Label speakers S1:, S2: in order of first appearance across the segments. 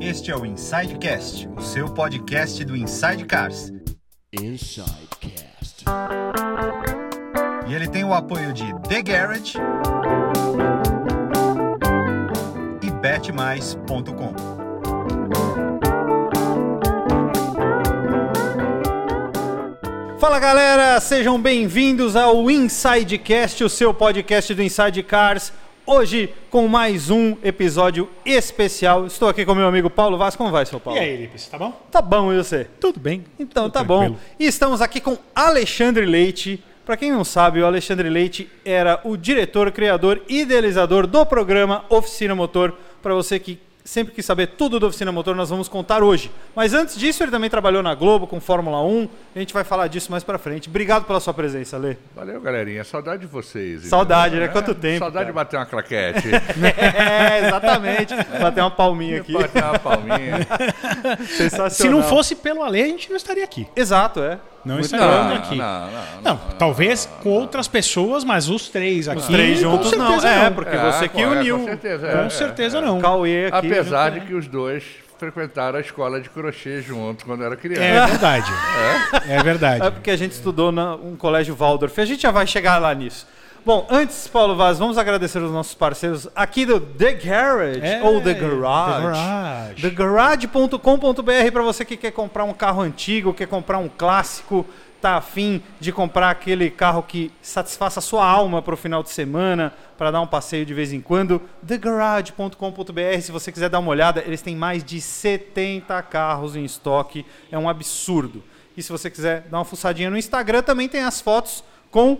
S1: Este é o Insidecast, o seu podcast do Inside Cars.
S2: Insidecast.
S1: E ele tem o apoio de The Garage e betmais.com.
S3: Fala galera, sejam bem-vindos ao Insidecast, o seu podcast do Inside Cars. Hoje com mais um episódio especial. Estou aqui com meu amigo Paulo Vaz. Como vai, seu Paulo?
S4: E aí, Lipe, você tá bom?
S3: Tá bom, e você?
S4: Tudo bem.
S3: Então tá
S4: tranquilo.
S3: bom. E estamos aqui com Alexandre Leite. Pra quem não sabe, o Alexandre Leite era o diretor, criador e idealizador do programa Oficina Motor. Pra você que sempre quis saber tudo do Oficina Motor, nós vamos contar hoje. Mas antes disso, ele também trabalhou na Globo com Fórmula 1. A gente vai falar disso mais pra frente. Obrigado pela sua presença, Ale.
S5: Valeu, galerinha. Saudade de vocês. então. É,
S3: Saudade, né? Quanto tempo,
S5: Saudade de
S3: cara.
S5: bater uma claquete.
S3: É, exatamente. Bater uma palminha aqui.
S5: bater uma palminha.
S3: Sensacional.
S4: Se não fosse pelo Ale, a gente não estaria aqui.
S3: Exato, é.
S4: Não
S5: Não,
S4: estaríamos aqui. Não,
S5: não, não.
S4: talvez com outras pessoas, mas os três aqui.
S3: Os três juntos
S4: com
S3: não.
S4: certeza
S3: É,
S4: não.
S3: porque você que
S5: com- é,
S3: uniu.
S5: Com certeza. é,
S4: Com
S5: é.
S4: certeza não.
S3: Cauê aqui. né?
S5: Apesar de que os dois frequentaram a escola de crochê juntos quando era criança.
S4: É verdade. É
S3: É
S4: verdade.
S3: porque a gente estudou na- um colégio Waldorf. A gente já vai chegar lá nisso. Bom, antes, Paulo Vaz, vamos agradecer os nossos parceiros aqui do The Garage
S4: É,
S3: ou The
S4: The
S3: Garage.
S4: Garage.
S3: TheGarage.com.br para você que quer comprar um carro antigo, quer comprar um clássico, tá afim de comprar aquele carro que satisfaça a sua alma para o final de semana, para dar um passeio de vez em quando. TheGarage.com.br, se você quiser dar uma olhada, eles têm mais de 70 carros em estoque, é um absurdo. E se você quiser dar uma fuçadinha no Instagram, também tem as fotos com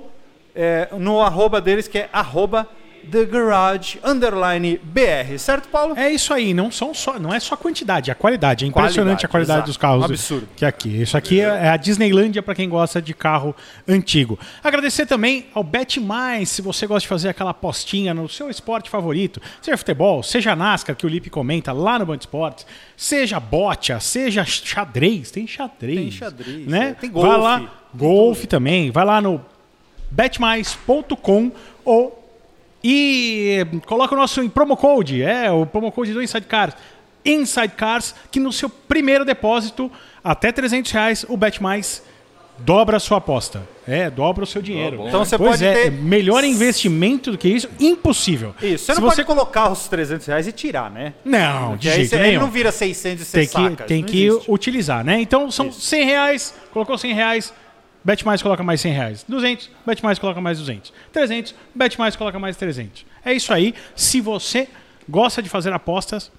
S3: é, no arroba deles, que é arroba TheGarage underline BR, certo, Paulo?
S4: É isso aí, não, são só, não é só quantidade, é a qualidade. É impressionante a qualidade
S3: exato.
S4: dos carros
S3: um Absurdo.
S4: que é aqui. Isso aqui é, é a Disneylândia para quem gosta de carro antigo. Agradecer também ao Bet Mais, se você gosta de fazer aquela apostinha no seu esporte favorito, seja futebol, seja NASCAR, que o Lipe comenta lá no Band Esportes, seja bocha, seja xadrez, tem xadrez.
S3: Tem xadrez,
S4: né?
S3: é, tem
S4: Vai
S3: golfe.
S4: lá, golfe também, vai lá no betmais.com ou e coloca o nosso em promo code, é o promo code do Inside Cars, Inside Cars, que no seu primeiro depósito até 300 reais o Bet Mais dobra a sua aposta, é dobra o seu dinheiro.
S3: Então você
S4: pois
S3: pode
S4: é,
S3: ter-
S4: melhor investimento do que isso, impossível.
S3: Isso, você
S4: Se
S3: não pode colocar os 300 reais e tirar, né?
S4: não, de
S3: Porque aí
S4: jeito
S3: você aí
S4: nenhum
S3: não vira 600 e você
S4: tem que,
S3: saca,
S4: tem
S3: isso não
S4: que
S3: existe.
S4: utilizar, né? Então são 100 reais, colocou 100 reais, bet mais coloca mais 100 reais. 200, bet mais coloca mais 200. 300, bet mais coloca mais 300. É isso aí. Se você gosta de fazer apostas,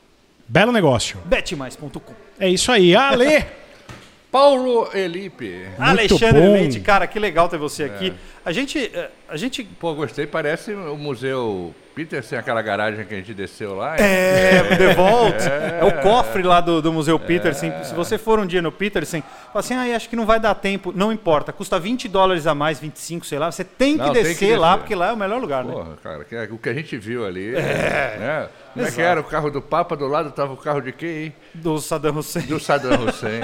S4: belo negócio.
S3: Betmais.com.
S4: É isso aí. é Ale!
S3: É.
S5: Paulo Elipe.
S3: Alexandre
S4: bom.
S3: Leite, cara, que legal ter você aqui. A gente. eh, A gente.
S5: Pô, gostei. Parece o Museu Peterson, aquela garagem que a gente desceu lá.
S3: É, The Vault. É o cofre lá do, do Museu Petersen. Se você for um dia no Petersen, fala assim, ah, acho que não vai dar tempo. Não importa, custa 20 dólares a mais, 25, sei lá. Você tem que,
S5: Não, tem
S3: descer,
S5: que
S3: lá,
S5: descer.
S3: porque lá é o melhor lugar, né?
S5: Porra, cara, que- é o que a gente viu ali. né? Como é que era? O carro do Papa, do lado tava o carro de quem?
S3: Do Saddam Hussein,
S5: Do Saddam Hussein.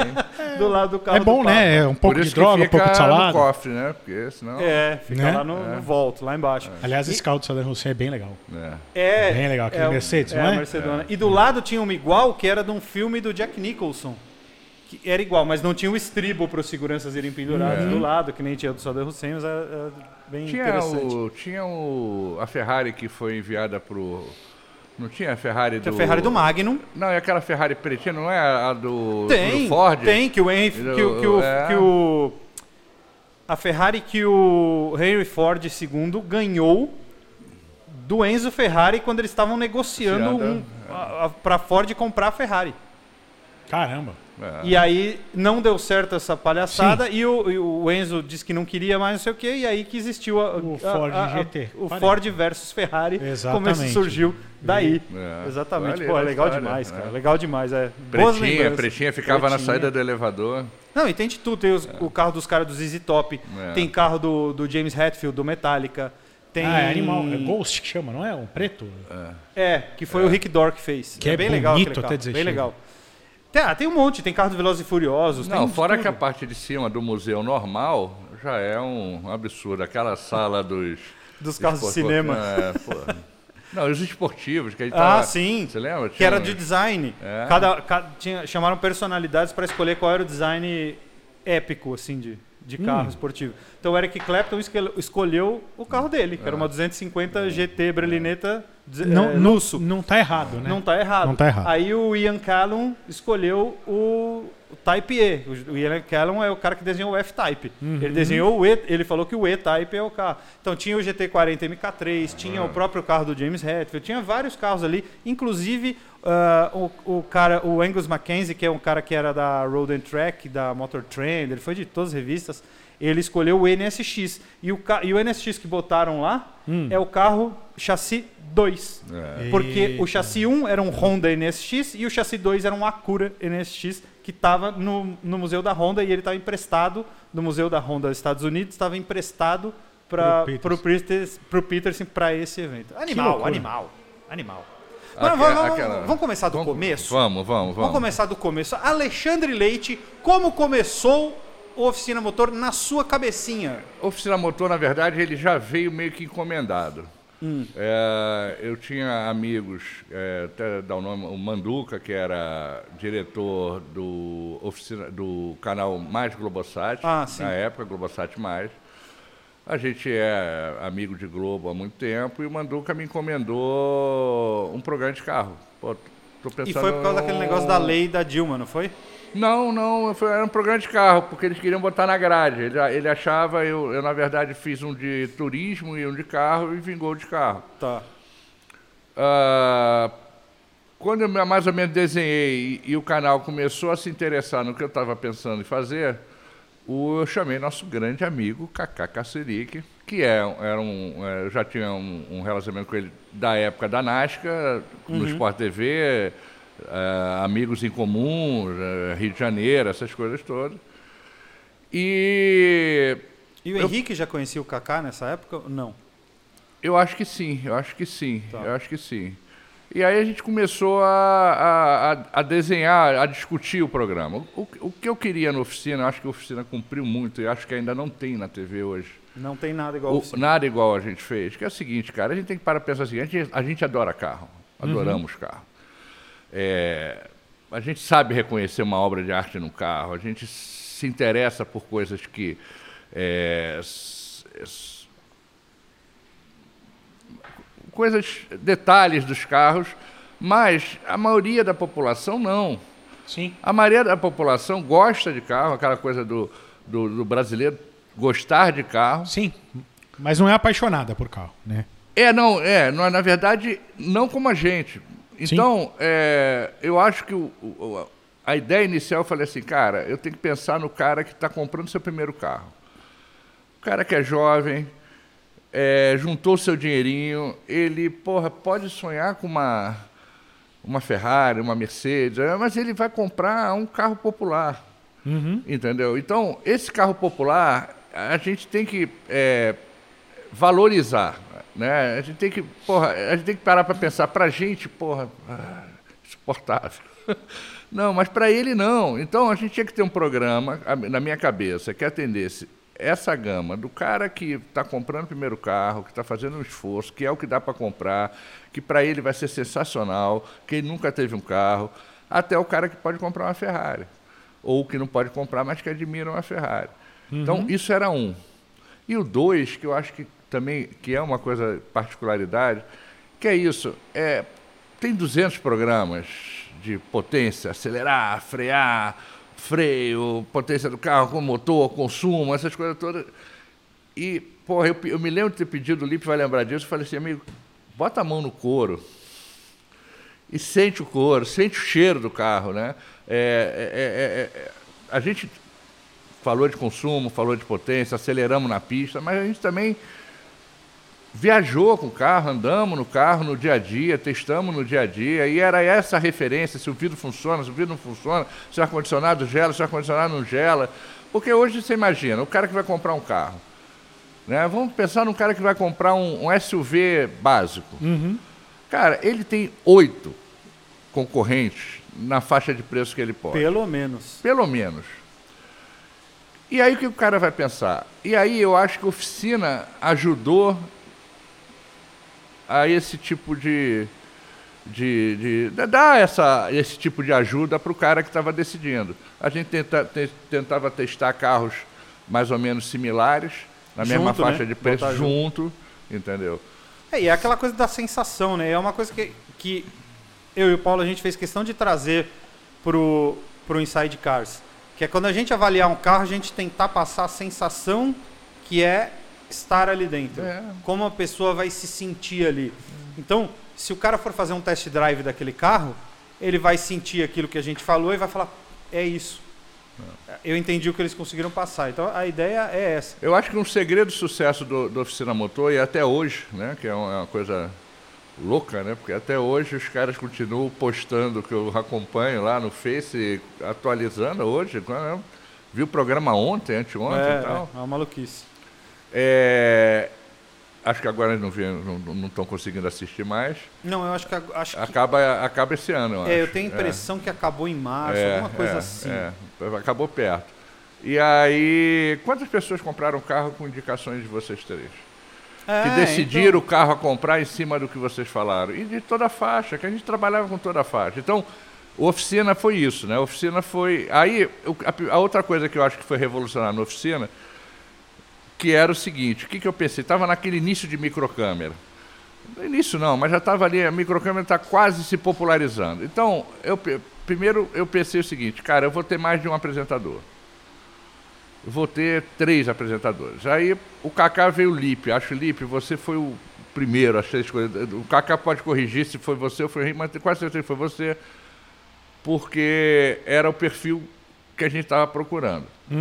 S3: do lado do carro
S4: É bom,
S3: do Papa.
S4: né? É Um pouco de droga, um pouco de
S5: no
S4: salada.
S5: cofre, né? Porque senão...
S3: É, fica
S4: Né?
S3: lá no, no Vault, lá embaixo.
S4: Aliás, esse carro do Saddam Hussein é bem legal.
S5: né?
S3: É,
S4: Bem legal, aquele
S3: o-
S4: Mercedes,
S3: é,
S4: não é?
S3: a Mercedona. E do lado tinha um igual que era de um filme do Jack Nicholson. Que era igual, mas não tinha o estribo para os seguranças irem pendurados
S4: É.
S3: do lado, que nem tinha do Saddam Hussein, mas era, era bem
S5: Tinha,
S3: interessante.
S5: o, tinha o, a Ferrari que foi enviada pro... Não tinha a Ferrari
S3: Tinha
S5: do...
S3: a Ferrari do Magnum.
S5: Não, é aquela Ferrari pretinha, não é a do,
S3: Tem,
S5: do Ford?
S3: tem, que o Henry, que, o- que o,
S5: É.
S3: que o- a Ferrari que o Henry Ford II ganhou do Enzo Ferrari quando eles estavam negociando um,
S5: Negociando,
S3: para Ford comprar a Ferrari.
S4: Caramba.
S5: É.
S3: E aí não deu certo essa palhaçada e o, e o Enzo disse que não queria mais não sei o que e aí que existiu a-
S4: O
S3: a-
S4: Ford
S3: a- a-
S4: GT.
S3: o
S4: Parece.
S3: Ford versus Ferrari, como
S4: Exatamente.
S3: isso surgiu daí.
S5: É.
S3: Exatamente.
S5: Vale
S3: Pô, é
S5: a
S3: legal
S5: história,
S3: demais, cara.
S5: né?
S3: Legal demais, é. Boas
S5: Pretinha,
S3: lembranças.
S5: pretinha ficava na
S3: Pretinha.
S5: saída do elevador.
S3: Não, e tem de tudo. Tem os- o carro dos caras do ZZ Top,
S5: É.
S3: tem carro do, do James Hetfield, do Metallica, tem...
S4: Ah, é animal. É Ghost que chama, não é? Um preto?
S3: É, que foi o Rick Dore que fez.
S4: Que
S3: é
S4: é
S3: bem legal
S4: bonito
S3: aquele carro,
S4: até dizer
S3: bem
S4: chega.
S3: legal. Tem, ah, tem um monte, tem carro do Velozes e Furiosos, tem um
S5: Não, fora que a parte de cima do museu normal já é um absurdo. Aquela sala dos...
S3: dos carros de
S5: Pô, pô,
S3: cinema.
S5: É, pô. Não, os esportivos que a gente
S3: Ah,
S5: tava-
S3: sim.
S5: Você lembra?
S3: Que
S5: Tinha
S3: era
S5: um-
S3: de design.
S5: É.
S3: Cada, cada- tinha, chamaram personalidades para escolher qual era o design épico, assim, de, de
S5: Hum.
S3: carro esportivo. Então o Eric Clapton esquel- escolheu o carro dele, que
S5: É.
S3: era uma 250 GT Brelineta de-
S4: Não,
S3: eh,
S4: não,
S3: Lusso.
S4: não tá errado, né?
S3: Não tá errado.
S4: Não tá errado.
S3: Aí o Ian Callum escolheu o o Type E. O- O Ian Callum é o cara que desenhou o F-Type.
S4: Uhum.
S3: Ele desenhou o E, ele falou que o E-Type é o carro. Então tinha o GT40 MK3, tinha
S4: Ah.
S3: o próprio carro do James Hetfield, tinha vários carros ali, inclusive ah, o, o cara, o Angus Mackenzie, que é um cara que era da Road and Track, da Motor Trend, ele foi de todas as revistas. Ele escolheu o NSX. E o, ca- e o NSX que botaram lá
S4: Hum.
S3: é o carro chassi 2.
S5: É.
S3: Porque o chassi 1 era um Honda NSX e o chassi 2 era um Acura NSX que estava no, no Museu da Honda e ele estava emprestado do Museu da Honda dos Estados Unidos, estava emprestado para
S4: Pro Peterson.
S3: o Peterson para esse evento. Animal,
S4: loucura.
S3: animal, animal.
S5: Aquela-
S3: Mas vamos, vamos-
S5: aquela-
S3: vamos começar do
S5: Vamos-
S3: começo?
S5: Vamos, vamos,
S3: Vamos
S5: vamos.
S3: começar do começo. Alexandre Leite, como começou o Oficina Motor na sua cabecinha?
S5: Oficina Motor, na verdade, ele já veio meio que encomendado.
S3: Hum.
S5: É, eu tinha amigos, é, até dar o nome, o Manduca, que era diretor do, oficina, do canal Mais Globosat,
S3: Ah, sim.
S5: na época, Globosat Mais. A gente é amigo de Globo há muito tempo e o Manduca me encomendou um programa de carro. Pô, tô pensando
S3: E foi por causa daquele negócio da
S5: num-
S3: lei da Dilma, não foi?
S5: não, não, foi- era um programa de carro, porque eles queriam botar na grade. Ele, ele achava, eu, eu na verdade fiz um de turismo e um de carro e vingou o de carro.
S3: Tá.
S5: Ah, quando eu mais ou menos desenhei e, e o canal começou a se interessar no que eu estava pensando em fazer, o- eu chamei nosso grande amigo Kaká Kasseric, que é, era um, é, eu já tinha um, um relacionamento com ele da época da Nasca, no Sport TV, ah, amigos em comum, eh, Rio de Janeiro, essas coisas todas. E
S3: E o
S5: Eu-
S3: Henrique já conhecia o Kaká nessa época? Não.
S5: Eu acho que sim, eu acho que sim,
S3: Tá.
S5: eu acho que sim. E aí a gente começou a, a- a- a desenhar, a discutir o programa. O, o que eu queria na oficina, eu acho que a oficina cumpriu muito e acho que ainda não tem na TV hoje.
S3: Não tem nada igual
S5: O-
S3: a oficina.
S5: nada igual a gente fez, que é o seguinte, cara, a gente tem que parar e pensar assim, a gente, a gente adora carro, adoramos carro. É, a gente sabe reconhecer uma obra de arte no carro, a gente se interessa por coisas que... é, s- s- coisas, detalhes dos carros, mas a maioria da população não.
S4: Sim.
S5: A maioria da população gosta de carro, aquela coisa do, do- do brasileiro gostar de carro.
S4: Sim. Mas não é apaixonada por carro, né?
S5: É, não, é, não, na verdade, não como a gente. Então, é, eu acho que o- o- a ideia inicial, eu falei assim, cara, eu tenho que pensar no cara que está comprando seu primeiro carro. O cara que é jovem, é, juntou seu dinheirinho, ele, porra, pode sonhar com uma, uma Ferrari, uma Mercedes, é, mas ele vai comprar um carro popular. Entendeu? Então, esse carro popular, a gente tem que é, valorizar, né? A gente tem que, porra, a gente tem que parar para pensar pra gente, porra, ah, insuportável. Não, mas para ele não. Então a gente tinha que ter um programa a- na minha cabeça que atendesse essa gama do cara que está comprando o primeiro carro, que está fazendo um esforço, que é o que dá para comprar, que para ele vai ser sensacional, que ele nunca teve um carro, até o cara que pode comprar uma Ferrari ou que não pode comprar, mas que admiram a Ferrari. Então, isso era um. E o dois, que eu acho que também que é uma coisa particularidade, que é isso, é, tem 200 programas de potência, acelerar, frear, freio, potência do carro com motor, consumo, essas coisas todas. E, porra, eu, pe- eu me lembro de ter pedido, o Lipe vai lembrar disso, eu falei assim, amigo, bota a mão no couro e sente o couro, sente o cheiro do carro, né? É, é, é, é, é, a gente falou de consumo, falou de potência, aceleramos na pista, mas a gente também viajou com o carro, andamos no carro no dia a dia, testamos no dia a dia, e era essa a referência, se o vidro funciona, se o vidro não funciona, se o ar-condicionado gela, se o ar-condicionado não gela. Porque hoje você imagina, o cara que vai comprar um carro, né? Vamos pensar num cara que vai comprar um, um SUV básico. Cara, ele tem oito concorrentes na faixa de preço que ele pode.
S3: Pelo menos.
S5: Pelo menos. E aí o que o cara vai pensar? E aí eu acho que a oficina ajudou a esse tipo de. de, de, de dar essa, esse tipo de ajuda para o cara que estava decidindo. A gente tenta, te- tentava testar carros mais ou menos similares, na mesma
S3: Junto,
S5: faixa
S3: né?
S5: de preço,
S3: Botar
S5: junto, entendeu?
S3: É, e é aquela coisa da sensação, né? É uma coisa que, que eu e o Paulo a gente fez questão de trazer pro, pro Inside Cars. Que é quando a gente avaliar um carro, a gente tentar passar a sensação que é estar ali dentro.
S5: É.
S3: Como a pessoa vai se sentir ali. Então, se o cara for fazer um test drive daquele carro, ele vai sentir aquilo que a gente falou e vai falar, é isso. Eu entendi o que eles conseguiram passar. Então a ideia é essa.
S5: Eu acho que um segredo do sucesso do, da Oficina Motor, e até hoje, né, que é um- é uma coisa louca, né, porque até hoje os caras continuam postando, que eu acompanho lá no Face, atualizando hoje. quando eu Vi o programa ontem, anteontem
S3: é,
S5: e tal.
S3: é uma maluquice.
S5: É, acho que agora eles não estão não, não tão conseguindo assistir mais.
S3: Não, eu acho que, a- acho que
S5: Acaba, acaba esse ano, eu acho.
S3: É, eu tenho a
S5: É.
S3: impressão que acabou em março,
S5: É,
S3: alguma coisa
S5: é,
S3: assim.
S5: é. Acabou perto. E aí, quantas pessoas compraram o carro com indicações de vocês três?
S3: É,
S5: Que decidiram o carro a comprar em cima do que vocês falaram. E de toda a faixa, que a gente trabalhava com toda a faixa. Então, a oficina foi isso, né? A oficina foi. Aí, o- a- a outra coisa que eu acho que foi revolucionária na oficina, que era o seguinte: o que, que eu pensei? Estava naquele início de microcâmera. No início não, mas já estava ali, a microcâmera está quase se popularizando. Então, eu, pe- primeiro eu pensei o seguinte, cara, eu vou ter mais de um apresentador. Eu vou ter três apresentadores. Aí o Kaká veio o Lipe. Acho, Lipe, você foi o primeiro, achei escolhido. O Kaká pode corrigir se foi você ou foi o Henrique, mas tenho quase certeza que foi você, porque era o perfil que a gente estava procurando.
S3: é, eu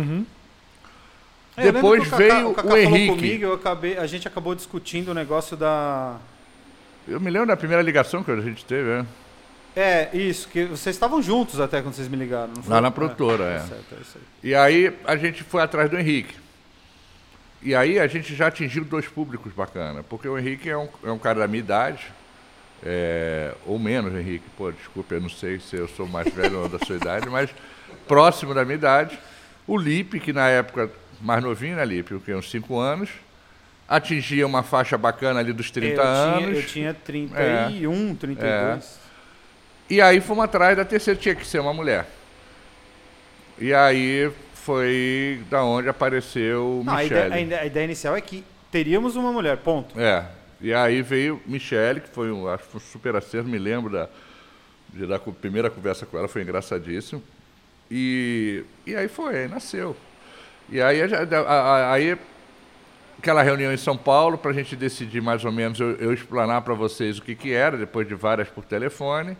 S3: lembro
S5: Depois
S3: que o Kaká-
S5: veio
S3: Kaká
S5: o
S3: falou
S5: Henrique.
S3: Comigo, eu acabei, a gente acabou discutindo o negócio da.
S5: Eu me lembro da primeira ligação que a gente teve, né?
S3: É, isso, que vocês estavam juntos até quando vocês me ligaram. Não foi?
S5: Lá na produtora,
S3: É,
S5: é.
S3: tá certo, é isso aí.
S5: E aí a gente foi atrás do Henrique. E aí a gente já atingiu dois públicos bacana, porque o Henrique é um, é um cara da minha idade, é, ou menos, Henrique. Pô, desculpa, eu não sei se eu sou mais velho ou da sua idade, mas próximo da minha idade. O Lipe, que na época, mais novinho, né, Lipe? O quê? Uns 5 anos. Atingia uma faixa bacana ali dos 30
S3: eu,
S5: anos.
S3: Tinha,
S5: É.
S3: eu tinha 31, 32.
S5: E aí fomos atrás da terceira, tinha que ser uma mulher. E aí foi da onde apareceu
S3: Não, a,
S5: Michele.
S3: ideia, a ideia- a ideia inicial é que teríamos uma mulher, ponto.
S5: É. E aí veio Michele, que foi um, acho que foi um super acerto, me lembro da, de- da co- primeira conversa com ela, foi engraçadíssimo. E, e aí foi, aí nasceu. E aí, a- a- a- aí aquela reunião em São Paulo, para a gente decidir mais ou menos, eu, eu explanar para vocês o que, que era, depois de várias por telefone,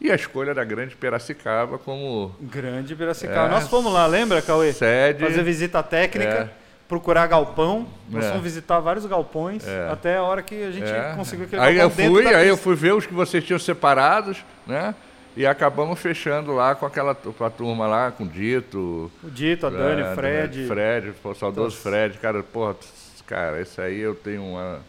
S5: e a escolha da grande Piracicaba como
S3: Grande Piracicaba.
S5: É.
S3: Nós fomos lá, lembra, Cauê?
S5: sede.
S3: Fazer visita técnica,
S5: É.
S3: procurar galpão. Nós
S5: É.
S3: fomos visitar vários galpões até a hora que a gente
S5: É.
S3: conseguiu aquele
S5: Aí eu
S3: galpão dentro
S5: fui,
S3: da
S5: aí eu
S3: pista.
S5: fui ver os que vocês tinham separados, né? E acabamos fechando lá com aquela tu- com a turma lá, com o Dito.
S3: O Dito, a Dani,
S5: é,
S3: o Fred. Então,
S5: Fred, pô, saudoso Fred. Cara, porra, tss, cara, esse aí eu tenho uma,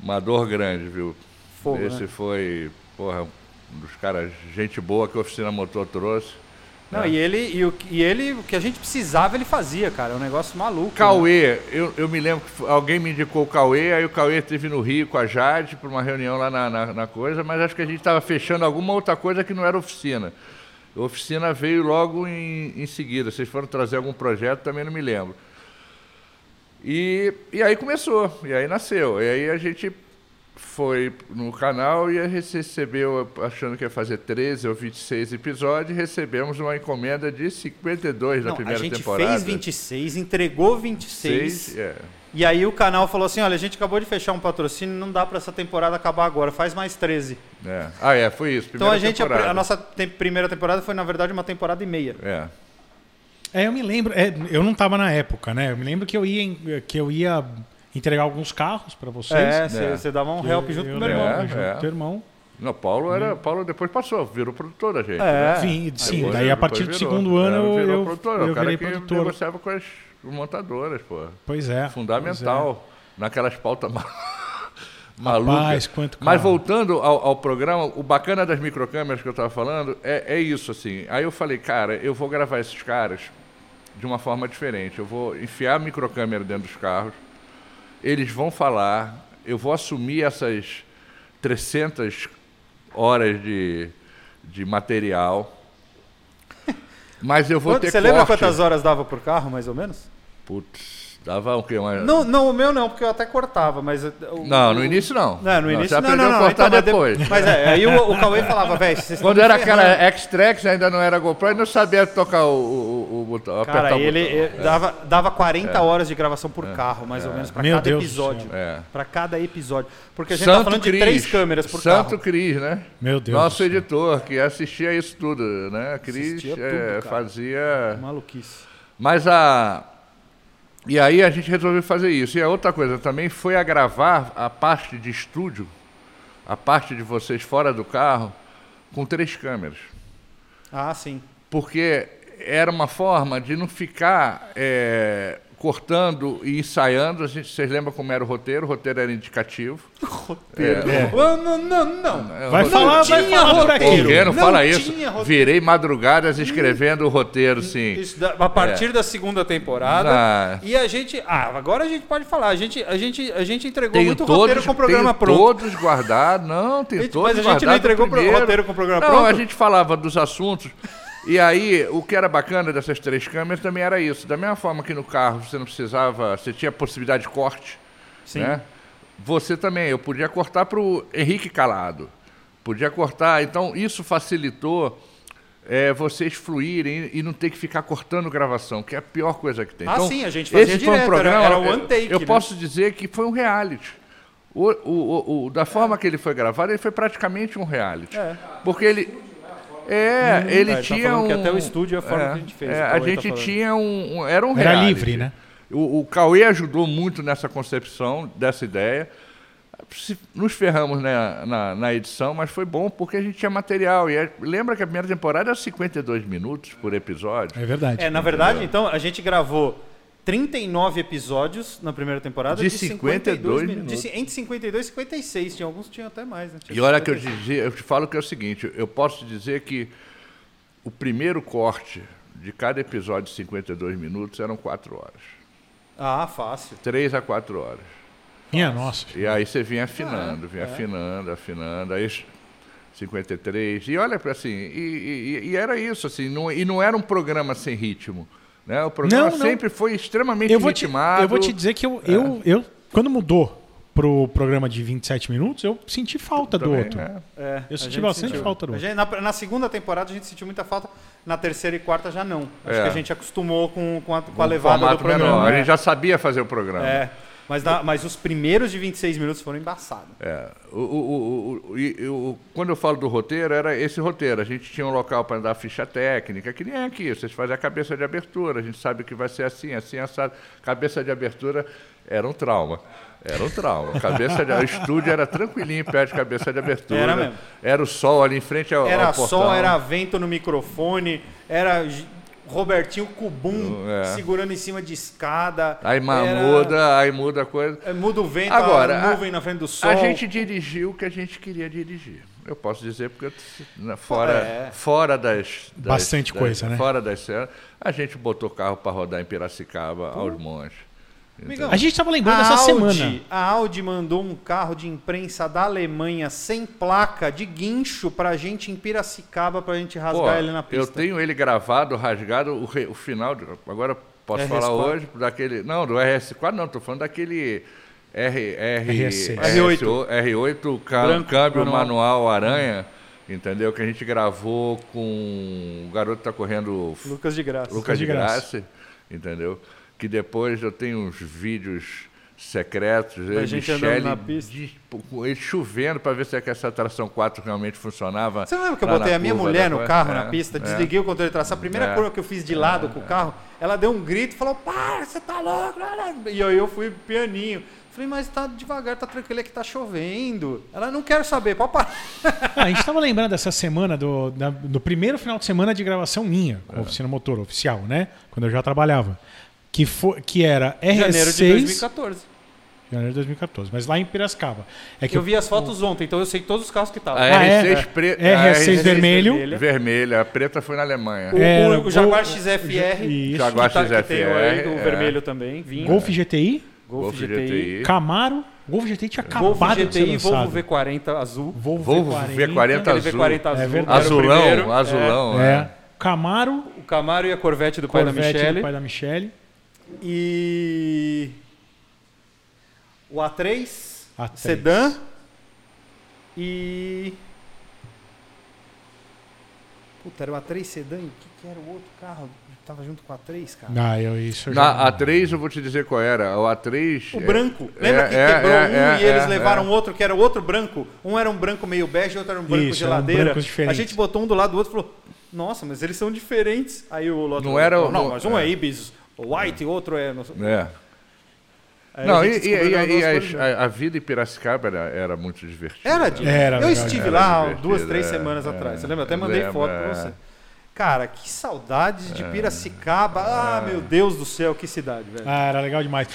S5: uma dor grande, viu?
S3: Fogo,
S5: esse
S3: né?
S5: foi, porra, um dos caras, gente boa que a oficina motor trouxe.
S3: Não,
S5: É.
S3: e, ele, e, o, e ele, o que a gente precisava, ele fazia, cara. É um negócio maluco. né?
S5: Cauê, eu, eu me lembro que fo- alguém me indicou o Cauê, aí o Cauê esteve no Rio com a Jade para uma reunião lá na, na- na coisa, mas acho que a gente estava fechando alguma outra coisa que não era oficina. A oficina veio logo em, em seguida. Vocês foram trazer algum projeto, também não me lembro. E, e aí começou, e aí nasceu. E aí a gente foi no canal e a gente recebeu, achando que ia fazer 13 ou 26 episódios, recebemos uma encomenda de 52
S3: Não,
S5: na primeira
S3: a gente
S5: temporada.
S3: fez 26, entregou 26.
S5: Seis, é.
S3: E aí o canal falou assim: olha, a gente acabou de fechar um patrocínio, não dá pra essa temporada acabar agora, faz mais 13.
S5: É. Ah, é, foi isso.
S3: Então
S5: Primeira
S3: a gente, a,
S5: temporada.
S3: a nossa tem- primeira temporada foi, na verdade, uma temporada e meia.
S5: É.
S4: É, eu me lembro. é, eu não tava na época, né? Eu me lembro que eu ia, em- que eu ia entregar alguns carros pra vocês.
S3: É,
S5: né?
S3: você dava um
S4: Que
S3: help junto
S4: eu
S3: com o meu
S4: lembro,
S3: irmão.
S5: É,
S4: junto
S5: é.
S4: com teu irmão.
S5: Não, Paulo era. Paulo depois passou, virou produtor da gente.
S3: É.
S4: Sim, Uhum. sim,
S5: Depois-
S4: daí a
S5: depois
S4: partir do
S5: virou.
S4: segundo ano
S5: É,
S4: eu,
S5: virou
S4: eu,
S5: produtor,
S4: eu
S5: o cara
S4: virei
S5: que
S4: produtor.
S5: negociava com as montadoras, pô.
S4: Pois é.
S5: Fundamental. Naquelas pautas ma... malucas.
S4: Rapaz, quanto
S5: Mas
S4: carro.
S5: voltando ao, ao programa, o bacana das microcâmeras que eu estava falando é, é isso, assim. Aí eu falei, cara, eu vou gravar esses caras de uma forma diferente. Eu vou enfiar a microcâmera dentro dos carros, eles vão falar, eu vou assumir essas 300 horas de, de material, mas eu vou
S3: Quanto-
S5: ter
S3: você lembra
S5: corte.
S3: quantas horas dava por carro, mais ou menos?
S5: Putz, dava o quê? Uma...
S3: Não, não, o meu não, porque eu até cortava, mas. o-
S5: Não, no
S3: o-
S5: início não.
S3: Não, no
S5: Você
S3: início não,
S5: aprendeu
S3: não, não.
S5: a cortar
S3: então, mas de-
S5: depois.
S3: Mas é, aí o, o Cauê falava, velho, vocês
S5: Quando
S3: tão
S5: era
S3: me
S5: aquela
S3: ferrando."
S5: X-Trax, ainda não era GoPro, eu não sabia tocar o, o- o botão, apertar
S3: Cara,
S5: o
S3: ele, é,
S5: botão.
S3: ele dava, dava 40 horas de gravação por carro, mais ou menos, pra
S4: Meu
S3: cada
S4: Deus do
S3: episódio.
S5: É. céu. É.
S3: Pra cada episódio. Porque a gente tá falando de
S5: Cris,
S3: três câmeras por
S5: Santo
S3: carro.
S5: Cris, né?
S4: Meu Deus
S5: Nosso
S4: do céu.
S5: editor, que assistia isso tudo, né? Cris
S3: Assistia tudo,
S5: eh,
S3: cara.
S5: fazia...
S3: Maluquice.
S5: Mas a... E aí a gente resolveu fazer isso. E a outra coisa também foi a gravar a parte de estúdio, a parte de vocês fora do carro, com três câmeras.
S3: Ah, sim.
S5: porque era uma forma de não ficar é, cortando e ensaiando. A gente, vocês lembram como era o roteiro? O roteiro era indicativo. É,
S3: Ah, não, não, não.
S4: Vai
S5: Não
S4: falar, vai
S3: tinha
S4: falar por
S3: roteiro.
S4: aqui.
S5: Porque não,
S3: Não
S5: fala
S3: tinha
S5: isso.
S3: roteiro.
S5: Virei madrugadas escrevendo o roteiro, sim.
S3: Isso da- a partir
S5: É.
S3: da segunda temporada.
S5: Ah.
S3: E a gente. Ah, agora a gente pode falar. A gente, a gente, a gente entregou
S5: Tenho
S3: muito
S5: todos,
S3: roteiro com o programa
S5: tenho
S3: pronto.
S5: todos guardados, não, tem
S3: Gente,
S5: todos
S3: mas a gente não
S5: guardados do
S3: entregou pro-
S5: primeiro.
S3: roteiro com o programa
S5: não,
S3: pronto?
S5: a gente falava dos assuntos, e aí o que era bacana dessas três câmeras também era isso. Da mesma forma que no carro você não precisava, você tinha possibilidade de corte,
S3: Sim.
S5: né? Você também, eu podia cortar para o Henrique Calado, podia cortar, então isso facilitou é, vocês fluírem e não ter que ficar cortando gravação, que é a pior coisa que tem.
S3: Ah,
S5: Então,
S3: sim, a gente fazia
S5: esse foi um
S3: direto,
S5: programa,
S3: era- era one
S5: eu-
S3: take,
S5: Eu
S3: né?
S5: posso dizer que foi um reality. O, o- o- o- da forma que ele foi gravado, ele foi praticamente um reality. Porque ele. É, ele
S3: tá, ele tá
S5: tinha
S3: falando
S5: um.
S3: que até o estúdio é a forma que a gente fez, o
S5: a
S3: Cauê tá
S5: gente
S3: falando.
S5: tinha um. um- Era um
S4: Era
S5: reality.
S4: livre, né?
S5: O, o Cauê ajudou muito nessa concepção dessa ideia. Se- Nos ferramos na, na, na edição, mas foi bom porque a gente tinha material. E é- lembra que a primeira temporada era 52 minutos por episódio?
S4: É verdade.
S3: É, na verdade, então, a gente gravou 39 episódios na primeira temporada.
S5: De 52
S3: minu- de
S5: minutos.
S3: ci- entre 52 e 56. Tinha alguns que tinham até mais, né? Tinha
S5: E olha que eu
S3: 56.
S5: te, dizia- eu te falo que é o seguinte, eu posso dizer que o primeiro corte de cada episódio de 52 minutos eram 4 horas.
S3: Ah, fácil.
S5: 3 a 4 horas.
S4: Minha nossa.
S5: E aí você vinha
S4: Ah,
S5: afinando,
S4: é.
S5: vinha afinando, afinando, aí 53. E olha, assim, e, e- e era isso, assim, não, e não era um programa sem ritmo. Né? O programa
S4: Não, não.
S5: sempre foi extremamente
S4: Eu vou, te,
S5: ritmado.
S4: eu vou te dizer que eu, eu,
S5: É.
S4: eu, quando mudou pro programa de 27 minutos, eu senti falta do
S5: também,
S4: outro.
S5: né?
S3: É,
S4: Eu
S3: a
S4: senti
S3: gente
S4: bastante falta do
S3: A
S4: outro.
S3: gente- na, na segunda temporada a gente sentiu muita falta, na terceira e quarta já não. Acho
S5: É.
S3: que a gente acostumou com, com a, com a
S5: Um
S3: levada do
S5: formato menor.
S3: programa.
S5: A
S3: é.
S5: gente já sabia fazer o programa.
S3: É. Mas, na- mas os primeiros de 26 minutos foram embaçados.
S5: É, o, o- o- o- e- e o- quando eu falo do roteiro, era esse roteiro. A gente tinha um local para dar ficha técnica, que nem é aqui. Vocês fazem a cabeça de abertura, a gente sabe que vai ser assim, assim, assado. Cabeça de abertura era um trauma. Era um trauma. Cabeça de, o estúdio era tranquilinho perto de cabeça de abertura.
S3: Era mesmo.
S5: Era o sol ali em frente ao,
S3: Era
S5: ao portão.
S3: sol, era vento no microfone, era G- Robertinho Cubum
S5: É.
S3: segurando em cima de escada.
S5: Aí ma-
S3: era-
S5: muda, aí muda a coisa.
S3: É, Muda o vento,
S5: Agora,
S3: a
S5: a-
S3: nuvem na frente do sol.
S5: A gente dirigiu o que a gente queria dirigir. Eu posso dizer porque eu- na- fora,
S3: É.
S5: fora das, das-
S4: Bastante
S5: das-
S4: coisa, né?
S5: Fora das cenas, a gente botou o carro para rodar em Piracicaba aos montes.
S3: Amigão,
S4: A gente tava lembrando essa
S3: Audi-
S4: semana.
S3: A Audi mandou um carro de imprensa da Alemanha sem placa de guincho pra gente em Piracicaba pra gente rasgar
S5: Pô,
S3: ele na pista.
S5: Eu tenho ele gravado, rasgado, o, re- o final. de- agora posso falar
S3: RS4?
S5: hoje daquele. Não, do RS4 não, tô falando daquele R, R,
S4: RS6.
S5: RS8. R8 cam-
S3: Branco,
S5: câmbio
S3: manual.
S5: manual. aranha, entendeu? Que a gente gravou com. O garoto tá correndo. f-
S3: Lucas de Graça.
S5: Lucas
S4: de
S5: de
S4: Graça.
S5: Graça, entendeu? Que depois eu tenho uns vídeos secretos, eu e
S3: gente
S5: Michele,
S3: andando na pista.
S5: de- com ele chovendo para ver se é que essa tração 4 realmente funcionava.
S3: Você lembra que eu
S5: lá na
S3: botei a minha
S5: curva
S3: mulher
S5: da
S3: no
S5: coisa?
S3: carro
S5: É,
S3: na pista,
S5: é.
S3: desliguei o controle de tração, a primeira
S5: É.
S3: curva que eu fiz de lado com o carro, ela deu um grito e falou, para, você tá louco? E aí eu fui pianinho. Falei, mas tá devagar, tá tranquilo, é que tá chovendo. Ela, não quero saber, pode parar.
S4: Ah, a gente tava lembrando essa semana do, da- do primeiro final de semana de gravação minha,
S5: É.
S4: com a oficina motor oficial, né? Quando eu já trabalhava. Que, foi, que era RS6.
S3: Janeiro de 2014.
S4: janeiro de 2014, mas lá em Piracicaba. É que
S3: Eu vi as fotos ontem, então eu sei todos os carros que Tá, estavam.
S5: A
S4: Ah, é?
S5: RS6 preta.
S4: RS6 vermelho.
S5: Vermelha. vermelha, a preta foi na Alemanha.
S3: O,
S4: Era
S3: o- o Jaguar
S4: Gol-
S3: XFR.
S4: Isso.
S5: Jaguar
S3: que tá- que tem o
S5: XFR,
S3: aí do
S5: é.
S3: vermelho também, vinho.
S4: Golf GTI,
S3: Golf, GTI.
S4: Camaro, Golf GTI tinha
S3: Golf
S4: acabado
S3: GTI,
S4: de ser lançado.
S3: Volvo V40 azul.
S4: Volvo,
S5: Volvo V40
S3: Aquele
S5: azul.
S3: V40 azul.
S4: É
S3: era o
S4: verdade.
S5: Azulão,
S3: primeiro.
S5: azulão.
S4: É.
S5: É.
S4: Camaro,
S3: É, o Camaro e a Corvette do pai da
S4: Corvette
S3: Michele.
S4: do pai da Michele.
S3: E. O A3,
S4: A3.
S3: Sedan. E. Puta, era o A3 Sedan e o que, que era o outro carro que tava junto com o A3, cara?
S4: Ah, eu, isso eu já...
S5: Na A3 eu vou te dizer qual era. O A3.
S3: O
S5: é-
S3: branco.
S5: é,
S3: Lembra que
S5: é,
S3: quebrou
S5: é,
S3: um
S5: é,
S3: e eles
S5: é,
S3: levaram
S5: é.
S3: outro que era outro branco? Um era um branco meio bege, outro era um branco
S4: Isso, eram
S3: geladeira.
S4: brancos
S3: A
S4: diferentes.
S3: gente botou um do lado do outro e falou: Nossa, mas eles são diferentes. Aí o Loto
S5: Não era o-
S3: Não,
S5: não-
S3: mas um é,
S5: é.
S3: Ibis White, outro é. Não, sei-
S5: É.
S3: Aí
S5: Não,
S3: a
S5: e,
S3: gente
S5: e-
S3: descobriu
S5: e-
S3: duas
S5: e
S3: coisas
S5: as-
S3: juntas.
S5: a, a vida em Piracicaba era, era muito divertida.
S3: Era, Dino.
S4: Era,
S3: eu
S4: era,
S3: estive
S5: era
S3: lá
S5: divertido,
S3: duas, três
S5: é,
S3: semanas
S5: é,
S3: atrás. Você lembra? Até mandei
S5: lembro,
S3: foto pra
S5: é.
S3: você. Cara, que saudade de Piracicaba. Ah,
S5: É.
S3: meu Deus do céu, que cidade, velho.
S4: Ah, era legal demais.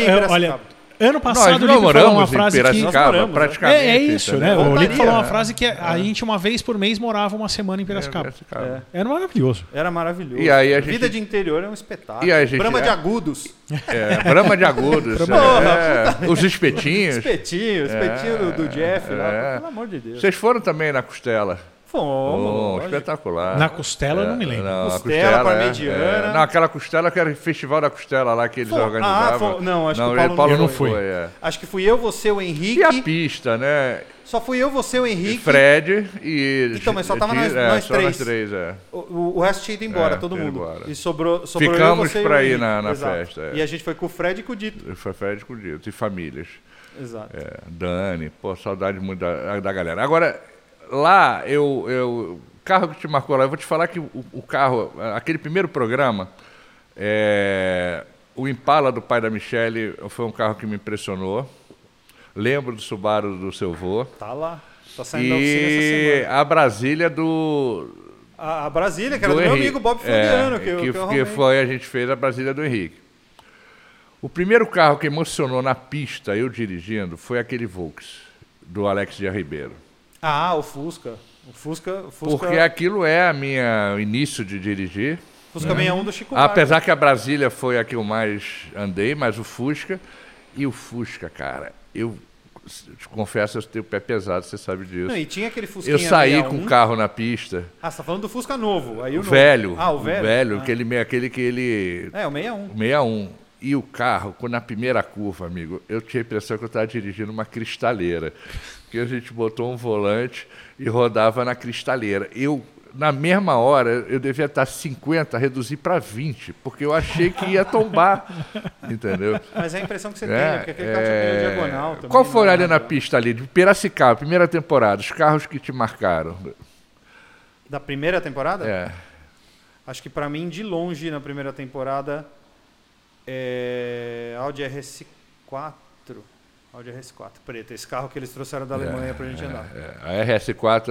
S4: Eu
S3: em
S4: eu-
S3: Piracicaba.
S4: Olha, ano passado
S5: Nós
S4: o Lipe falou uma
S5: namoramos em
S4: frase que...
S5: Piracicaba,
S3: moramos, né?
S5: praticamente.
S4: É, é isso, né?
S5: entendeu?
S4: O Lipe
S3: Voltaria,
S4: falou uma
S3: né?
S4: frase que a
S5: É.
S4: gente uma vez por mês morava uma semana em
S3: É,
S4: Piracicaba.
S5: Piracicaba.
S4: Era maravilhoso.
S3: Era maravilhoso.
S5: E aí a
S3: Vida
S5: gente-
S3: de interior é um espetáculo.
S5: E aí a gente-
S3: Brama de
S5: é.
S3: agudos.
S5: É, Brahma de Agudos. é, os espetinhos.
S3: Espetinho, espetinho do, do Jeff lá.
S5: é.
S3: Pelo amor de Deus.
S5: Vocês foram também na Costela. Oh,
S3: Fomos. lógico.
S5: espetacular. É,
S4: Na costela eu não me lembro.
S5: Não, a
S3: Costela,
S5: costela,
S3: parmegiana.
S5: É, é. Não, aquela costela que era o festival da costela lá que eles
S3: Fom-
S5: organizavam.
S3: Ah, fom- não, acho que o
S5: ele-
S3: Paulo não
S5: não
S4: foi.
S5: foi. é.
S3: Acho que fui eu, você, o Henrique.
S5: E a pista, né?
S3: Só fui eu, você, o
S5: E
S3: Henrique.
S5: Fred e.
S3: Então, mas só tava nós-
S5: é,
S3: nós
S5: só
S3: três.
S5: nós três, é.
S3: O, o- o resto tinha ido embora,
S5: É,
S3: todo
S5: foi
S3: mundo.
S5: embora.
S3: E sobrou, sobrou
S5: Ficamos
S3: eu, você e o
S5: pra ir
S3: Henrique.
S5: na- na
S3: Exato.
S5: festa, é.
S3: E a gente foi com o Fred e com o Dito.
S5: Foi Fred com o Dito. E famílias.
S3: Exato.
S5: É, Dani, pô, saudade muito da, da galera. Agora, lá, eu, eu. O carro que te marcou lá, eu vou te falar que o, o carro, aquele primeiro programa, é, o Impala do pai da Michele foi um carro que me impressionou. Lembro do Subaru do seu vô.
S3: Tá lá. Tá saindo da oficina essa
S5: E
S3: semana.
S5: a Brasília do.
S3: A, a Brasília, que era
S5: do
S3: do meu
S5: Henrique.
S3: amigo Bob
S5: É,
S3: Floriano, que, eu- que,
S5: que,
S3: eu
S5: que
S3: arrumei.
S5: foi a gente fez a Brasília do Henrique. O primeiro carro que emocionou na pista, eu dirigindo, foi aquele Volks do Alex de Ribeiro.
S3: Ah, o Fusca. O Fusca, o Fusca,
S5: Porque aquilo é a minha o início de dirigir.
S3: Fusca 61 do Chico Barco.
S5: Apesar que a Brasília foi a que eu mais andei, mas o Fusca. E o Fusca, cara, eu te confesso, eu tenho o pé pesado, você sabe disso.
S3: Não, e tinha aquele Fusquinha
S5: eu saí com
S3: 61.
S5: o carro na pista.
S3: Ah, você tá falando do Fusca novo. Aí o
S5: O
S3: novo.
S5: velho.
S3: Ah, o velho. Ah.
S5: aquele, meio- aquele que ele.
S3: É, o 61.
S5: o 61. E o carro, quando na primeira curva, amigo, eu tinha a impressão que eu estava dirigindo uma cristaleira. Porque a gente botou um volante e rodava na cristaleira. Eu, na mesma hora, eu devia estar 50, reduzi para 20, porque eu achei que ia tombar. entendeu?
S3: Mas é a impressão que você tem, né? Porque aquele carro tinha pneu
S5: é.
S3: diagonal também.
S5: Qual foi
S3: né?
S5: ali na pista ali? De Piracicaba, primeira temporada, os carros que te marcaram.
S3: Da primeira temporada?
S5: É.
S3: Acho que pra mim, de longe, na primeira temporada, é Audi RS4. Audi RS4 preta. Esse carro que eles trouxeram
S5: É,
S3: da Alemanha pra gente andar.
S5: A RS4,
S3: A RS4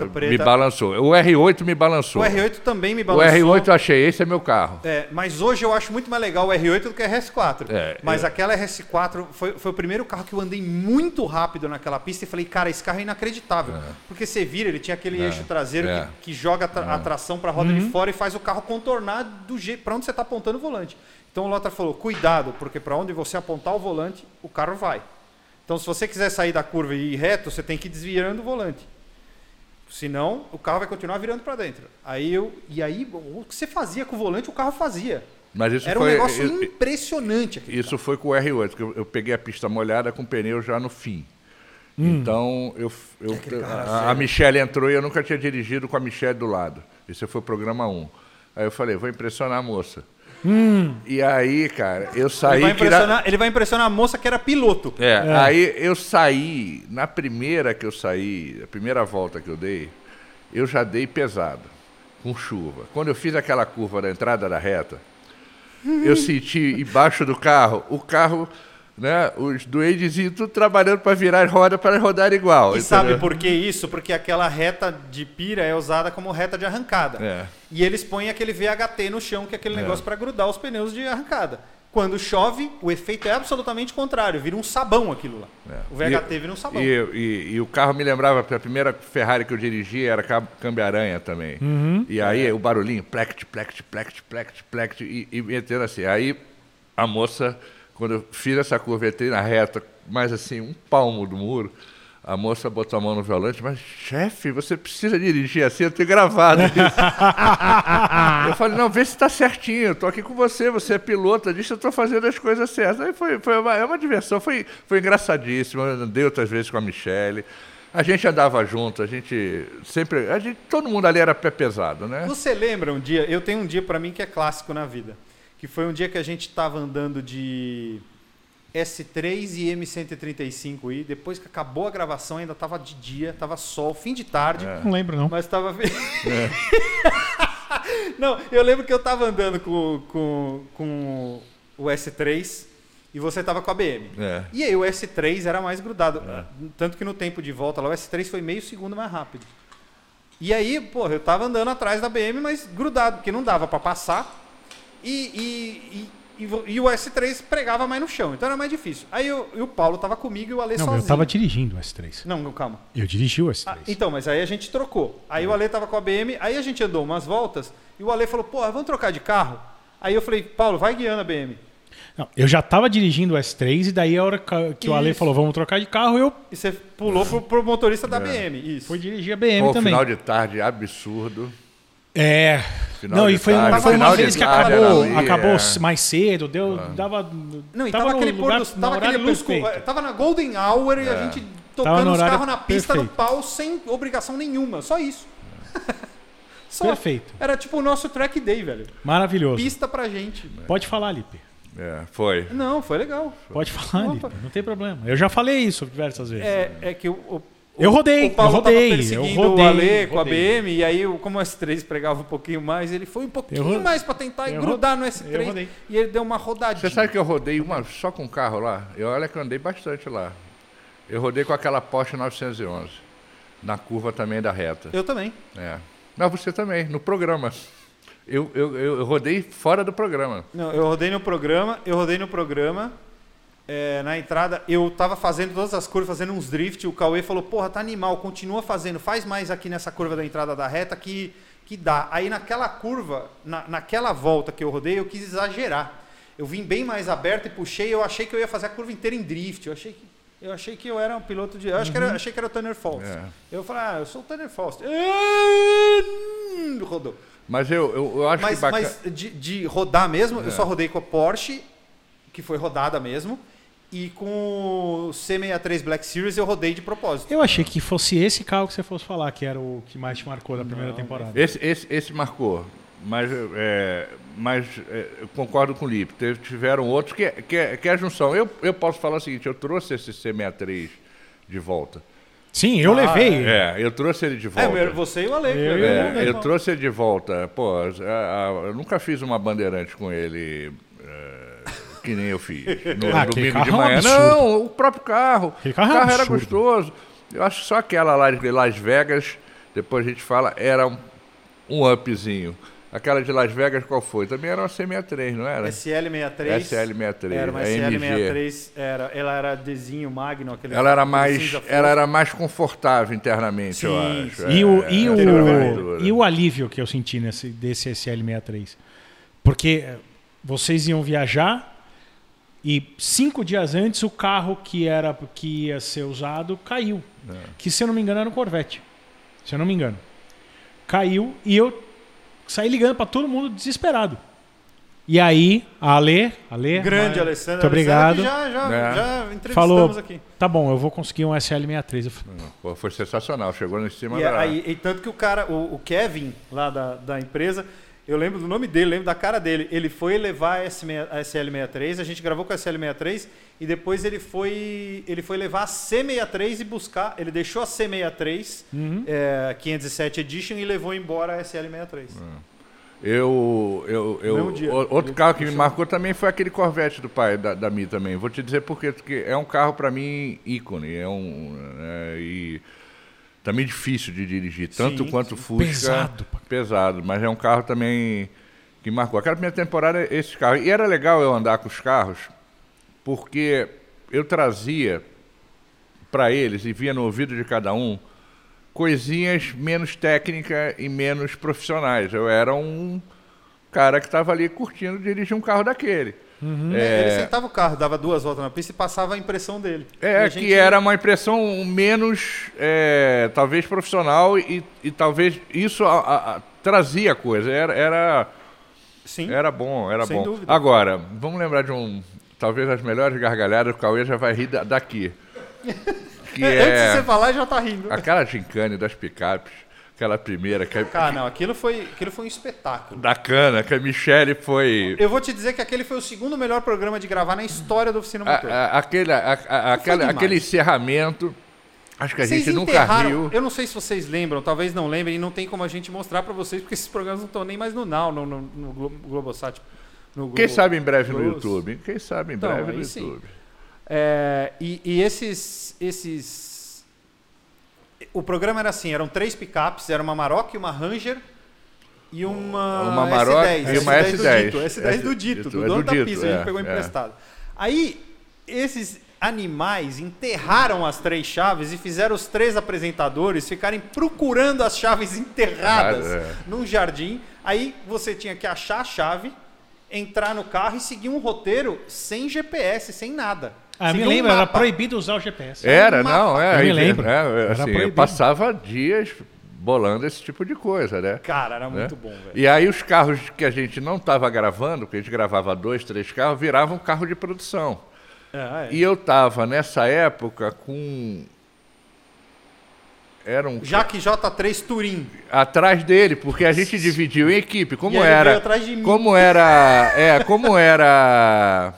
S5: eh, me
S3: preta.
S5: balançou. O R8 me
S3: O
S5: balançou.
S3: R8 também me
S5: O
S3: balançou.
S5: R8 eu achei, esse é meu carro.
S3: É, mas hoje eu acho muito mais legal o R8 do que o RS4.
S5: É,
S3: mas
S5: eu-
S3: aquela RS4 foi, foi o primeiro carro que eu andei muito rápido naquela pista e falei, cara, esse carro é inacreditável. Porque você vira, ele tinha aquele eixo traseiro
S5: é.
S3: que, que joga a, tra- a tração para a roda de fora e faz o carro contornar do jeito para onde você está apontando o volante. Então o Lothar falou, cuidado, porque para onde você apontar o volante, o carro vai. Então se você quiser sair da curva e ir reto, você tem que ir desviando o volante. Senão, o carro vai continuar virando para dentro. Aí eu, e aí, o que você fazia com o volante, o carro fazia.
S5: Mas isso
S3: Era um
S5: foi.
S3: negócio
S5: i- i-
S3: impressionante. aquele
S5: isso foi com o R8, que eu, eu peguei a pista molhada com o pneu já no fim. Então, eu, f-
S3: É
S5: eu- a, a Michelle entrou e eu nunca tinha dirigido com a Michelle do lado. Esse foi o programa 1. Aí eu falei, vou impressionar a moça. E aí, cara, eu
S3: carro.
S5: saí.
S3: ele, vai
S5: tira-
S3: impressionar, ele vai impressionar a moça que era piloto.
S5: É, aí eu saí, na primeira que eu saí, a primeira volta que eu dei, eu já dei pesado, com chuva. Quando eu fiz aquela curva da entrada da reta,
S3: Uhum.
S5: eu senti embaixo do carro, o carro, né, os duendes e tudo trabalhando para virar roda para rodar igual.
S3: E
S5: entendeu?
S3: sabe por que isso? Porque aquela reta de pira é usada como reta de arrancada.
S5: É.
S3: E eles põem aquele VHT no chão, que é aquele negócio para grudar os pneus de arrancada. Quando chove, o efeito é absolutamente contrário. Vira um sabão aquilo lá. O VHT vira um sabão.
S5: É. E, e- e o carro me lembrava, que a primeira Ferrari que eu dirigi era cam- câmbio-aranha também. E aí o barulhinho, plect, plect, plect, plect, plect, e, e metendo assim. Aí a moça Quando eu fiz essa curva, entrei na reta, mais assim, um palmo do muro, a moça botou a mão no violante, mas, chefe, você precisa dirigir assim, eu tenho gravado isso.
S4: Ah.
S5: eu falei, não, vê se está certinho, eu tô aqui com você, você é piloto disso, eu estou fazendo as coisas certas. Aí foi, foi uma, é uma diversão, foi, foi engraçadíssimo, eu andei outras vezes com a Michelle. A gente andava junto, a gente sempre. A gente, todo mundo ali era pé pesado, né?
S3: Você lembra um dia? Eu tenho um dia pra mim que é clássico na vida. Que foi um dia que a gente tava andando de S3 e M135 i depois que acabou a gravação, ainda tava de dia, tava sol, fim de tarde,
S5: É.
S4: Não lembro, não.
S3: mas tava. Não, eu lembro que eu tava andando com, com, com o S3 e você tava com a BM.
S5: É.
S3: E aí o S3 era mais grudado. Tanto que no tempo de volta lá, o S3 foi meio segundo mais rápido. E aí, porra, eu tava andando atrás da BM, mas grudado, porque não dava pra passar. E, e, e, e vo- e o S3 pregava mais no chão, então era mais difícil. Aí eu- e o Paulo tava comigo e o Ale
S4: Não,
S3: sozinho.
S4: eu tava dirigindo o S3.
S3: Não, calma.
S4: Eu dirigi o
S3: Ah,
S4: S3.
S3: então, mas aí a gente trocou. Aí
S4: Uhum.
S3: o Ale tava com a BM, aí a gente andou umas voltas e o Ale falou, pô, vamos trocar de carro? Aí eu falei, Paulo, vai guiando a BM.
S4: Não, eu já tava dirigindo o S3 e daí a hora ca- que o Ale
S3: Isso.
S4: falou, vamos trocar de carro, eu
S3: E você pulou pro, pro motorista da BM. Isso.
S4: É. fui dirigir a BM
S5: Pô,
S4: também.
S5: final de tarde, absurdo.
S4: É.
S5: Final
S4: não,
S5: de
S4: e foi,
S5: tarde,
S4: foi uma
S3: final de
S4: vez que
S3: tarde,
S4: acabou,
S5: era ali,
S4: acabou
S5: é. Ah.
S4: mais cedo, deu, dava.
S3: Não, e tava,
S4: no
S3: aquele pôr
S4: lugar-
S3: do,
S4: no
S3: tava aquele é,
S4: horário
S3: luz
S4: perfeito. É.
S3: com- Tava na Golden Hour e a gente
S4: Tava no
S3: tocando os
S4: horário
S3: carros na pista do
S4: perfeito. É.
S3: pau sem obrigação nenhuma. Só isso. Só.
S4: Perfeito.
S3: Era tipo o nosso track day, velho.
S4: Maravilhoso.
S3: Pista pra gente.
S4: Pode falar, Lipe.
S5: É, foi.
S3: Não, foi legal.
S4: Pode falar,
S3: Opa.
S4: Lipe. Não tem problema. Eu já falei isso diversas vezes.
S3: É, é que o, o-
S4: Eu rodei,
S3: o Paulo
S4: eu rodei,
S3: tava perseguindo
S4: eu rodei,
S3: o Alê com a
S4: rodei.
S3: BM, e aí o- como o S3 pregava um pouquinho mais, ele foi um pouquinho
S4: Eu ro-
S3: mais pra tentar
S4: eu
S3: grudar no
S4: eu
S3: S3,
S4: rodei.
S3: e ele deu uma rodadinha.
S5: Você sabe que eu rodei uma só com carro lá? Eu olha que eu andei bastante lá. Eu rodei com aquela Porsche 911. Na curva também da reta.
S3: Eu também.
S5: É. Não, você também, no programa. Eu, eu, eu eu rodei fora do programa.
S3: Não, eu rodei no programa, eu rodei no programa. é, na entrada, eu tava fazendo todas as curvas, fazendo uns drift. O Cauê falou: Porra, tá animal, continua fazendo, faz mais aqui nessa curva da entrada da reta que, que dá. Aí naquela curva, na, naquela volta que eu rodei, eu quis exagerar. Eu vim bem mais aberto e puxei. Eu achei que eu ia fazer a curva inteira em drift. Eu achei que eu, achei que eu era um piloto de. Eu acho que era, achei que era o Tanner Faust.
S5: É.
S3: Eu falei: Ah, eu sou o Tanner Faust. Rodou.
S5: Mas eu, eu, eu acho
S3: Mas,
S5: que bacana. É.
S3: mas de, de rodar mesmo, eu só rodei com a Porsche, que foi rodada mesmo, e com o C63 Black Series eu rodei de propósito.
S4: Eu achei que fosse esse carro que você fosse falar, que era o que mais te marcou da primeira temporada.
S5: Esse, esse, esse marcou. Mas, é, mas é, eu concordo com o Lipe. Teve- tiveram outros que, que, que é a junção. Eu, eu posso falar o seguinte: eu trouxe esse C63 de volta.
S4: Sim, eu levei.
S5: É, eu trouxe ele de
S3: É,
S5: volta.
S3: meu, você e o Ale.
S4: Eu e o
S3: né?
S5: É, eu trouxe ele de volta. Pô, a- a- eu nunca fiz uma bandeirante com ele é, que nem eu fiz. No
S4: Ah, aquele
S5: domingo
S4: carro
S5: de
S4: é um
S5: manhã.
S4: absurdo.
S5: Não, o próprio carro.
S4: Aquele
S5: O
S4: carro é um
S5: carro era
S4: absurdo.
S5: gostoso. Eu acho que só aquela lá de Las Vegas, depois a gente fala, era um, um upzinho. Aquela de Las Vegas qual foi? Também era uma C63, não era?
S3: SL63.
S5: SL63,
S3: Era uma
S5: a
S3: SL63, era, ela era desenho magno, aquele.
S5: Ela era
S3: aquele
S5: mais,
S3: cinza
S5: ela era mais confortável internamente, eu
S3: Sim,
S5: acho.
S4: E o,
S5: É,
S4: e,
S5: é,
S4: o, e o alívio que eu senti nesse, desse SL63. Porque eh, vocês iam viajar e cinco dias antes o carro que era que ia ser usado caiu.
S5: É.
S4: Que se eu não me engano era um Corvette. Se eu não me engano. Caiu e eu saí ligando para todo mundo desesperado. E aí, a Ale, Ale
S3: fofo. Grande,
S4: Maia,
S3: Alessandro.
S4: muito obrigado.
S3: Alessandro, que já, já,
S5: Né?
S3: já entrevistamos
S4: Falou,
S3: aqui.
S4: tá bom, eu vou conseguir um SL63. Eu falei,
S5: Pô, foi sensacional, chegou em cima
S3: E,
S5: da.
S3: aí, e tanto que o cara, o, o Kevin, lá da, da empresa, eu lembro do nome dele, lembro da cara dele. Ele foi levar a, S6 a SL63, a gente gravou com a SL63 e depois ele foi, ele foi levar a C63 e buscar. Ele deixou a C63 eh, 507 Edition e levou embora a SL63.
S5: Eu, eu, eu
S3: Mesmo dia.
S5: o- outro carro que me marcou também foi aquele Corvette do pai da, da Mi também. Vou te dizer por quê, porque é um carro para mim ícone, é um é, e também difícil de dirigir, tanto
S3: Sim,
S5: quanto o Fusca.
S4: Pesado pra
S5: pesado, mas é um carro também que marcou. Aquela primeira temporada esse carro e era legal eu andar com os carros porque eu trazia para eles e via no ouvido de cada um coisinhas menos técnicas e menos profissionais. Eu era um cara que estava ali curtindo dirigir um carro daquele.
S3: É, Ele sentava o carro, dava duas voltas na pista e passava a impressão dele. E
S5: É,
S3: a gente-
S5: que era uma impressão menos, é, talvez, profissional e, e talvez isso a- a- a- trazia coisa. Era, era,
S3: Sim.
S5: era bom, era
S3: Sem
S5: bom.
S3: dúvida.
S5: Agora, vamos lembrar de um, talvez as melhores gargalhadas, o Cauê já vai rir da- daqui. Que
S3: Antes de você
S5: é
S3: falar, já tá rindo.
S5: aquela gincane das picapes, aquela primeira, que a-
S3: Cara, não, aquilo foi, aquilo foi um espetáculo.
S5: da cana, que a Michelle foi...
S3: Eu vou te dizer que aquele foi o segundo melhor programa de gravar na história da Oficina
S5: a-
S3: Motor.
S5: a- aquele, a- a- aquela-
S3: demais.
S5: aquele encerramento, acho que a
S3: vocês
S5: gente nunca
S3: enterraram.
S5: riu.
S3: Eu não sei se vocês lembram, talvez não lembrem, e não tem como a gente mostrar pra vocês, porque esses programas não estão nem mais no Now, no, no, no Glo- Globosat. no
S5: Quem
S3: Globo.
S5: sabe em breve no
S3: Plus.
S5: YouTube? Quem sabe em
S3: Então,
S5: breve
S3: aí
S5: no
S3: sim.
S5: YouTube?
S3: É, e, e esses, esses. O programa era assim: eram três picapes, era uma Maroc, uma Ranger e uma.
S5: Uma Maroc
S3: S10,
S5: e uma S10.
S3: do Dito. S10 do Dito, do
S5: É
S3: dono
S5: do
S3: da
S5: Dito,
S3: pista, a
S5: é,
S3: gente pegou
S5: é.
S3: emprestado. Aí, esses animais enterraram as três chaves e fizeram os três apresentadores ficarem procurando as chaves enterradas
S5: Claro, é.
S3: num jardim. Aí você tinha que achar a chave, entrar no carro e seguir um roteiro sem GPS, sem nada.
S4: Ah, me
S3: Seguir um
S4: lembra, era
S3: mapa.
S4: proibido usar o GPS.
S5: Era,
S3: um
S5: não, é.
S4: Eu me
S5: é,
S4: lembro.
S5: é,
S4: Era
S5: assim, eu
S4: proibido.
S5: passava dias bolando esse tipo de coisa, né?
S3: Cara, era muito
S5: Né?
S3: bom, velho.
S5: E aí os carros que a gente não estava gravando, que a gente gravava dois, três carros, viravam carro de produção.
S3: Ah, é.
S5: E eu estava, nessa época, com... Era um...
S3: Jaque J3 Turim.
S5: atrás dele, porque a gente dividiu em equipe. Como
S3: E ele
S5: era?
S3: veio atrás de mim.
S5: Como era? É, como era?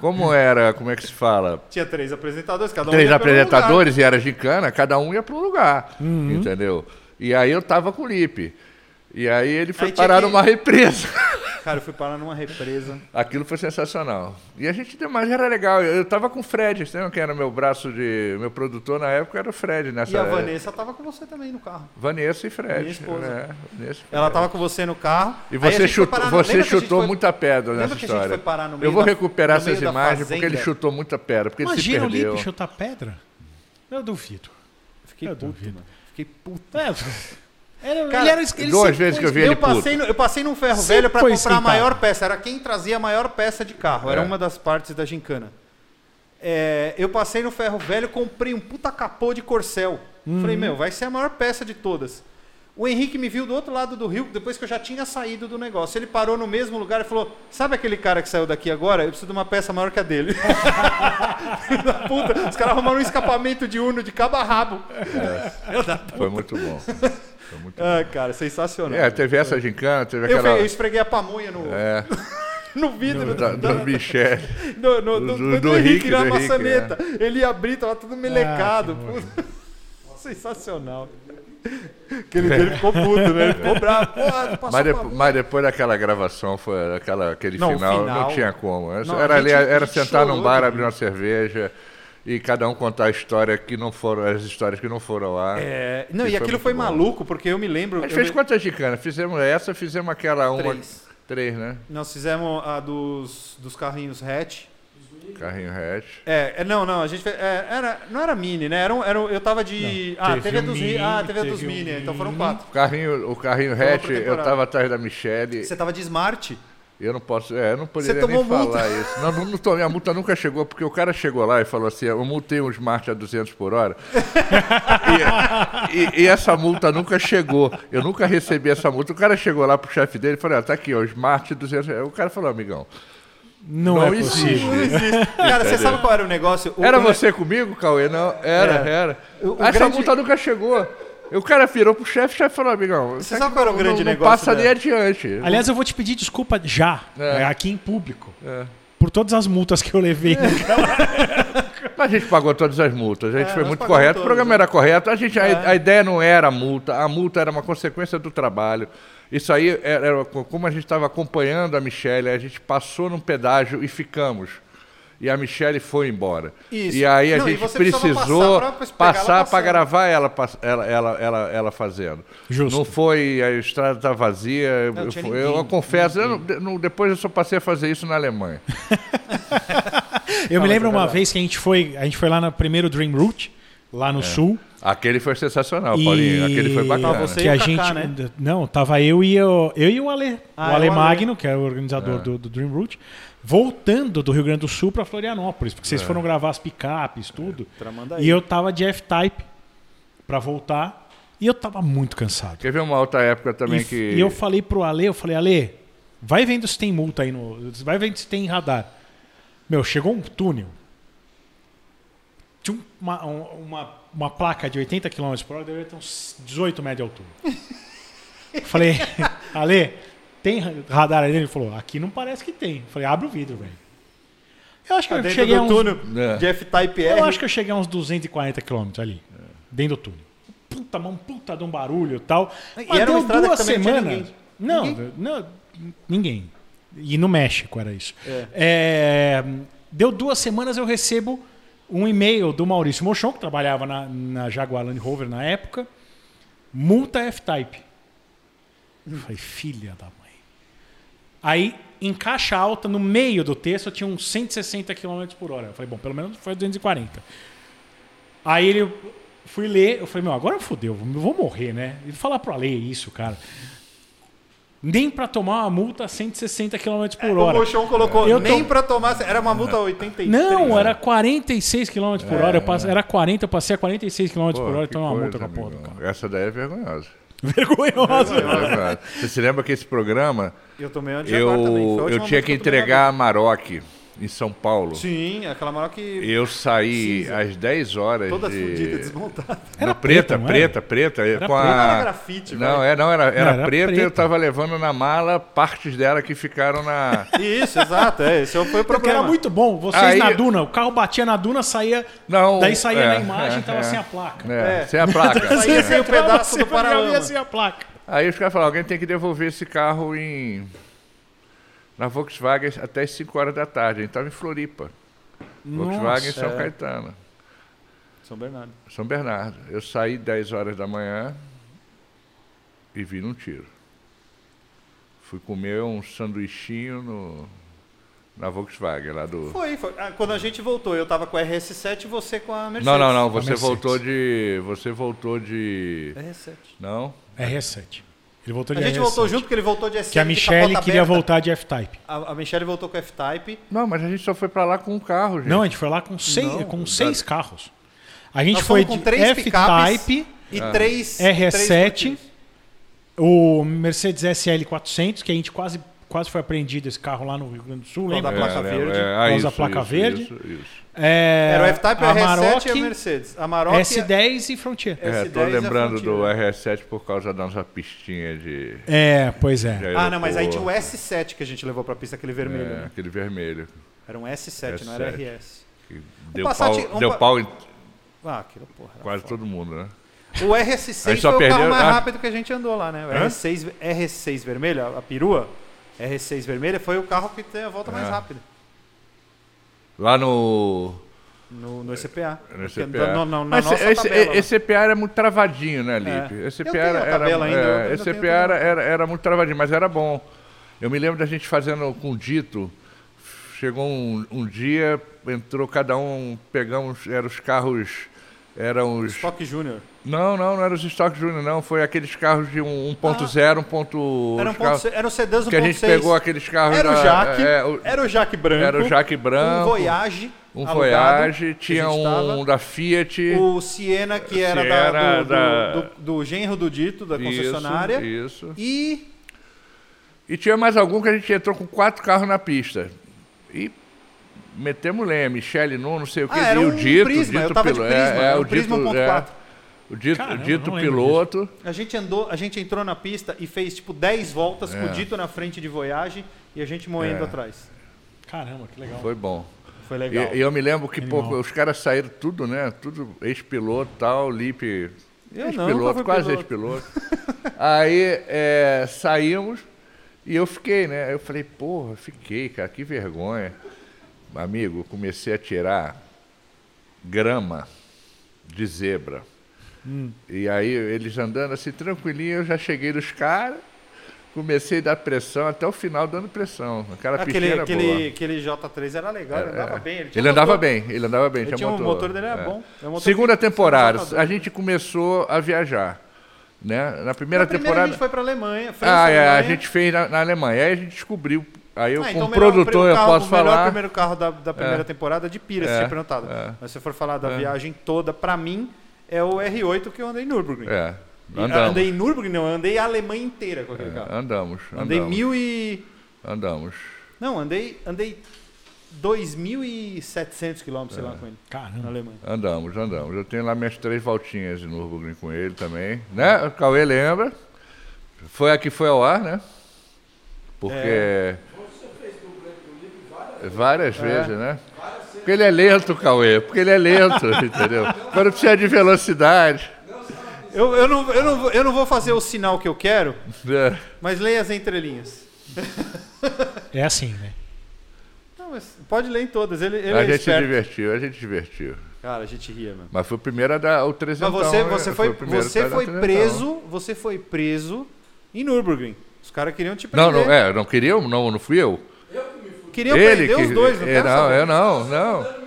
S5: Como era? Como é que se fala?
S3: Tinha três apresentadores, cada um. Uhum.
S5: Três
S3: ia pelo
S5: apresentadores e era gincana, cada um ia para um lugar, entendeu? E aí eu tava com o Lipe. E aí ele foi
S3: Aí tinha
S5: parar
S3: que-
S5: numa represa.
S3: lugar. Cara, eu fui parar numa represa.
S5: Aquilo foi sensacional. E a gente, mas era legal. Eu eu tava com o Fred, você lembra quem era meu braço de. Meu produtor na época era o Fred nessa
S3: E a Vanessa tava com você também no carro.
S5: Vanessa e Fred.
S3: Minha esposa.
S5: né? Vanessa e
S3: Ela
S5: Fred.
S3: tava com você no carro. Aí
S5: E
S3: a
S5: você
S3: gente foi
S5: chutou,
S3: parar no-
S5: você
S3: lembra que a gente
S5: chutou
S3: foi-
S5: muita pedra
S3: lembra
S5: nessa
S3: que a gente
S5: história.
S3: foi parar no meio
S5: Eu vou
S3: da-
S5: recuperar
S3: no meio
S5: essas
S3: da
S5: imagens porque
S3: fazenda?
S5: ele chutou muita pedra, porque
S4: Imagina o
S5: ele se
S4: Lipe
S5: perdeu.
S4: chutar pedra. Eu duvido.
S3: Fiquei
S4: Eu
S3: puto,
S4: duvido.
S3: mano. Fiquei puto.
S4: É, era,
S3: Cara,
S4: ele era, ele
S5: Duas
S4: sempre
S5: vezes que
S4: foi-
S5: eu vi ele
S3: Eu
S5: puto.
S3: passei, no, eu passei num ferro
S4: Sempre
S3: velho pra
S4: foi
S3: comprar a
S4: esquentado.
S3: maior peça. Era quem trazia a maior peça de carro. Era
S5: É.
S3: uma das partes da gincana. É, eu passei no ferro velho, comprei um puta capô de corcel.
S5: Uhum.
S3: Falei, meu, vai ser a maior peça de todas. O Henrique me viu do outro lado do rio, depois que eu já tinha saído do negócio. Ele parou no mesmo lugar e falou: Sabe aquele cara que saiu daqui agora? Eu preciso de uma peça maior que a dele. Filho da puta, os caras arrumaram um escapamento de urno de cabo a rabo.
S5: Foi muito bom. Foi muito bom.
S3: Ah, cara, sensacional.
S5: É, teve essa gincana, teve
S3: eu,
S5: aquela.
S3: fe- eu esfreguei a pamonha no,
S5: É,
S3: no vidro
S5: da,
S3: da-
S5: do Michele.
S3: No, no-
S5: Do-
S3: do,
S5: do-
S3: do
S5: do
S3: Henrique
S5: Rick,
S3: na
S5: do Rick, é. Ah,
S3: maçaneta. Ele ia abrir, tava tudo melecado. puta. Sensacional. Aquele dele ficou puto, né? Ele ficou bravo. Porra, tu passou
S5: É. Mas, depo-
S3: pra-
S5: mas depois daquela gravação, foi aquela, aquele
S3: Não, o
S5: final,
S3: final-
S5: não tinha como. Era-
S3: Não, a
S5: era ali,
S3: gente- a
S5: era
S3: gente
S5: sentar num
S3: chorou
S5: bar,
S3: de
S5: abrir uma cerveja e cada um contar a história que não foram, as histórias que não foram lá.
S3: É, não, e
S5: Ah, foi
S3: aquilo
S5: muito
S3: foi
S5: bom.
S3: maluco, porque eu me lembro.
S5: A gente
S3: eu
S5: fez
S3: me-
S5: quantas gicanas? Fizemos essa, fizemos aquela uma.
S3: Três.
S5: Três, né?
S3: Nós fizemos a dos, dos carrinhos hatch.
S5: Carrinho hatch.
S3: É, é, não, não, a gente fez, é, era, não era mini, né? Era um, era um- eu tava de. ah,
S4: teve
S3: teve a
S4: um
S3: dos,
S4: mini,
S3: mini, ah, teve a dos
S4: teve um
S3: mini, então foram
S4: mini.
S3: quatro.
S5: O carrinho, o carrinho
S3: Foi uma
S5: hatch, eu
S3: pré-temporada.
S5: tava atrás da Michelle.
S3: Você tava de smart?
S5: Eu não posso. É, eu não poderia
S3: Você tomou
S5: nem falar
S3: multa?
S5: isso. Não, não, não tomei. A multa nunca chegou, porque o cara chegou lá e falou assim: eu multei um Smart a 200 por hora. e, e- e essa multa nunca chegou. Eu nunca recebi essa multa. O cara chegou lá pro chefe dele e falou: ah, tá aqui, ó, Smart 200. O cara falou: amigão,
S4: Não,
S5: não
S4: é
S5: existe.
S4: possível.
S3: Não existe. Cara, você sabe qual era o negócio? O-
S5: Era
S3: o-
S5: você comigo, Cauê? Não, era, era.
S3: O- o
S5: Essa
S3: grande-
S5: multa nunca chegou. E O cara virou pro chefe, o chefe falou, amigão, isso
S3: sabe
S5: aqui
S3: qual era o
S5: não-
S3: grande
S5: não,
S3: negócio
S5: Não passa nem
S3: dela?
S5: adiante.
S4: Aliás, eu vou te pedir desculpa já,
S5: É.
S4: aqui em público,
S5: É.
S4: por todas as multas que eu levei.
S5: Mas a gente pagou todas as multas, a gente
S3: É,
S5: foi
S3: nós
S5: muito
S3: pagamos
S5: correto, o
S3: todas,
S5: programa
S3: né? É.
S5: era correto, a, gente, a- a, ideia não era a multa, a multa era uma consequência do trabalho. Isso aí, era, era co- como a gente estava acompanhando a Michelle, a gente passou num pedágio e ficamos. E a Michelle foi embora.
S3: Isso.
S5: E aí a
S3: Não, e
S5: gente
S3: você precisava
S5: precisou
S3: passar pra- pra pegar ela
S5: passar para
S3: passando.
S5: gravar ela, pass- ela, ela, ela, ela fazendo.
S4: Justo.
S5: Não foi, a estrada estava vazia. eu-
S3: Não, tinha
S5: eu,
S3: ninguém,
S5: eu confesso, eu não- de- não- depois eu só passei a fazer isso na Alemanha.
S4: Eu me
S3: Fala,
S4: lembro uma
S3: Isabela.
S5: É.
S4: vez que a gente foi, a gente foi lá no primeiro Dream Route, lá no sul,
S5: Aquele foi sensacional, Paulinho.
S4: E-
S5: Aquele foi bacana.
S3: Pra você-
S4: que
S3: e
S4: a
S3: o Kaká,
S4: gente
S3: né?
S4: não tava eu e eu, eu e o Ale,
S3: Ah,
S4: o Ale
S3: é o Ale.
S4: Magno, que era o
S5: É.
S4: organizador do, do Dream Route, voltando do Rio Grande do Sul para Florianópolis, porque
S5: É.
S4: vocês foram gravar as picapes, tudo.
S3: Tramandaí.
S4: E eu tava de F-Type para voltar e eu tava muito cansado.
S5: Quer ver uma outra época também
S4: E,
S5: que.
S4: e eu falei pro Ale, eu falei Ale, vai vendo se tem multa aí no, vai vendo se tem radar. Meu, chegou um túnel. Tinha um- uma, um- uma, uma placa de 80 km por hora, deveria ter uns 18 metros de altura. Eu Falei, Ale, tem ra- radar ali? Ele falou, aqui não parece que tem. Eu Falei, abre o vidro, velho. Eu acho que eu
S3: Dentro
S4: cheguei a
S3: do
S4: uns,
S3: túnel tá
S5: É.
S3: de F-Type R.
S4: Eu acho que eu cheguei a uns 240 km ali, dentro do túnel. Puta, mão, puta de um barulho e tal.
S3: E
S4: Mas
S3: era uma
S4: deu
S3: estrada
S4: duas
S3: que também não tinha
S4: semanas.
S3: ninguém.
S4: Não, não, ninguém. E no México era isso.
S3: É.
S4: É, deu duas semanas eu recebo um e-mail do Maurício Mochon, que trabalhava na, na Jaguar Land Rover na época. Multa F-Type.
S3: Hum.
S4: Eu Falei, filha da mãe. Aí, em caixa alta, no meio do texto, eu tinha uns 160 km por hora. Eu falei, bom, pelo menos foi 240. Aí ele fui ler, eu falei, meu, agora fodeu, eu vou morrer, né? E falar pro Ale isso, cara. Nem pra tomar uma multa a 160 km
S5: É,
S4: por
S3: O
S4: hora.
S3: Mochon colocou
S4: Eu tô-
S3: nem pra tomar. Era uma multa 83.
S4: Não, era 46 km por hora. Eu
S5: né? é.
S4: passe- Era 40, eu passei a 46 km
S5: Pô,
S4: por hora e
S5: que
S4: tomei uma multa com
S5: coisa,
S4: a porra do
S5: amigão.
S4: carro.
S5: Essa daí é vergonhosa. é
S4: Vergonhoso.
S5: Vergonhosa. Você se lembra que esse programa
S3: Eu tomei antes
S5: eu,
S3: tá também. Foi a
S5: eu
S3: última multa
S5: tinha que
S3: eu tomei né? na
S5: entregar a Maroc em São Paulo?
S3: vida. Sim, aquela maior que.
S5: Eu saí
S3: Cinza.
S5: às 10 horas.
S3: Toda
S5: de...
S3: fudida, desmontada.
S4: Era
S5: Não, preta,
S4: preta, não
S5: preta, preta, com
S4: preta.
S5: a...
S3: Não era grafite,
S5: Ah, Não,
S3: vai.
S5: é, não era, era,
S4: era
S5: preta, e eu
S4: preta.
S5: tava levando na mala partes dela que ficaram na.
S3: Isso, exato. É, esse foi o
S4: Porque
S3: problema.
S4: era muito bom. Vocês
S5: Aí-
S4: na duna, o carro batia na duna, saía.
S5: Não,
S4: daí saía
S5: é,
S4: na imagem e
S5: é,
S4: tava
S5: é.
S4: sem a placa.
S5: É,
S3: É.
S5: sem a placa.
S3: Saía sem o
S4: entrava,
S3: pedaço
S4: você
S3: do
S4: olhava e
S3: paralama.
S4: sem a placa.
S5: Aí os caras falaram, alguém tem que devolver esse carro em. Na Volkswagen até as 5 horas da tarde. A gente tava em Floripa. Volkswagen em São
S3: é.
S5: Caetano.
S3: São Bernardo.
S5: São Bernardo. Eu saí 10 horas da manhã e vi um tiro. Fui comer um sanduichinho no, na Volkswagen, lá do.
S3: Foi, foi. Ah, Quando a gente voltou, eu tava com a RS7 e você com a Mercedes.
S5: Não, não, não.
S4: A
S5: Você
S4: Mercedes.
S5: voltou de. Você voltou de.
S3: RS7.
S5: Não?
S4: RS7. É Ele voltou
S3: A
S4: de
S3: gente
S4: RS7.
S3: voltou junto porque ele voltou de Hum. SL.
S4: Que a Michelle queria voltar de F-Type.
S3: A, a Michelle voltou com F-Type.
S5: Não, mas a gente só foi pra lá com um carro, gente.
S4: Não, a gente foi lá com seis,
S5: Não,
S4: com seis carros. A gente
S3: Nós
S4: foi
S3: fomos com
S4: de
S3: três
S4: F-Type,
S3: E
S5: Ah.
S3: três.
S4: RS7,
S3: três
S4: o Mercedes SL 400, que a gente quase, quase foi apreendido esse carro lá no Rio Grande do Sul,
S3: Por causa
S4: lembra?
S3: da placa verde.
S4: Por causa da placa verde.
S5: É, Isso, isso.
S4: É,
S3: Era o F-Type, a
S4: Amarok,
S3: RS7 e a Mercedes. A Maroc
S4: S10 e Frontier.
S3: É.
S5: É,
S3: S10
S5: tô
S3: é
S5: lembrando do
S3: fronteira.
S5: RS7 por causa da nossa pistinha de.
S4: É, pois é.
S5: de
S3: Ah, não, mas aí tinha o
S5: aeroporto.
S3: S7 que a gente levou pra pista, aquele vermelho.
S5: É,
S3: né?
S5: aquele vermelho.
S3: Era um S7, não era
S5: S7.
S3: RS.
S5: que deu,
S3: Passat-
S5: pau,
S3: um
S5: deu
S3: pa-
S5: pau em
S3: Ah, aquilo, porra. era
S5: quase
S3: foda.
S5: todo mundo, né?
S3: O RS6
S5: Aí só
S3: foi o
S5: perdeu-
S3: carro mais
S5: ah.
S3: rápido que a gente andou lá, né? O
S5: Hã?
S3: RS6, RS6 vermelho, a- a perua, RS6 vermelha, foi o carro que tem a volta mais
S5: É.
S3: rápida
S5: Lá no.
S3: no, no ECPA.
S5: É, no
S3: Porque
S5: ECPA.
S3: na- na- na
S5: Mas
S3: nossa
S5: esse,
S3: tabela. né? lá.
S5: esse EPA era muito travadinho, né, Lipe?
S3: É.
S5: Esse
S3: Eu
S5: EPA
S3: tenho a
S5: era, era,
S3: tabela ainda, eu
S5: é,
S3: ainda
S5: esse
S3: tenho
S5: EPA era, era, era muito travadinho, mas era bom. Eu me lembro da gente fazendo com dito. Chegou um, um dia, entrou cada um, pegamos, eram os carros. Eram os.
S3: Stock Júnior.
S5: Não, não, não eram os Stock Junior, não. Foi aqueles carros de um 1.0, 1.0.
S3: Ah. Era um
S5: os carros-
S3: ponto, se- era um sedãs 1.6.
S5: que a gente pegou aqueles carros
S3: Era o
S5: da-
S3: Jaque,
S5: é, o-
S3: era o Jaque branco.
S5: era o Jaque branco,
S3: Um Voyage.
S5: Um
S3: alugado,
S5: Voyage,
S3: que a
S5: tinha
S3: gente tava.
S5: um da Fiat.
S3: O Siena, que era
S5: Siena,
S3: da,
S5: da-
S3: do, do, do genro do Dito, da concessionária.
S5: Isso, isso.
S3: E
S5: E tinha mais algum que a gente entrou com quatro carros na pista. E metemos lenha, Michele Nuno, não sei o que.
S3: Ah, era
S5: e o
S3: um
S5: Dito,
S3: Prisma,
S5: Dito
S3: eu tava de
S5: pilo-
S3: Prisma,
S5: é,
S3: era
S5: é,
S3: um
S5: o
S3: Prisma
S5: Dito,
S3: 1.4.
S5: é, o Dito,
S4: Caramba,
S5: o Dito
S4: não lembro
S5: piloto.
S3: A gente andou, a gente entrou na pista e fez tipo 10 voltas com o Dito na frente de Voyage e a gente moendo
S5: É.
S3: atrás.
S4: Caramba, que legal.
S5: Foi bom.
S3: Foi
S5: E,
S3: legal.
S5: e eu me lembro que
S4: Animal.
S5: pô, os caras saíram tudo, né? Tudo ex-piloto e tal, Lipe.
S3: Eu não, nunca
S5: Ex-piloto,
S3: fui
S5: quase ex-piloto. Aí é, saímos e eu fiquei, né? Eu falei, porra, fiquei, cara, que vergonha. Amigo, eu comecei a tirar grama de
S3: Hum.
S5: zebra. E aí eles andando assim tranquilinho, eu já cheguei dos caras. Comecei a dar pressão até o final dando pressão. Aquela
S3: Aquele,
S5: piscina
S3: aquele,
S5: boa. É,
S3: aquele J3 era legal, ele andava bem. tinha
S5: Ele andava
S3: motor.
S5: bem, ele andava bem.
S3: Ele tinha um motor dele, era
S5: é.
S3: bom. É um motor
S5: Segunda
S3: que-
S5: temporada,
S3: que-
S5: a gente começou a viajar. Né? Na primeira
S3: Na primeira a
S5: temporada.
S3: gente foi pra Alemanha, França,
S5: Ah, é, a
S3: Alemanha.
S5: gente fez na, na Alemanha. Aí a gente descobriu. Aí eu,
S3: Ah,
S5: como
S3: o melhor
S5: produtor,
S3: primeiro
S5: eu
S3: carro-
S5: posso
S3: O melhor
S5: falar.
S3: primeiro carro da, da primeira temporada é de Pira, se
S5: É,
S3: tinha perguntado. Mas se for falar da viagem toda, pra mim, é o R8 que eu andei em Nürburgring.
S5: É,
S3: E-
S5: andamos.
S3: Andei em Nürburgring, não, eu andei a Alemanha inteira com aquele
S5: É,
S3: carro.
S5: Andamos.
S3: Andei
S5: andamos,
S3: mil e...
S5: Andamos.
S3: Não, andei, andei 2.700 quilômetros,
S5: É.
S3: sei lá, com ele, na
S4: Caramba.
S3: Alemanha.
S5: Andamos, andamos. Eu tenho lá minhas três voltinhas no Nürburgring com ele também. Né? O Cauê lembra. Foi a que foi ao ar, né? Porque.
S3: É.
S5: Várias vezes, né? Porque ele é lento, Cauê. Porque ele é lento, entendeu? Quando precisa de velocidade.
S3: Eu, eu, não, eu, não, vou- eu não vou fazer o sinal que eu quero,
S5: né?
S3: mas leia as entrelinhas.
S4: É assim, né?
S3: Não, mas pode ler em todas, ele, ele
S5: A
S3: é
S5: gente se
S3: esperto.
S5: divertiu, a gente se divertiu.
S3: Cara, a gente ria, mano.
S5: Mas foi o primeiro a dar o 300.
S3: Mas você, você foi,
S5: então, é, o primeiro então. a
S3: você
S5: dar o
S3: foi
S5: 300.
S3: preso, você foi preso em Nürburgring. Os caras queriam te prender.
S5: Não, não, é, não queria, não, não fui eu.
S3: Queriam
S5: ele
S3: prender
S5: que.
S3: os dois, não
S5: é,
S3: quero
S5: não,
S3: saber.
S5: eu não, não.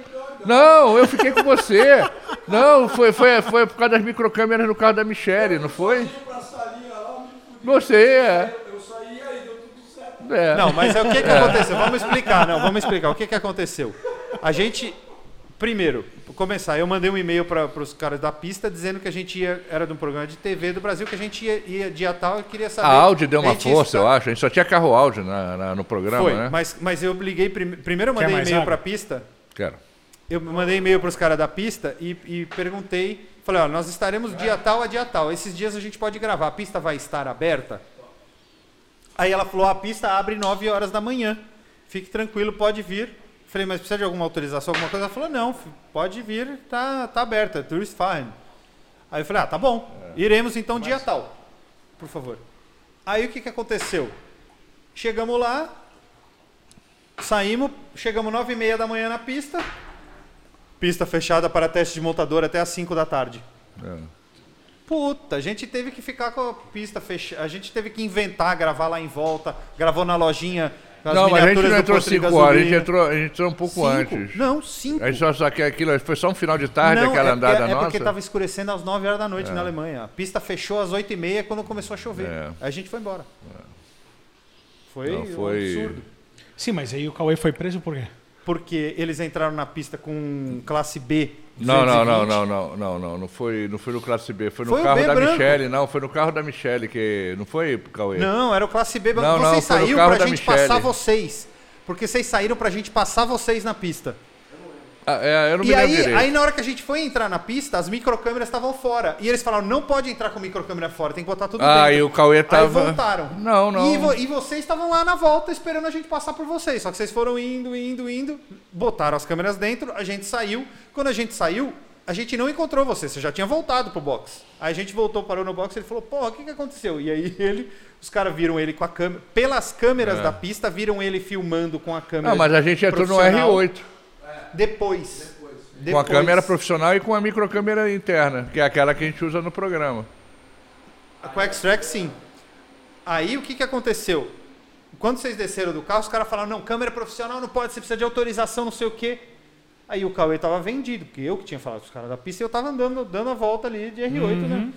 S5: Não, eu fiquei com você. Não, foi, foi, foi por causa das microcâmeras no carro da Michelle, não foi? Você é. Eu saí aí, deu tudo certo. É.
S3: Não, mas é o que, que aconteceu? Vamos explicar, não, vamos explicar. O que, que aconteceu? A gente. Primeiro, pra começar, eu mandei um e-mail para os caras da pista dizendo que a gente ia. Era de um programa de TV do Brasil, que a gente ia, ia dia tal e queria saber.
S5: a Audi deu
S3: A
S5: uma
S3: gente está-
S5: força, eu acho. A gente só tinha carro Audi na, na- no programa,
S3: Foi,
S5: né?
S3: mas, mas eu liguei. prim- Primeiro eu mandei
S4: mais
S3: e-mail
S4: água?
S3: para a pista
S5: Quero.
S3: Eu mandei e-mail para os caras da pista e, e perguntei. Falei, ó, nós estaremos dia tal a dia tal. Esses dias a gente pode gravar. A pista vai estar aberta? Aí ela falou, a pista abre 9 horas da manhã. Fique tranquilo, pode vir. Falei, mas precisa de alguma autorização, alguma coisa? Ela falou, não, fi- pode vir, tá, tá aberta, tourist fine. Aí eu falei, ah, tá bom. Iremos então dia tal, por favor. Aí o que, que aconteceu? Chegamos lá, saímos, chegamos 9 e meia da manhã na pista. Pista fechada para teste de montador até as 5 da tarde. Puta, a gente teve que ficar com a pista fechada. A gente teve que inventar, gravar lá em volta. Gravou na lojinha. com as
S5: não, mas a gente
S3: miniaturas
S5: não
S3: do
S5: entrou
S3: posto de
S5: 5 horas, a gente
S3: gasolina.
S5: entrou, a gente entrou um pouco
S3: Cinco?
S5: antes.
S3: Não, 5.
S5: A gente só, só que aquilo foi só um final de tarde, aquela
S3: é,
S5: andada
S3: é, é
S5: nossa.
S3: porque estava escurecendo às 9 horas da noite na Alemanha. A pista fechou às 8 e meia quando começou a chover.
S5: É.
S3: Aí a gente foi embora. Foi,
S5: Não, foi-
S3: um absurdo.
S4: Sim, mas aí o Cauê foi preso por quê?
S3: Porque eles entraram na pista com classe B.
S5: Não, não, não,
S3: 220.
S5: não, não, não, não, não foi, não foi no classe B, foi no
S3: Foi o
S5: carro
S3: B
S5: da
S3: branco.
S5: Michelle, não, foi no carro da Michelle que não foi, Cauê?
S3: Não, era o classe B.
S5: Não,
S3: vocês
S5: não, foi o
S3: saíram
S5: carro
S3: pra
S5: da
S3: gente
S5: Michele.
S3: passar vocês. Porque vocês saíram pra gente passar vocês na pista.
S5: Ah, é, eu não
S3: E
S5: me lembro
S3: aí,
S5: direito.
S3: aí, na hora que a gente foi entrar na pista, as microcâmeras estavam fora. E eles falaram, não pode entrar com microcâmera fora, tem que botar tudo
S5: Ah,
S3: dentro.
S5: e o Cauê
S3: Aí
S5: tava-
S3: voltaram.
S5: Não, não.
S3: E, vo- e vocês estavam lá na volta esperando a gente passar por vocês. Só que vocês foram indo, indo, indo. Botaram as câmeras dentro, a gente saiu. Quando a gente saiu, a gente não encontrou você. Você já tinha voltado pro box. Aí a gente voltou, parou no box, ele falou, porra, o que, que aconteceu? E aí ele... Os caras viram ele com a câmera. Pelas câmeras da pista, viram ele filmando com a câmera.
S5: Não, É. Ah, mas a gente entrou no
S3: profissional.
S5: R8,
S3: Depois.
S5: com a
S3: Depois.
S5: câmera profissional e com a microcâmera interna, que é aquela que a gente usa no programa.
S3: Com a X-Track, sim. Aí o que, que aconteceu? Quando vocês desceram do carro, os caras falaram: não, câmera profissional não pode, você precisa de autorização, não sei o quê. Aí o Cauê tava vendido, porque eu que tinha falado com os caras da pista e eu tava andando, dando a volta ali de R8, né?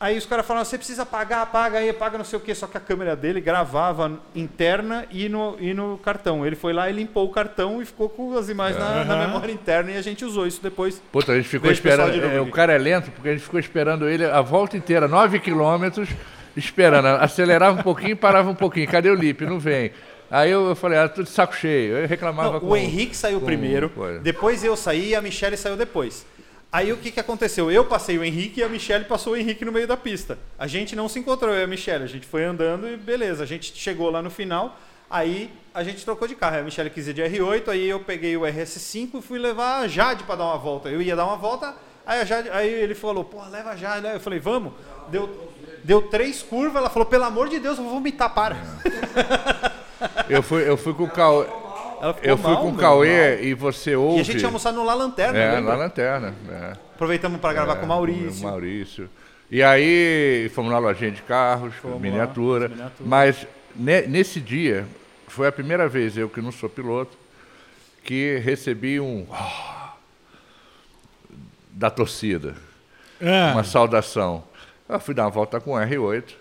S3: Aí os caras falaram: você precisa pagar, paga aí, paga não sei o quê. Só que a câmera dele gravava interna e no, e no cartão. Ele foi lá e limpou o cartão e ficou com as imagens na, na
S4: Aham.
S3: memória interna e a gente usou isso depois.
S5: Puta, a gente ficou
S3: Veja o pessoal
S5: esperando,
S3: de novo
S5: é,
S3: aqui.
S5: o cara é lento, porque a gente ficou esperando ele a volta inteira, 9 quilômetros, esperando, acelerava um pouquinho, parava um pouquinho, cadê o Lipe? Não vem. Aí eu, eu falei, ah, tô de saco cheio, eu reclamava
S3: Não,
S5: com...
S3: o Henrique saiu primeiro,
S5: coisa.
S3: depois eu saí e a Michelle saiu depois. Aí o que, que aconteceu? Eu passei o Henrique e a Michelle passou o Henrique no meio da pista. A gente não se encontrou, eu e a Michelle. A gente foi andando e beleza. A gente chegou lá no final, aí a gente trocou de carro. Aí A Michelle quis ir de R8, aí eu peguei o RS5 e fui levar a Jade para dar uma volta. Eu ia dar uma volta, aí, a Jade- aí ele falou, pô, leva a Jade. Aí eu falei, vamos. Deu, deu três curvas, ela falou, pelo amor de Deus, eu vou vomitar, para.
S5: É. Eu fui, eu fui com o Cauê,
S3: Ela ficou
S5: eu fui
S3: mal,
S5: com o
S3: meu,
S5: Cauê e você ouve...
S3: E a gente ia almoçar no La Lanterna,
S5: É,
S3: lembra?
S5: na lanterna. É.
S3: Aproveitamos para gravar
S5: É,
S3: com o né? Maurício.
S5: Maurício. E aí fomos na lojinha de carros,
S3: Fomos lá,
S5: miniatura,
S3: miniatura.
S5: Mas ne- nesse dia, foi a primeira vez, eu que não sou piloto, que recebi um. da torcida,
S3: É.
S4: Ah,
S5: uma saudação. Eu fui dar uma volta com o R8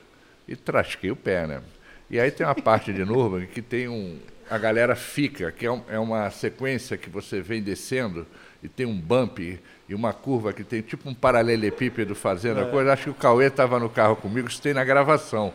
S5: e trasquei o pé, né? E aí tem uma parte de Nürburgring que tem um. A galera fica, que é, um- é uma sequência que você vem descendo e tem um bump e uma curva que tem tipo um paralelepípedo fazendo a
S3: É.
S5: coisa. Acho que o Cauê estava no carro comigo, isso tem na gravação.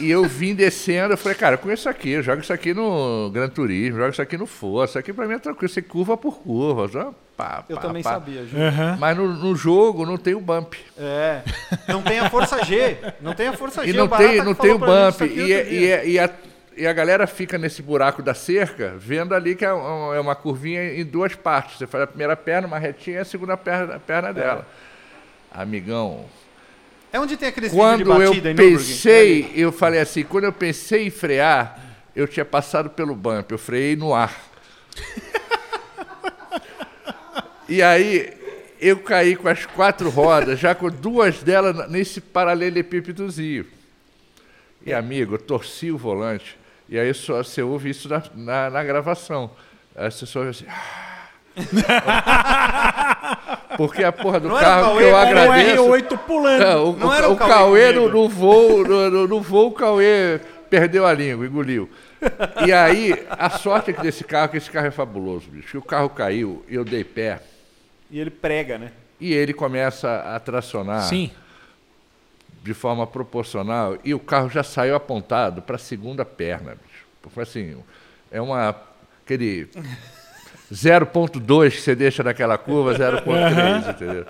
S5: E eu vim descendo, eu falei, cara, com isso aqui, joga isso aqui no Gran Turismo, joga isso aqui no Força, isso aqui pra mim é tranquilo, você curva por curva, só pá,
S3: Eu
S5: pá,
S3: também
S5: pá.
S3: sabia, Ju.
S4: aham.
S5: Mas no, no jogo não tem o bump.
S3: É. Não tem a força G. Não tem a força G.
S5: E não
S3: o um Barata
S5: tem,
S3: que
S5: não
S3: falou
S5: tem o
S3: pra gente
S5: bump.
S3: isso aqui
S5: E, é-
S3: outro
S5: e,
S3: dia.
S5: é- e a, e a galera fica nesse buraco da cerca, vendo ali que é um- é uma curvinha em duas partes. Você faz a primeira perna, uma retinha, e a segunda perna, perna dela. Amigão,
S3: É onde tem aqueles vídeos de
S5: quando eu
S3: batida em Nürburgring.
S5: pensei, eu falei assim, quando eu pensei em frear, eu tinha passado pelo bump, eu freiei no ar. e aí eu caí com as quatro rodas, já com duas delas na- nesse paralelepípedozinho. E amigo, eu torci o volante, e aí só você ouve isso na, na, na gravação. Aí você só ouve assim. Porque a porra do
S3: Não era é o
S5: carro que
S3: Cauê,
S5: eu
S3: era o
S5: agradeço.
S4: O R8 pulando.
S5: É, o,
S3: Não
S5: o-
S3: era o
S5: o
S3: Cauê
S5: Cauê, no,
S3: comigo.
S5: no voo, no, no- no voo, o Cauê perdeu a língua, engoliu. E aí, a sorte aqui desse carro, é que esse carro é fabuloso, bicho. Que o carro caiu, eu dei pé,
S3: E ele prega, né?
S5: e ele começa a
S3: Ah.
S5: tracionar
S4: Sim.
S5: de forma proporcional, e o carro já saiu apontado para a segunda perna, bicho. Foi assim, é uma. aquele. 0.2 que você deixa naquela curva, 0.3, entendeu?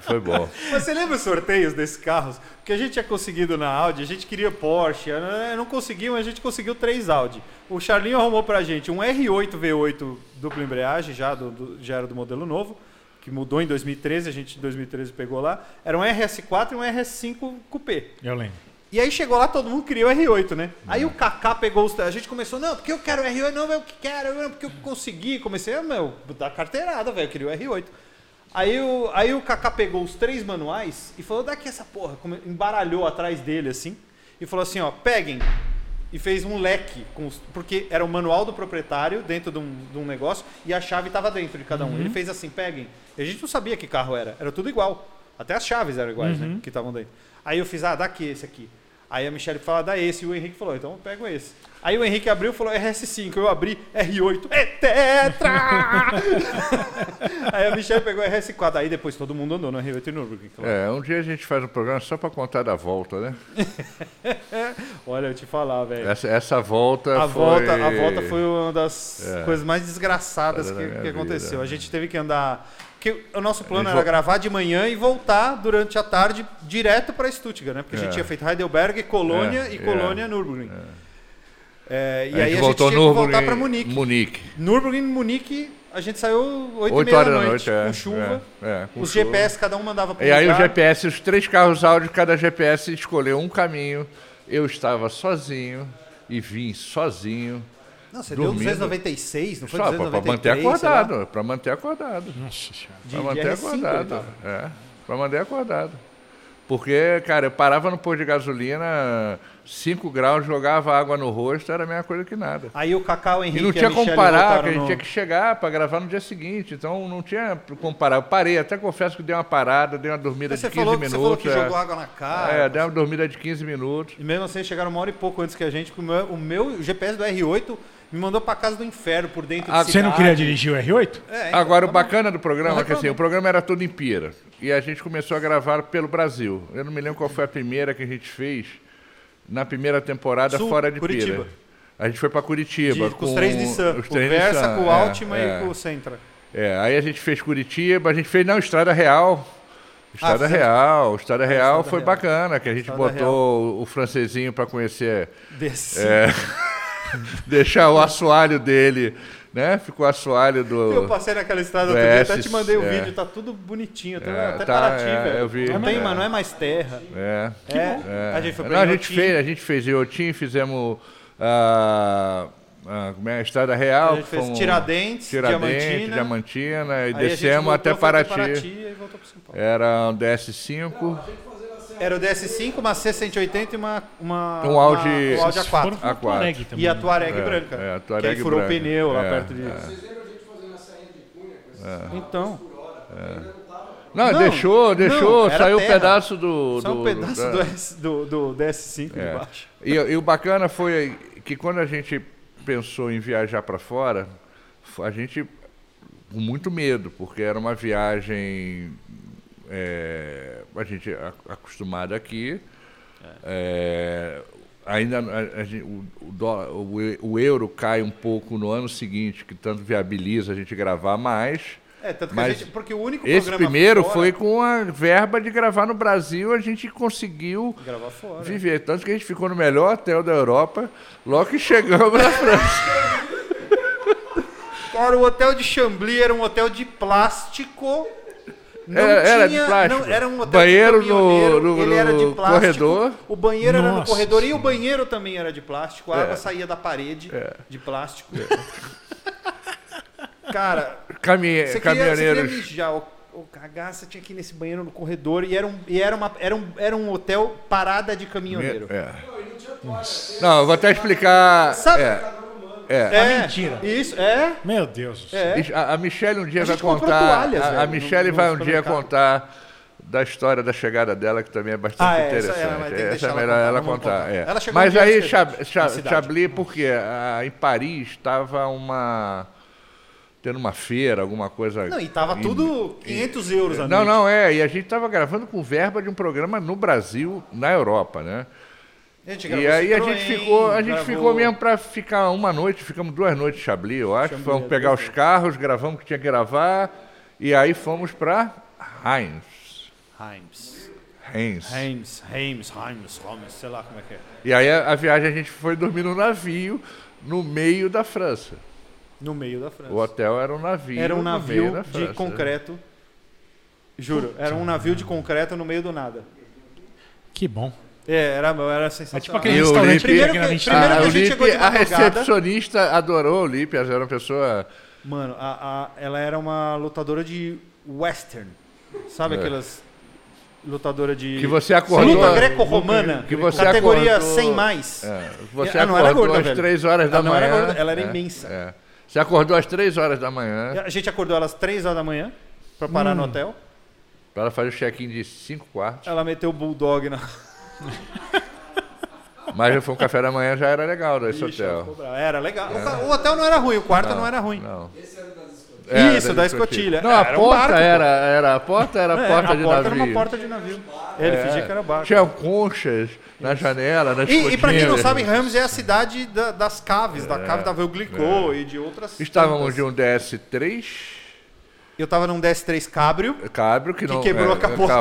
S5: Foi bom.
S3: Mas você lembra os sorteios desses carros? Porque a gente tinha conseguido na Audi, a gente queria Porsche, eh, não conseguiu, mas a gente conseguiu três Audi. O Charlinho arrumou pra gente um R8 V8 dupla embreagem, já, do, do- já era do modelo novo, que mudou em 2013, a gente em 2013 pegou lá. Era um RS4 e um RS5 Coupé.
S4: Eu lembro.
S3: E aí chegou lá, todo mundo queria o R8, né? Aí o Kaká pegou os. A gente começou, não, porque eu quero o R8, não, velho, que quero, não, porque eu consegui. Comecei, ah, meu, da carteirada, velho, eu queria o R8. Aí o, aí o Kaká pegou os três manuais e falou, daqui essa porra. Come- Embaralhou atrás dele, assim, e falou assim, ó, peguem. E fez um leque, com os- porque era o manual do proprietário dentro de um, de um negócio e a chave estava dentro de cada um. Ele fez assim, peguem. E a gente não sabia que carro era, era tudo igual. Até as chaves eram iguais, né? Que estavam dentro. Aí eu fiz, ah, dá aqui, esse aqui. Aí a Michelle falou, dá esse. E o Henrique falou, então eu pego esse. Aí o Henrique abriu e falou, RS5. Eu abri, R8. É tetra! aí a Michelle pegou RS4. Aí depois todo mundo andou no R8 e Nürburgring. claro.
S5: É, um dia a gente faz um programa só para contar da volta, né?
S3: Olha, eu te falar, velho.
S5: Essa, essa volta
S3: É. A,
S5: foi...
S3: volta, a volta foi uma das
S5: É.
S3: coisas mais desgraçadas
S5: Coisa da
S3: que,
S5: minha
S3: que aconteceu.
S5: vida.
S3: A gente teve que andar. Porque o nosso plano
S5: Eles
S3: era
S5: vo-
S3: gravar de manhã e voltar durante a tarde direto para Stuttgart, né? Porque a gente
S5: É.
S3: tinha feito Heidelberg, Colônia
S5: É,
S3: e
S5: é,
S3: Colônia Nürburgring. É, e
S5: a
S3: aí
S5: gente
S3: a gente
S5: voltou
S3: tinha que
S5: no
S3: voltar para Munique. Nürburgring, Munique, a gente saiu 8 e
S5: 8
S3: meia
S5: horas
S3: da
S5: da
S3: noite,
S5: noite, é,
S3: com chuva.
S5: é, é, com
S3: os
S5: chuva.
S3: GPS, cada um mandava para
S5: E aí o GPS, os três carros áudio, cada GPS escolheu um caminho. Eu estava sozinho e vim sozinho.
S3: Não, você
S5: dormindo.
S3: deu 296, não foi
S5: Só para
S3: 293?
S5: manter
S3: sei lá.
S5: acordado, para manter acordado.
S4: Nossa senhora.
S3: De-
S5: Pra
S3: de né?
S5: manter
S3: R5 ele
S5: acordado.
S3: tava.
S5: É, pra manter acordado. Porque, cara, eu parava no posto de gasolina, 5 graus, jogava água no rosto, era a mesma coisa que nada.
S3: Aí o Cacau, o Henrique
S5: E não tinha
S3: a Michelle
S5: como parar,
S3: voltaram
S5: porque a gente
S3: no-
S5: tinha que chegar para gravar no dia seguinte. Então não tinha como parar. Eu parei, até confesso que dei uma parada, dei uma dormida
S3: Mas Você
S5: de 15
S3: falou,
S5: minutos.
S3: você falou que
S5: é.
S3: jogou água na cara.
S5: É, dei uma dormida de 15 minutos.
S3: E mesmo assim chegaram uma hora e pouco antes que a gente, porque o meu, o meu GPS do R8 me mandou pra casa do inferno por dentro
S5: Ah,
S3: de
S4: Você não
S3: cidade.
S4: queria dirigir o R8?
S3: É, então,
S5: Agora,
S3: tá bom.
S5: o bacana do programa
S3: Não
S5: é que assim,
S3: reclama.
S5: o programa era todo em pira. E a gente começou a gravar pelo Brasil. Eu não me lembro qual foi a primeira que a gente fez na primeira temporada
S3: Sul,
S5: fora de
S3: Curitiba.
S5: pira. A gente foi para Curitiba.
S3: De- com os três Nissan.
S5: os
S3: Conversa
S5: três Nissan,
S3: com o
S5: é,
S3: Altima
S5: é.
S3: e com o Sentra.
S5: É, aí a gente fez Curitiba, a gente fez não Estrada Real. Estrada
S3: fizemos-
S5: Real, Estrada Real
S3: Ah, É, Estrada
S5: foi
S3: Real.
S5: bacana, que a gente
S3: Estrada
S5: botou o- o francesinho para conhecer,
S3: Desse.
S5: É. deixar o assoalho dele, né? Ficou o assoalho do
S3: Eu passei naquela estrada
S5: do
S3: outro dia, até
S5: S,
S3: te mandei o
S5: é.
S3: vídeo, tá tudo bonitinho, tá,
S5: É,
S3: até
S5: tá,
S3: Paraty,
S5: é,
S3: velho.
S5: eu vi,
S3: não tem,
S5: é.
S3: mano, não é mais terra.
S5: É.
S3: É, a gente foi pra
S5: Não, a gente
S3: Inhotim.
S5: fez, a gente fez Iotim, fizemos ah, ah, como é a Estrada Real.
S3: a gente fez
S5: fomos-
S3: Tiradentes,
S5: um Tiradentes,
S3: Diamantina.
S5: Diamantina, e
S3: Aí a gente
S5: descemos
S3: voltou,
S5: até
S3: foi pra
S5: Paraty.
S3: e voltou pro São Paulo.
S5: Era um DS5,
S3: Era o DS5, uma C180 e uma, uma,
S5: Um Audi-
S3: uma- um Audi A4.
S5: Foram
S4: pra
S5: A quatro.
S4: Tuareg também.
S3: E a Tuareg branca.
S5: é, a
S3: que
S5: Tuareg
S3: aí furou
S5: branca.
S3: o pneu lá
S5: É,
S3: perto de. Vocês lembram a gente fazendo a saída de Cunha? Então.
S5: Não,
S3: Não,
S5: deixou, deixou,
S3: não, era
S5: saiu um
S3: terra.
S5: pedaço do.
S3: Só
S5: do-
S3: um pedaço
S5: da-
S3: do, S, do, do DS5
S5: É.
S3: de baixo.
S5: E, e o bacana foi que quando a gente pensou em viajar para fora, a gente com muito medo, porque era uma viagem é, a gente a- acostumado aqui. é, ainda a- a gente- o, o dólar- o e- o euro cai um pouco no ano seguinte, que tanto viabiliza a gente gravar mais.
S3: É, tanto que a
S5: Mas
S3: gente. Porque o único
S5: Esse
S3: programa
S5: primeiro
S3: fora- é
S5: foi com a verba de gravar no Brasil, a gente conseguiu
S3: Gravar fora.
S5: viver. Tanto que a gente ficou no melhor hotel da Europa, logo que chegamos na França.
S3: Cara, o hotel de Chambly era um hotel de plástico. Não
S5: Era- era
S3: tinha-
S5: de plástico.
S3: não, era um hotel
S5: Banheiro
S3: de caminhoneiro,
S5: no- no-
S3: ele era de
S5: no
S3: plástico,
S5: corredor.
S3: O banheiro era no
S4: Nossa
S3: corredor e o banheiro também era de plástico.
S5: É.
S3: A água saía da parede de plástico. Cara,
S5: Caminhe-
S3: você queria, você queria
S5: É, caminhoneiros.
S3: mijar ou, ou cagar, você tinha que ir nesse banheiro no corredor e era um, e era uma, era um, era um hotel parada de caminhoneiro.
S5: É. Não, eu vou até explicar.
S3: Sabe-
S5: é,
S3: É,
S4: Ah, mentira.
S3: Isso, é.
S4: Meu Deus. do céu.
S3: é.
S5: Ixi, A, a Michelle um dia
S3: A
S5: vai
S3: gente comprou
S5: contar.
S3: toalhas,
S5: a, a
S3: velho, no-
S5: Michelle
S3: no
S5: vai um dia
S3: supermercado.
S5: contar da história da chegada dela, que também é bastante
S3: Ah, é, essa-
S5: interessante.
S3: ela vai ter que
S5: Essa
S3: deixar
S5: é
S3: ela
S5: melhor
S3: contar,
S5: ela
S3: vamos
S5: contar.
S3: contar.
S5: é.
S3: Ela chegou
S5: Mas
S3: um dia
S5: aí,
S3: antes da gente,
S5: Chab- Chab-
S3: na cidade.
S5: Chablis, porque ah, em Paris estava uma. tendo uma feira, alguma coisa.
S3: Não, e tava
S5: em-
S3: tudo 500 euros à
S5: Não,
S3: noite.
S5: não, é. E a gente estava gravando com verba de um programa no Brasil, na Europa, né?
S3: A gente
S5: E
S3: gravou
S5: aí a
S3: Citroën,
S5: gente ficou, a gente
S3: gravou-
S5: ficou mesmo para ficar uma noite, ficamos duas noites em Chablis, eu acho.
S3: Chablis,
S5: fomos
S3: é,
S5: pegar os carros, gravamos o que tinha que gravar, e aí fomos para Reims.
S3: Reims. Reims,
S5: Reims.
S3: Reims, Reims, Reims, sei lá como é que é.
S5: E aí a, a viagem a gente foi dormir num navio no meio da França.
S3: No meio da
S5: O
S3: França.
S5: hotel era um navio.
S3: Era um
S5: no
S3: navio
S5: meio da
S3: de
S5: França.
S3: concreto. Juro, era um navio de concreto no meio do nada.
S4: Que bom.
S3: É, era, era
S4: É
S3: sensacional.
S4: tipo aquele
S5: E o
S4: restaurante
S5: Lipe-
S4: pequeno
S3: Primeiro
S4: na
S3: que-
S4: Argentina.
S3: primeiro
S5: Ah,
S3: que
S5: o
S3: a gente chegou de
S5: Lipe, a
S3: madrugada.
S5: recepcionista adorou o Lipe, ela era uma pessoa.
S3: Mano, a, a- ela era uma lutadora de western. Sabe aquelas lutadoras de...
S5: É. Que você acordou-
S3: Luta greco-romana.
S5: Que você
S3: Categoria
S5: acordou-
S3: 100 mais.
S5: É, você
S3: Ela não era
S5: acordou
S3: gorda,
S5: às
S3: velho.
S5: três horas da
S3: Ela Ah, não
S5: manhã.
S3: era gorda, ela era
S5: É,
S3: imensa.
S5: é. Você acordou às três horas da manhã
S3: A gente acordou elas 3 horas da manhã pra parar
S5: Hum.
S3: no hotel.
S5: para ela fazer o check-in de cinco quartos.
S3: Ela meteu o bulldog na...
S5: Mas foi um café da manhã, já era legal desse
S3: Ixi, ela ficou
S5: hotel.
S3: brava. Era legal. O ca- O hotel não era ruim, o quarto não, era ruim.
S5: Não. Esse
S3: Isso, da escotilha.
S5: Não, a
S3: Era um
S5: porta
S3: barco, pô.
S5: era, era. A porta era a
S3: É,
S5: porta
S3: a
S5: de
S3: porta era
S5: navio. É.
S3: uma porta de navio. Ele fingia que era barco.
S5: Tinha um conchas na janela, nas
S3: E, e pra quem não
S5: cortinas.
S3: sabe, Rams é a cidade da- das caves, da cave da Velglicô e de outras.
S5: É. Estávamos
S3: tantas.
S5: de um DS3,
S3: Eu tava num DS3 Cabrio,
S5: cabrio, que, não
S3: quebrou a
S5: é,
S3: capota.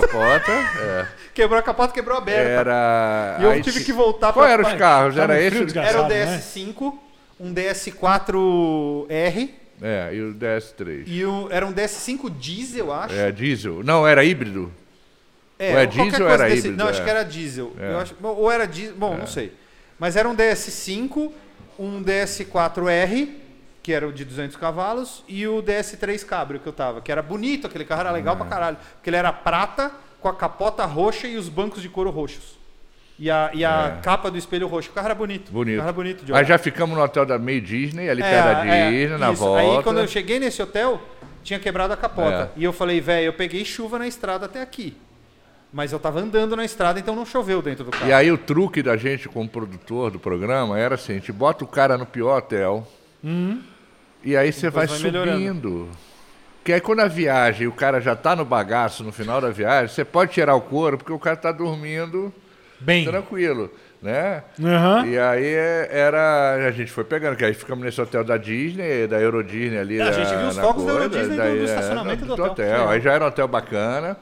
S5: capota, é.
S3: quebrou a capota, quebrou a aberta.
S5: Era.
S3: E eu
S5: aí
S3: tive
S5: ti-
S3: que voltar
S5: Qual
S3: pra-
S5: eram os carros?
S4: Tava
S5: Era
S4: um frio
S5: esse.
S4: desgraçado.
S3: Era o
S4: Engraçado, né?
S3: DS5, um DS4R
S5: É, e o DS3.
S3: e o, era um DS5 diesel, acho.
S5: É, diesel. Não, era híbrido. ou é
S3: qualquer
S5: diesel ou
S3: coisa
S5: era
S3: desse-
S5: híbrido,
S3: Não, acho
S5: é.
S3: que era diesel.
S5: É.
S3: Eu acho- bom, ou era diesel, bom, não sei. Mas era um DS5, um DS4R, que era o de 200 cavalos, e o DS3 Cabrio que eu tava, que era bonito, aquele carro era legal
S5: É.
S3: pra caralho. Porque ele era prata, com a capota roxa e os bancos de couro roxos. E a, e a capa do espelho roxo. O carro era bonito. O
S5: É. Bonito.
S3: carro era bonito de
S5: Aí
S3: olhar.
S5: já ficamos no hotel da May Disney, ali
S3: É,
S5: perto da
S3: é,
S5: Disney, na
S3: isso.
S5: volta. É.
S3: Aí quando eu cheguei nesse hotel, tinha quebrado a capota. E eu falei, velho, eu peguei chuva na estrada até aqui. Mas eu tava andando na estrada, então não choveu dentro do carro.
S5: E aí o truque da gente como produtor do programa era assim, a gente bota o cara no pior hotel e aí você vai,
S3: Uhum. Depois vai melhorando.
S5: subindo. Porque aí quando a viagem, o cara já tá no bagaço no final da viagem, você pode tirar o couro porque o cara tá dormindo
S4: Bem.
S5: tranquilo, né?
S4: Aham.
S5: E aí é, era. A gente foi pegando, que aí ficamos nesse hotel da Disney, da Euro Disney ali.
S3: É, a
S5: da-
S3: gente viu os
S5: na
S3: focos da Euro
S5: coisa,
S3: Disney do-
S5: daí,
S3: do
S5: é,
S3: estacionamento do hotel.
S5: Aí já era um hotel bacana.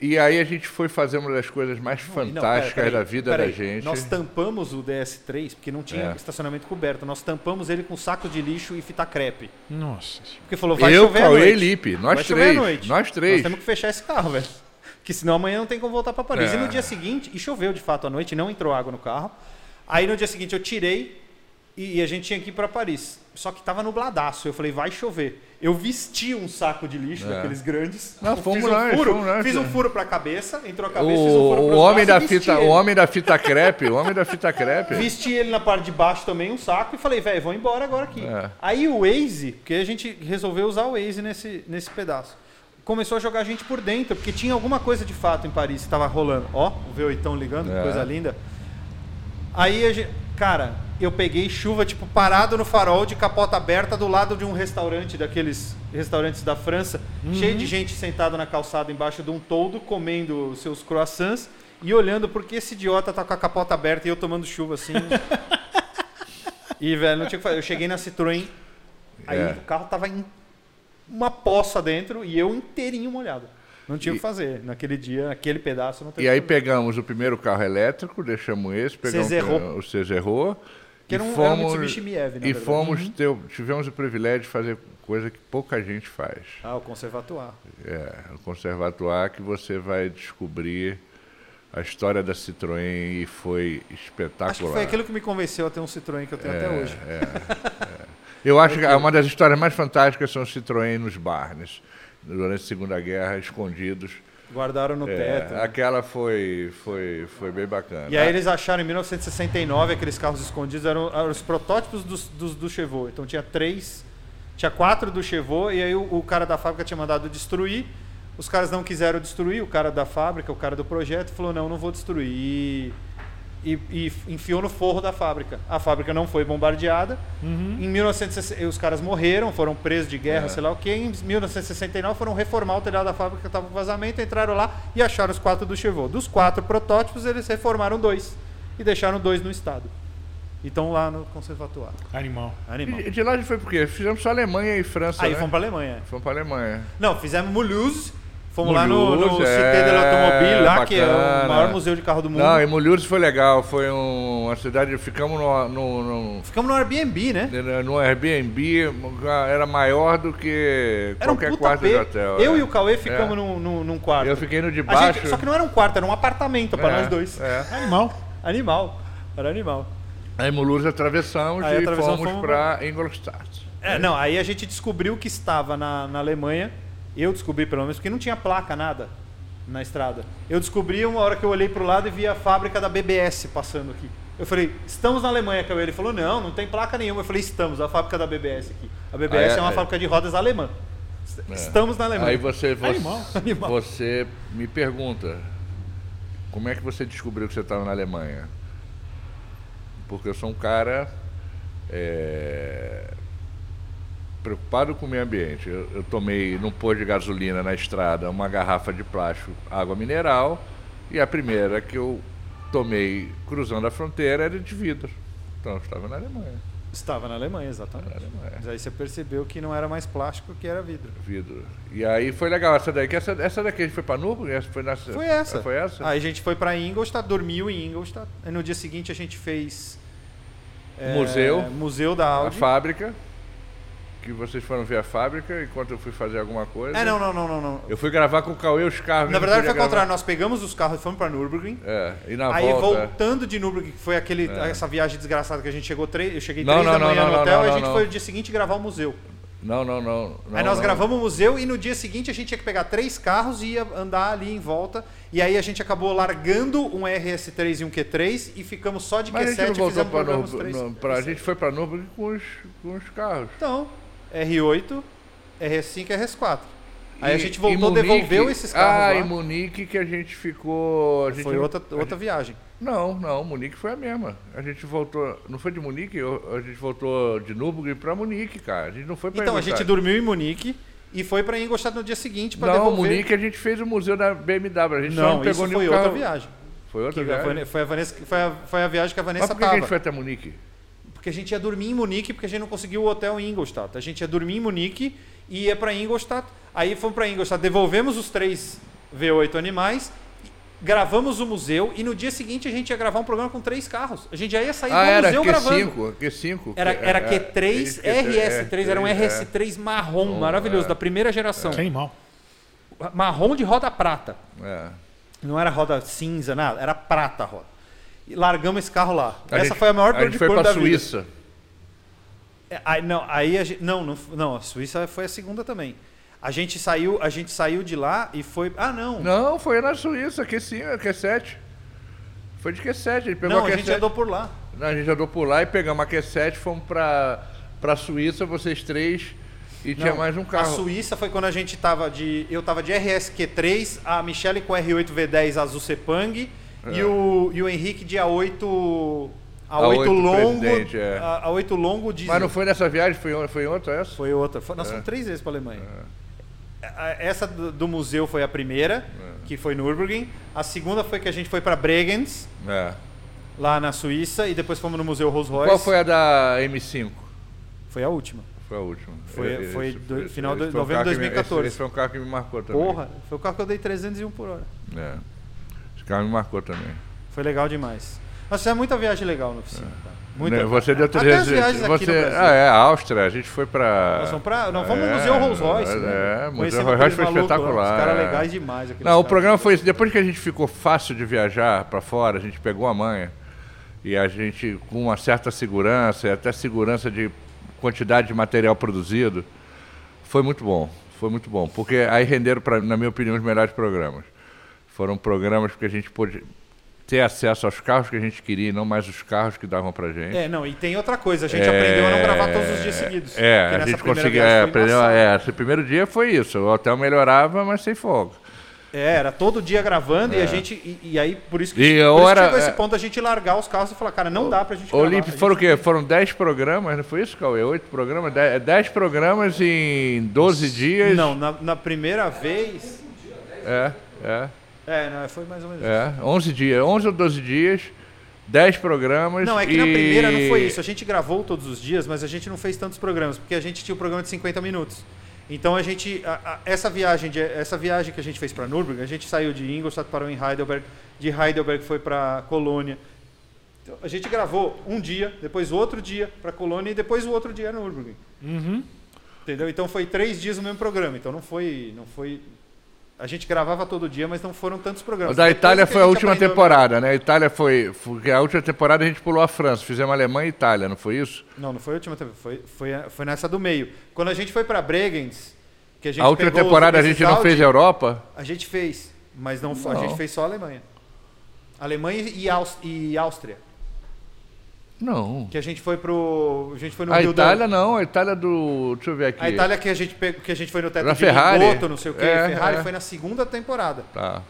S5: E aí a gente foi fazer uma das coisas mais
S3: Não,
S5: fantásticas
S3: pera, pera aí,
S5: da vida
S3: pera
S5: da
S3: aí.
S5: gente.
S3: Nós tampamos o DS3, porque não tinha
S5: É.
S3: estacionamento coberto. Nós tampamos ele com um saco de lixo e fita crepe.
S4: Nossa senhora.
S3: Porque falou, vai
S5: Eu,
S3: chover à
S5: Cauê
S3: noite.
S5: e Lipe, nós
S3: Vai chover à
S5: três,
S3: noite.
S5: nós três.
S3: Nós temos que fechar esse carro, velho. Porque senão amanhã não tem como voltar pra Paris.
S5: É.
S3: E no dia seguinte, e choveu de fato à noite, não entrou água no carro. Aí no dia seguinte eu tirei E, e a gente tinha que ir para Paris. Só que tava nubladaço. Eu falei, vai chover. Eu vesti um saco de lixo daqueles grandes.
S5: É. Não,
S3: fiz
S5: fomos
S3: um
S5: lá,
S3: furo,
S5: fomos lá,
S3: fiz um
S5: tia.
S3: furo pra cabeça, entrou a
S5: O,
S3: cabeça, fiz um furo
S5: o
S3: pros
S5: homem
S3: braços
S5: da
S3: e vesti
S5: fita,
S3: ele.
S5: o homem da fita crepe, o homem da fita crepe.
S3: Vesti ele na parte de baixo também, um saco, e falei, velho, vou embora agora aqui.
S5: É.
S3: Aí o Waze, porque a gente resolveu usar o Waze nesse, nesse pedaço, começou a jogar a gente por dentro, porque tinha alguma coisa de fato em Paris que tava rolando. Ó, o V8 ligando, que
S5: É.
S3: coisa linda. Aí, a gente, cara, eu peguei chuva, tipo, parado no farol de capota aberta do lado de um restaurante, daqueles restaurantes da França,
S5: Uhum.
S3: cheio de gente sentada na calçada embaixo de um toldo, comendo os seus croissants e olhando porque esse idiota tá com a capota aberta e eu tomando chuva assim. e, velho, não tinha o que fazer. Eu cheguei na Citroën, aí
S5: É.
S3: o carro tava em uma poça dentro e eu inteirinho molhado. Não tinha o que fazer. Naquele dia, naquele pedaço, não teve
S5: E aí
S3: como.
S5: pegamos o primeiro carro elétrico, deixamos esse, pegamos
S3: Cezerro.
S5: o Cezerro.
S3: Que
S5: e
S3: era um- era um
S5: fomos,
S3: Mitsubishi Miev, na
S5: E
S3: verdade. Uhum.
S5: fomos, ter- tivemos o privilégio de fazer coisa que pouca gente faz.
S3: Ah, o conservatoire.
S5: É, no conservatoire que você vai descobrir a história da Citroën e foi espetacular.
S3: Acho que foi aquilo que me convenceu a ter um Citroën que eu
S5: É,
S3: tenho até hoje.
S5: Eu acho que uma das histórias mais fantásticas são os Citroën nos Barnes, durante a Segunda Guerra, escondidos.
S3: Guardaram no
S5: É,
S3: teto.
S5: aquela foi, foi, foi bem bacana.
S3: E aí eles acharam em 1969 aqueles carros escondidos eram, eram os protótipos dos, dos, do Chevaux. Então tinha três, tinha quatro do Chevaux e aí o, o cara da fábrica tinha mandado destruir. Os caras não quiseram destruir, o cara da fábrica, o cara do projeto falou não, não vou destruir. E, e- e enfiou no forro da fábrica. A fábrica não foi bombardeada.
S5: Uhum.
S3: Em 1960 os caras morreram, foram presos de
S5: É.
S3: guerra, sei lá o quê. Em 1969 foram reformar o telhado da fábrica que estava com vazamento, entraram lá e acharam os quatro do Chevaux. Dos quatro protótipos, eles reformaram dois e deixaram dois no estado. E estão lá no conservatório.
S4: Animal.
S3: Animal.
S5: E de lá a gente foi por quê? Fizemos só Alemanha e França,
S3: Aí
S5: né?
S3: fomos para Alemanha.
S5: Fomos para Alemanha.
S3: Não, fizemos Mulhouse. Fomos lá no, no
S5: Mulhouse,
S3: Cité de l'Automobile, lá, que é o
S5: bacana.
S3: maior museu de carro do mundo.
S5: Não, é e Mulhouse foi legal. Foi um- uma cidade... Ficamos no, no, no,
S3: Ficamos no Airbnb, né?
S5: no Airbnb, era maior do que
S3: Era um
S5: qualquer
S3: puta
S5: quarto
S3: AP.
S5: de hotel.
S3: Eu
S5: é.
S3: e o Cauê ficamos
S5: É.
S3: num, num, num quarto.
S5: Eu fiquei no de
S3: A gente-
S5: baixo.
S3: só que não era um quarto, era um apartamento para nós dois.
S5: É.
S4: Animal.
S3: Animal. Era animal.
S5: Aí Mulhouse atravessamos
S3: Aí
S5: e
S3: atravessamos,
S5: fomos
S3: fomos
S5: para Ingolstadt.
S3: É, não, aí a gente descobriu que estava na, na Alemanha. Eu descobri, pelo menos, porque não tinha placa, nada na estrada. Eu descobri uma hora que eu olhei pro lado e vi a fábrica da BBS passando aqui. Eu falei, estamos na Alemanha, Cauê. Ele falou, não, não tem placa nenhuma. Eu falei, estamos, a fábrica da BBS aqui. A BBS
S5: Ah, é,
S3: é, uma
S5: é.
S3: fábrica de rodas alemã. Est- Estamos na Alemanha.
S5: Aí você, você,
S4: Animal.
S3: Animal.
S5: você me pergunta, como é que você descobriu que você estava na Alemanha? Porque eu sou um cara é, preocupado com o meio ambiente. Eu, eu tomei num pôr de gasolina na estrada uma garrafa de plástico, água mineral, e a primeira que eu tomei cruzando a fronteira era de vidro. Então eu estava na Alemanha.
S3: Estava na Alemanha, exatamente.
S5: Na Alemanha.
S3: Mas aí você percebeu que não era mais plástico, que era vidro.
S5: vidro. E aí foi legal essa daí. Que essa, essa daqui a gente foi pra Nürburgring? Essa foi, nessa,
S3: Foi essa.
S5: É. Foi essa?
S3: Aí a gente foi pra Ingolstadt, dormiu em Ingolstadt. Aí no dia seguinte a gente fez. é,
S5: Museu.
S3: Museu da
S5: a
S3: Audi.
S5: fábrica. Que vocês foram ver a fábrica enquanto eu fui fazer alguma coisa.
S3: É, não, não, não, não. não.
S5: Eu fui gravar com o Cauê os carros.
S3: Na
S5: eu não
S3: verdade
S5: podia
S3: foi o contrário.
S5: gravar.
S3: Nós pegamos os carros e fomos pra Nürburgring.
S5: É, e na
S3: Aí
S5: volta.
S3: voltando de Nürburgring, que foi aquele, essa viagem desgraçada que a gente chegou três, eu cheguei
S5: Não,
S3: três
S5: não,
S3: da
S5: não,
S3: manhã
S5: não,
S3: no
S5: não,
S3: hotel,
S5: não,
S3: e a
S5: não,
S3: gente
S5: não.
S3: foi no dia seguinte gravar o museu.
S5: Não, não, não. não
S3: aí nós
S5: não.
S3: gravamos o museu e no dia seguinte a gente tinha que pegar três carros e ia andar ali em volta. E aí a gente acabou largando um RS3 e um Q3 e ficamos só de
S5: Mas
S3: Q7
S5: a gente não
S3: e
S5: voltou
S3: fizemos
S5: pra
S3: programa os
S5: Nürburgring.
S3: três.
S5: não, pra- A gente foi pra Nürburgring com os, com os carros.
S3: Então, R8, RS5 e RS4. Aí a
S5: E-
S3: gente
S5: e
S3: voltou,
S5: Munique-
S3: devolveu esses carros lá.
S5: Ah, em Munique que a gente ficou. A gente
S3: Foi
S5: não-
S3: outra, outra viagem.
S5: Não, não, Munique foi a mesma. A gente voltou, não foi de Munique, eu- a gente voltou de Nürburgring para Munique, cara. A gente não foi para
S3: Então, a gente dormiu em Munique e foi pra Ingolstadt no dia seguinte pra
S5: Não,
S3: devolver.
S5: Munique a gente fez o museu da BMW, a gente só
S3: Não,
S5: não pegou
S3: isso
S5: nenhum
S3: foi outra
S5: carro.
S3: viagem.
S5: Foi outra
S3: Que
S5: viagem.
S3: foi, foi a Vanessa, foi, a, foi a viagem que a
S5: Mas
S3: Vanessa
S5: por que que a
S3: tava.
S5: gente foi até Munique?
S3: Porque a gente ia dormir em Munique, porque a gente não conseguiu o hotel em Ingolstadt. A gente ia dormir em Munique e ia pra Ingolstadt. Aí fomos pra Ingolstadt, devolvemos os três V8 animais, gravamos o museu e no dia seguinte a gente ia gravar um programa com três carros. A gente já ia sair
S5: Ah,
S3: do
S5: era
S3: museu gravando.
S5: Q5, Q5.
S3: Era,
S5: que-
S3: era
S5: é,
S3: Q3
S5: é,
S3: RS3, era um
S5: é,
S3: RS3 marrom,
S5: Bom,
S3: maravilhoso,
S5: é.
S3: da primeira geração.
S4: Que animal.
S3: Marrom de roda prata.
S5: é.
S3: Não era roda cinza, nada, era prata a roda. E largamos esse carro lá.
S5: A
S3: Essa
S5: gente-
S3: foi a maior
S5: a
S3: dor
S5: gente
S3: de
S5: foi
S3: corno
S5: para
S3: da vida.
S5: Suíça.
S3: É, aí, não, aí a gente, não, não, f- não, a Suíça foi a segunda também. A gente saiu, a gente saiu de lá e foi. Ah, não.
S5: Não, foi na Suíça, Q5, Q7. Foi de Q7, ele pegou é
S3: Não, a
S5: Q7.
S3: gente é andou por lá.
S5: Não, a gente andou por lá e pegamos a Q7, fomos pra, pra Suíça, vocês três, e tinha
S3: Não,
S5: mais um
S3: A
S5: carro.
S3: Suíça foi quando a gente tava de. Eu tava de RSQ3, a Michele com R8 V10 azul Sepang
S5: É.
S3: e, o, e o Henrique de A8. A8,
S5: A8
S3: longo.
S5: Presidente, é.
S3: a- A8 longo de.
S5: Mas não foi É. nessa viagem, foi, on- foi outra essa?
S3: Foi outra. Foi- nós fomos três vezes para Alemanha.
S5: É.
S3: A- Essa do, do museu foi a primeira,
S5: É.
S3: que foi no Nürburgring. A segunda foi que a gente foi para Bregenz,
S5: É.
S3: lá na Suíça, e depois fomos no Museu Rolls-Royce.
S5: Qual foi a da M5?
S3: Foi a última.
S5: Foi a última.
S3: Foi-
S5: Esse-
S3: foi
S5: esse-
S3: do-
S5: esse-
S3: final de
S5: esse foi um
S3: novembro
S5: carro
S3: de
S5: que me- esse-
S3: 2014.
S5: Esse, foi um carro que me marcou também.
S3: Porra, foi o carro que eu dei 301 por hora.
S5: É. Esse carro me marcou também.
S3: Foi legal demais. Nós fizemos muita viagem legal na oficina, cara. Muita.
S5: Né, Você deu
S3: Até as
S5: 300.
S3: viagens aqui
S5: você,
S3: no Brasil.
S5: Ah, é, a Áustria. A gente foi pra.
S3: Nós fomos, pra, nós fomos no Museu Rolls Royce.
S5: É,
S3: né?
S5: é o
S3: Conhecemos
S5: Museu Rolls Royce
S3: aqueles
S5: foi
S3: malucos lá,
S5: espetacular.
S3: Os caras
S5: é.
S3: legais demais. aqueles
S5: Não, o
S3: caras.
S5: programa foi isso. Depois que a gente ficou fácil de viajar para fora, a gente pegou a manha. E a gente, com uma certa segurança, e até segurança de quantidade de material produzido, foi muito bom. Foi muito bom. Porque aí renderam, pra, na minha opinião, os melhores programas. Foram programas que a gente pôde ter acesso aos carros que a gente queria e não mais os carros que davam pra gente.
S3: É, não, e tem outra coisa, a gente aprendeu a não gravar todos os dias seguidos. né?
S5: É,
S3: Porque
S5: a
S3: nessa
S5: gente
S3: primeira
S5: conseguiu.
S3: viagem
S5: É,
S3: foi
S5: aprendeu,
S3: embaçado.
S5: é, esse primeiro dia foi isso. O hotel melhorava, mas sem folga.
S3: É, era todo dia gravando e
S5: É.
S3: a gente. E, e aí, por isso que,
S5: E
S3: por
S5: ou
S3: isso que
S5: era-
S3: chegou esse
S5: é.
S3: ponto da gente largar os carros e falar, cara, não dá pra gente gravar.
S5: Olímpio,
S3: a gente-
S5: foram o quê? Foram 10 programas, não foi isso, Cauê? 8 programas? 10, programas em 12 dias.
S3: Não, na, na primeira vez.
S5: É, é,
S3: É, não, foi mais ou menos isso.
S5: é. 11 dias. 11 ou 12 dias, 10 programas.
S3: Não, é que na
S5: e-
S3: primeira não foi isso. A gente gravou todos os dias, mas a gente não fez tantos programas, porque a gente tinha o programa de 50 minutos. Então a gente. a- a- essa, viagem de- essa viagem que a gente fez para Nürburgring, a gente saiu de Ingolstadt, parou em Heidelberg, de Heidelberg foi para Colônia. Então, a gente gravou um dia, depois outro dia para Colônia e depois o outro dia no Nürburgring.
S5: Uhum.
S3: Entendeu? Então foi três dias o mesmo programa. Então não foi. Não foi a gente gravava todo dia, mas não foram tantos
S5: O
S3: programas.
S5: da
S3: Depois
S5: Itália
S3: que
S5: foi a
S3: gente
S5: última
S3: aprendeu-
S5: temporada, né? A Itália foi, foi. A última temporada a gente pulou a França, fizemos Alemanha e Itália, não foi isso?
S3: Não, não foi a última temporada, foi, foi, a- foi nessa do meio. Quando a gente foi pra Bregenz, que a gente
S5: A última
S3: pegou os-
S5: temporada a
S3: esses
S5: gente não
S3: Audi,
S5: fez Europa?
S3: A gente fez, mas não, foi- a
S5: Não.
S3: gente fez só a Alemanha. Alemanha e, Aus- e Áustria.
S5: Não.
S3: Que a gente foi pro. A gente foi no
S5: A
S3: Rio
S5: Itália não, a Itália do. Deixa eu ver aqui.
S3: A Itália que a gente pegou, que a gente foi no teto
S5: Na
S3: de
S5: Ferrari.
S3: Limoto, não sei o quê.
S5: É,
S3: Ferrari
S5: é.
S3: foi na segunda temporada.
S5: Tá.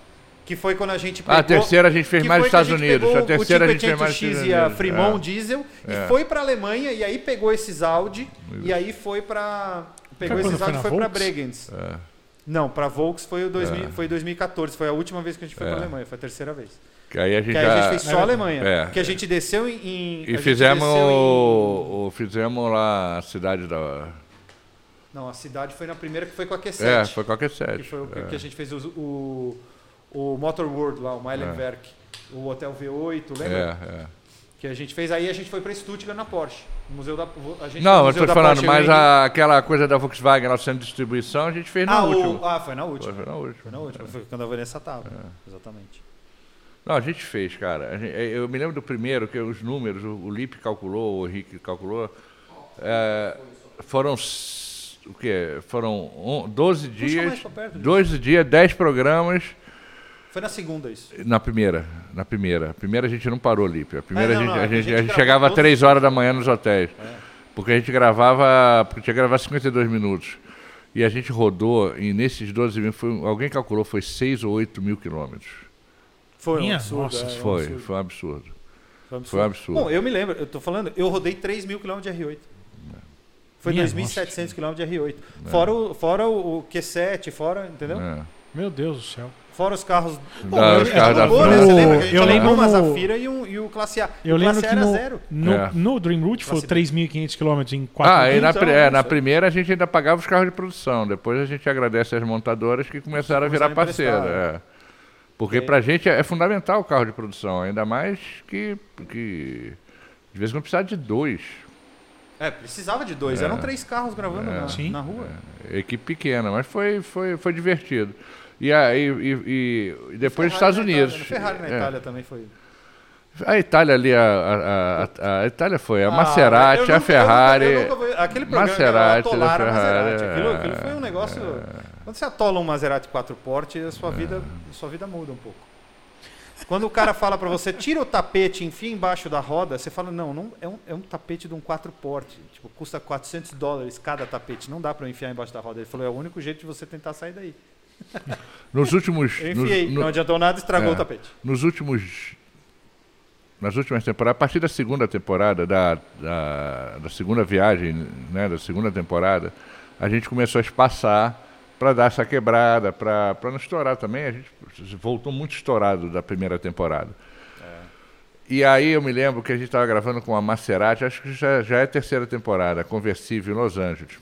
S3: Que foi quando a gente pegou.
S5: Ah, a terceira a gente fez
S3: que
S5: mais
S3: foi
S5: nos
S3: que
S5: Estados Unidos.
S3: pegou
S5: A terceira a gente fez
S3: 500X
S5: mais nos Estados
S3: e a
S5: Unidos.
S3: Fremont
S5: É.
S3: Diesel
S5: É.
S3: e foi pra Alemanha e aí pegou esses Audi e aí foi pra pegou
S4: Foi quando
S3: esses
S4: foi
S3: Audi
S4: na
S3: e foi pra
S4: Volks?
S3: Bregenz.
S5: É.
S3: Não, pra Volks foi o 2000, foi 2014, foi a última vez que a gente foi
S5: É.
S3: pra Alemanha, foi a terceira vez.
S5: Que aí a gente,
S3: Que aí a gente
S5: já-
S3: fez só a Alemanha,
S5: É.
S3: que a gente desceu em, em- a
S5: E
S3: gente
S5: fizemos,
S3: desceu em-
S5: o- fizemos lá a cidade da.
S3: Não, a cidade foi na primeira que foi com a Q7.
S5: É, foi qualquer
S3: que
S5: sete.
S3: foi o que-
S5: é.
S3: que a gente fez o, o, o Motor World lá, o Meilenwerk, o Hotel V8, lembra?
S5: É,
S3: que a gente fez. Aí a gente foi pra Stuttgart na Porsche. No museu da a
S5: é.
S3: gente foi
S5: Não,
S3: no
S5: eu
S3: museu
S5: tô
S3: da
S5: falando,
S3: Porsche
S5: mas
S3: Wing.
S5: a- aquela coisa da Volkswagen lá sendo distribuição, a gente fez na
S3: ah, o-
S5: última. É.
S3: ah, foi na última.
S5: Foi na última.
S3: Foi na última, foi quando a Vanessa tava. Exatamente.
S5: Não, a gente fez, cara. A gente- eu me lembro do primeiro, que os números, o, o Lipe calculou, o Henrique calculou. é, foram. s- O quê? Foram on- 12
S3: mais
S5: dias.
S3: pra perto, gente.
S5: 12 dias, 10 programas.
S3: Foi na segunda isso.
S5: Na primeira, na primeira. A primeira a gente não parou, Lipe. A primeira
S3: Ah, não,
S5: a gente,
S3: não,
S5: a
S3: é que
S5: gente,
S3: a gente
S5: a gente
S3: gravou É.
S5: chegava às
S3: todos-
S5: 3 horas da manhã nos hotéis. Porque a gente gravava. Porque tinha que gravar 52 minutos. E a gente rodou, e nesses 12 mil, foi, um, alguém calculou, foi 6 ou 8 mil quilômetros.
S3: Foi
S4: Minha
S3: um absurdo.
S4: nossa,
S3: é, um
S5: foi,
S3: absurdo,
S5: foi um absurdo.
S3: foi um absurdo.
S5: Foi um absurdo.
S3: Bom, eu me lembro, eu tô falando, eu rodei 3 mil km de R8. Foi
S4: É. Minha
S3: 2.700 km de R8. Fora, o, fora o, o Q7, fora, entendeu?
S5: É.
S4: Meu Deus do céu.
S3: Fora os carros. Bom,
S5: Da-
S3: eu-
S5: os
S3: a gente
S5: carros da
S3: alugou, né?
S5: França.
S3: Você lembra que a gente
S4: Eu
S3: alugou
S4: lembro
S3: uma
S4: no-
S3: Zafira e, um, e o Classe A.
S4: Eu
S3: o Classe
S4: lembro
S3: A
S4: que
S3: era
S4: no,
S3: zero.
S4: no,
S5: É.
S4: no Dream Route foram
S3: Classe B.
S4: 3.500 km em 4
S5: Ah, e na,
S3: então,
S5: pri- é,
S3: isso
S5: na
S3: aí.
S5: primeira a gente ainda pagava os carros de produção. Depois a gente agradece às montadoras que começaram a virar
S3: Começaram a emprestar, né?
S5: parceira. é. Porque pra gente é, é fundamental o carro de produção, ainda mais que, que de vez em quando precisava de dois.
S3: É, precisava de dois.
S5: É.
S3: Eram três carros gravando na,
S4: Sim.
S3: na rua.
S5: Equipe pequena, mas foi, foi, foi divertido. E, aí, e, e- e depois os
S3: Ferrari
S5: Estados
S3: na
S5: Unidos.
S3: Itália, né? Ferrari na
S5: É.
S3: Itália também foi.
S5: A Itália ali, a, a- a- a Itália foi a
S3: Ah, eu
S5: Maserati,
S3: nunca- eu
S5: É a
S3: nunca-
S5: Ferrari.
S3: eu nunca vou- aquele programa
S5: Maserati,
S3: que atolaram
S5: da
S3: a Maserati.
S5: Ferrari,
S3: Aquilo,
S5: é.
S3: aquilo foi um negócio. Quando você atola um Maserati quatro porte, a
S5: É.
S3: sua vida, a sua vida muda um pouco. Quando o cara fala pra você, tira o tapete, enfia embaixo da roda, você fala, não, não é, um, é um tapete de um quatro porte. Tipo, custa 400 dólares cada tapete, não dá pra eu enfiar embaixo da roda. Ele falou, é o único jeito de você tentar sair daí.
S5: Nos últimos.
S3: Eu
S5: nos-
S3: enfiei,
S5: no-
S3: não adiantou nada, estragou
S5: é.
S3: o tapete.
S5: nos últimos nas últimas temporadas, a partir da segunda temporada da, da, da segunda viagem, né, da segunda temporada, a gente começou a espaçar para dar essa quebrada, para não estourar também, a gente voltou muito estourado da primeira temporada. E aí eu me lembro que a gente estava gravando com a Maserati, acho que já, já é a terceira temporada, conversível em Los Angeles.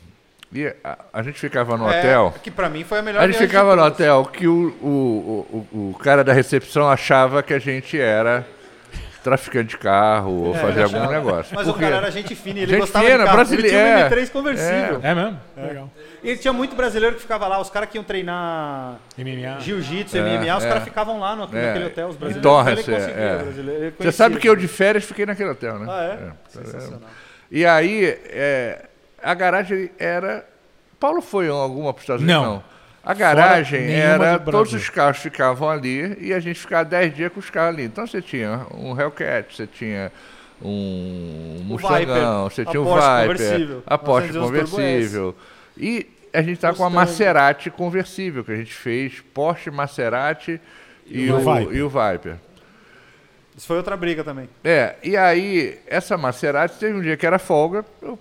S5: E a, a gente ficava no hotel.
S3: É, que pra mim foi a melhor
S5: A gente
S3: viagem de
S5: ficava no
S3: todas.
S5: hotel que o, o, o, o cara da recepção achava que a gente era traficante de carro ou fazer algum negócio.
S3: É, Mas
S5: Porque
S3: o cara era gente fina, ele
S5: Gente
S3: gostava
S5: fina,
S3: de carro. Ele
S5: brasile-
S3: tinha um
S5: é,
S3: M3 conversível.
S4: É mesmo? Legal.
S3: E tinha muito brasileiro que ficava lá, os caras que iam treinar
S4: MMA.
S3: jiu-jitsu, MMA, os
S5: é.
S3: caras ficavam lá no,
S5: É,
S3: naquele hotel, os
S5: em
S3: brasileiros.
S5: Torrance,
S3: Ele conseguia,
S5: é, é.
S3: brasileiro, ele
S5: Você
S3: conhecia.
S5: sabe que eu de férias fiquei naquele hotel, né?
S3: Ah, é?
S5: tá vendo?
S3: Sensacional.
S5: E aí, é, a garagem era. Paulo foi em alguma para Estados Unidos?
S4: Não.
S5: A garagem
S4: nenhuma
S5: era.
S4: do Brasil.
S5: Todos os carros ficavam ali e a gente ficava 10 dias com os carros ali. Então você tinha um Hellcat, você tinha um Mustangão,
S3: Viper,
S5: você
S3: a
S5: tinha um
S3: Porsche
S5: Viper,
S3: conversível,
S5: a Porsche
S3: 911 Turbo S.
S5: conversível. E a gente tá com a
S3: Mustang.
S5: Maserati conversível, que a gente fez Porsche, Maserati e,
S4: o
S5: o,
S4: Viper.
S5: e o Viper.
S3: Isso foi outra briga também.
S5: É, e aí, essa Maserati, teve um dia que era folga, eu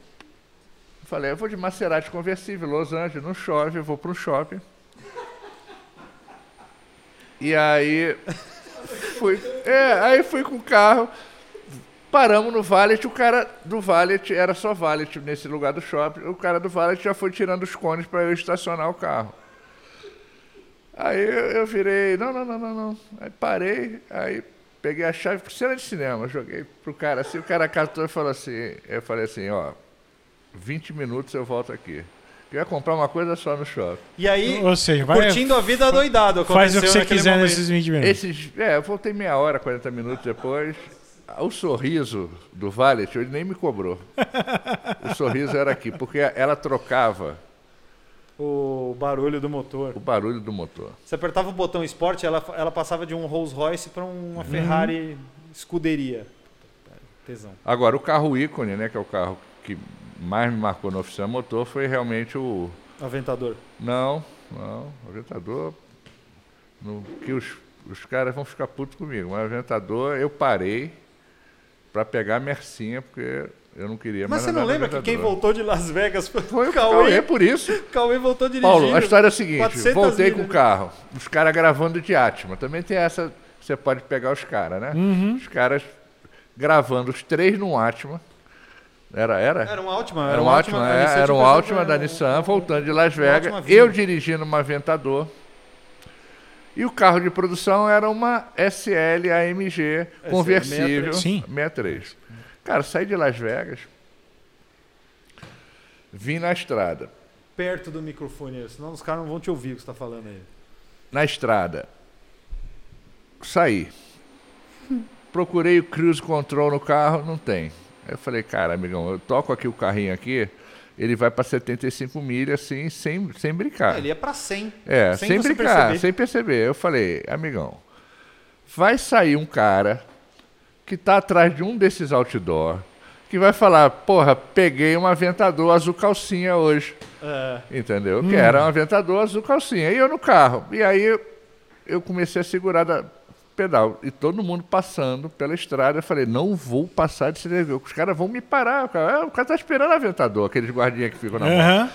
S5: falei, eu vou de Maserati conversível, Los Angeles, não chove, eu vou para um shopping. E aí, fui, é, aí fui com o carro, paramos no valet, o cara do valet, era só valet nesse lugar do shopping, o cara do valet já foi tirando os cones para eu estacionar o carro. Aí eu, eu virei, não, não, não, não, não. Aí parei, aí peguei a chave, porque cena de cinema, joguei pro cara assim, o cara catou e falou assim, eu falei assim, ó, 20 minutos eu volto aqui. Eu ia comprar uma coisa só no shopping.
S3: E aí,
S4: Ou seja, vai-
S3: curtindo a vida doidado.
S4: Faz o que você
S3: naquele
S4: quiser
S3: momento.
S4: nesses 20 minutos.
S5: Esses, é, eu voltei meia hora, 40 minutos depois. O sorriso do Valet, ele nem me cobrou. O sorriso era aqui, porque ela trocava
S3: O barulho do motor.
S5: o barulho do motor.
S3: Você apertava o botão esporte, ela, ela passava de um Rolls Royce pra
S4: Uhum.
S3: uma Ferrari escuderia. Tesão.
S5: Agora, o carro ícone, né, que é o carro que mais me marcou na oficina motor, foi realmente o,
S3: Aventador.
S5: Não, não. Aventador. No, que os, os caras vão ficar putos comigo. Mas aventador, eu parei para pegar a mercinha, porque eu não queria
S3: Mas
S5: mais.
S3: você não
S5: andar no
S3: lembra que quem
S5: Aventador.
S3: voltou de Las Vegas foi,
S5: Foi
S3: o
S5: o Cauê,
S3: Cauê?
S5: por isso.
S3: Cauê voltou dirigindo.
S5: Paulo, a história é a seguinte:
S3: 400
S5: voltei com o
S3: milhas.
S5: carro, os caras gravando de Atma. Também tem essa, você pode pegar os caras, né?
S3: Uhum.
S5: Os caras gravando os três no Atma. Era, era?
S3: Era um Altima.
S5: Era um Altima,
S3: a
S5: é,
S3: Nissan
S5: era
S3: tinha
S5: um
S3: pensado
S5: Altima
S3: que
S5: da
S3: era um-
S5: Nissan, voltando de Las Vegas,
S3: Altima Vino.
S5: eu dirigindo uma Aventador. E o carro de produção era uma SL AMG conversível
S4: 63. Sim.
S5: 63. Cara, saí de Las Vegas, vim na estrada.
S3: perto do microfone, senão os caras não vão te ouvir o que você tá falando aí.
S5: Na estrada, saí. Procurei o cruise control no carro, não tem. Aí Eu falei, cara, amigão, eu toco aqui o carrinho aqui, ele vai para 75 milhas assim, sem, sem brincar.
S3: Ele ia pra 100.
S5: É,
S3: sem
S5: sem,
S3: você
S5: brincar,
S3: perceber.
S5: sem perceber. Eu falei, amigão, vai sair um cara que tá atrás de um desses outdoor que vai falar, porra, peguei um aventador azul calcinha hoje.
S3: É.
S5: Entendeu? Que era um aventador azul calcinha. E eu no carro. E aí eu- eu comecei a segurar da pedal. E todo mundo passando pela estrada. Eu falei, não vou passar de CDV. Os caras vão me parar. O cara, "Ah, o cara tá esperando aventador, aqueles guardinhas que ficam
S3: É,
S5: na mão.
S4: Aham.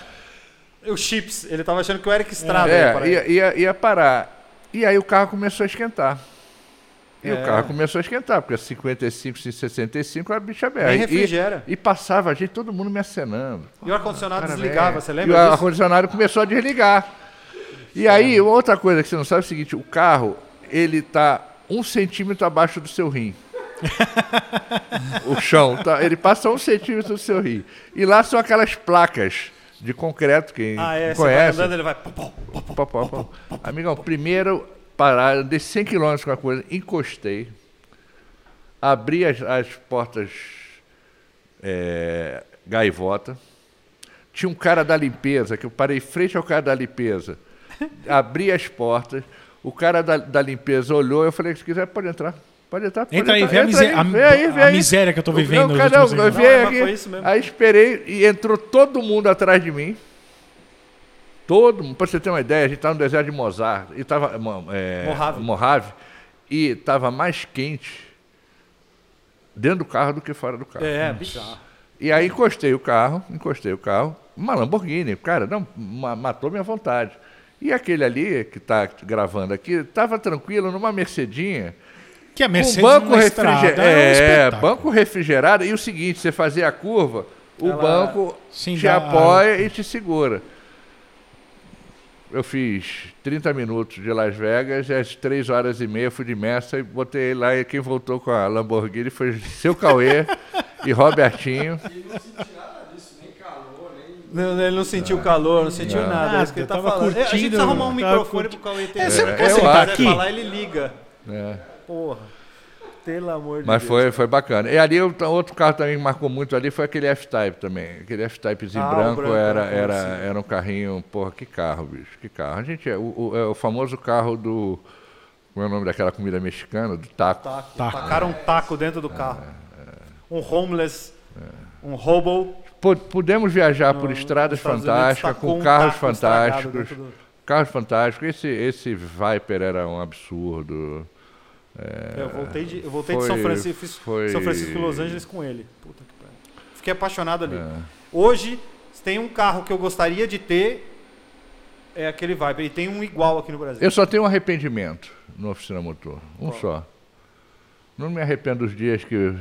S3: O Chips, ele tava achando que eu era que estrada. ia parar.
S5: É, ia, ia, ia parar. E aí o carro começou a esquentar. E
S3: É.
S5: o carro começou a esquentar, porque 55, 65 era a bicha aberta.
S3: Nem
S5: E-
S3: refrigera.
S5: E, passava a gente, todo mundo me acenando.
S3: E o ar-condicionado
S5: Cara,
S3: desligava,
S5: velho.
S3: você
S5: É. E o
S3: lembra disso?
S5: ar-condicionado começou a desligar. E aí, outra coisa que você não sabe é o seguinte, o carro, ele tá um centímetro abaixo do seu rim. o chão, tá? ele passa um centímetro do seu rim. E lá são aquelas placas de concreto, quem
S3: Ah, é, você vai
S5: conhece.
S3: andando, ele vai... pô, pô, pô, pô.
S5: Pau, pau, pau. Amigão, primeiro parada, andei 100 km com a coisa, encostei. abrir as, as portas é, gaivota. Tinha um cara da limpeza, que eu parei em frente ao cara da limpeza. Abri as portas, o cara da, da limpeza olhou, eu falei, se quiser pode entrar. Pode entrar, pode
S4: Entra aí,
S5: entrar,
S4: vê a miséria- a-
S5: vem aí, vem
S4: a
S5: aí.
S4: miséria que eu tô
S5: Não,
S4: vivendo nos
S5: cara,
S4: últimos
S5: eu
S4: anos.
S5: vim
S3: Não, mas
S5: aqui,
S3: foi isso mesmo.
S5: Aí esperei e entrou todo mundo atrás de mim. Todo mundo, pra você ter uma ideia, a gente estava no deserto de Mozart e tava, mo- é,
S3: Mojave.
S5: Mojave, e estava mais quente dentro do carro do que fora do carro.
S3: É, bizarro.
S5: E aí encostei o carro, encostei o carro, uma Lamborghini, cara, não, ma- matou minha vontade. E aquele ali que está gravando aqui, estava tranquilo numa Mercedinha,
S4: Que a Mercedes
S5: com banco
S4: numa estrada
S5: refrigerado.
S4: um
S5: É,
S4: espetáculo.
S5: banco refrigerado. E o seguinte, você fazia a curva, o
S3: Ela
S5: banco
S4: Sim,
S5: te
S4: dá-
S5: apoia e te segura. Eu fiz 30 minutos de Las Vegas, e às 3 horas e meia fui de Messa e botei ele lá. E quem voltou com a Lamborghini foi seu Cauê e Robertinho.
S3: Não, ele não sentiu calor, não sentiu nada. É isso que ele tá
S4: Nada, tava
S3: falando. É, a gente
S4: curtindo,
S3: precisa arrumar um
S4: tava
S3: microfone
S4: curtindo.
S3: pro Cauê ter.
S4: É, você não
S5: É,
S4: quer
S5: eu
S4: sentar
S5: acho.
S4: aqui?
S3: falar, ele liga.
S5: né?
S3: Porra. Pelo amor de
S5: Mas
S3: Deus.
S5: foi, foi bacana. E ali outro outro carro também que marcou muito ali foi aquele F-Type também. Aquele F-Typezinho
S3: Ah, o
S5: branco,
S3: branco,
S5: era,
S3: branco,
S5: era,
S3: sim.
S5: era um carrinho, porra, que carro, bicho, que carro. A gente, é o, o- é o famoso carro do. Como é o nome daquela comida mexicana? Do taco. É,
S3: Taco.
S4: Taco.
S3: Tacaram um taco dentro do carro. Um homeless. Um hobo.
S5: Pô, Pudemos viajar Tá por
S3: nos
S5: estradas
S3: Estados Unidos,
S5: fantásticas,
S3: tacou
S5: com
S3: um
S5: carros
S3: taco estragado
S5: fantásticos.
S3: dentro do-
S5: Carros fantásticos. Esse, esse Viper era um absurdo.
S3: Eu voltei de, eu voltei de
S5: É. foi-
S3: São Francisco, fiz
S5: foi-
S3: São Francisco e Los Angeles com ele. Puta que pariu. Fiquei apaixonado ali.
S5: É.
S3: Hoje, se tem um carro que eu gostaria de ter, é aquele Viper. E tem um igual aqui no Brasil.
S5: Eu só tenho um arrependimento no oficina motor. Um só. Não me arrependo dos dias que,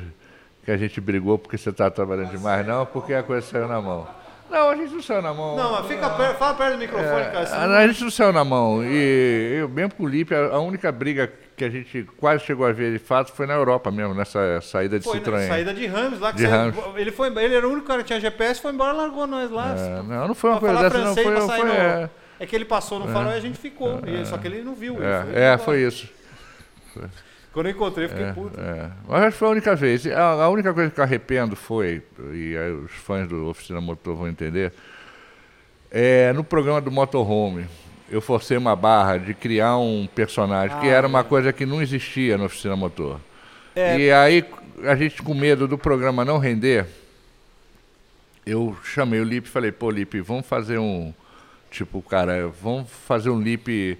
S5: que a gente brigou porque você estava trabalhando
S3: Tá
S5: demais, não, porque a coisa saiu na mão. Não, a gente não saiu na mão.
S3: Não, mas fica perto, fala perto do microfone, cara. senão-
S5: A, a gente É, ah, não saiu na mão. E eu, mesmo com o Lipe, a, a única briga que a gente quase chegou a ver de fato foi na Europa mesmo, nessa saída de
S3: Foi na
S5: Citroën.
S3: saída de Rams lá que
S5: De
S3: você-
S5: Rams.
S3: ele foi, ele era o único cara que tinha GPS, foi embora, largou nós lá.
S5: É, não, não foi uma
S3: Pra falar
S5: coisa dessa, não
S3: francês,
S5: foi.
S3: pra
S5: foi
S3: sair no-
S5: é,
S3: É que ele passou no farol e a gente ficou. E- só que ele não viu. ele
S5: é, é, foi isso.
S3: Quando eu encontrei, eu fiquei puto.
S5: É, mas acho que foi a única vez. A, a única coisa que eu arrependo foi, e aí os fãs do Oficina Motor vão entender, é no programa do Motorhome. Eu forcei uma barra de criar um personagem que era uma coisa que não existia na Oficina Motor.
S3: É.
S5: E aí, a gente com medo do programa não render, eu chamei o Lipe e falei, pô, Lipe, vamos fazer um. Tipo, cara, vamos fazer um Lipe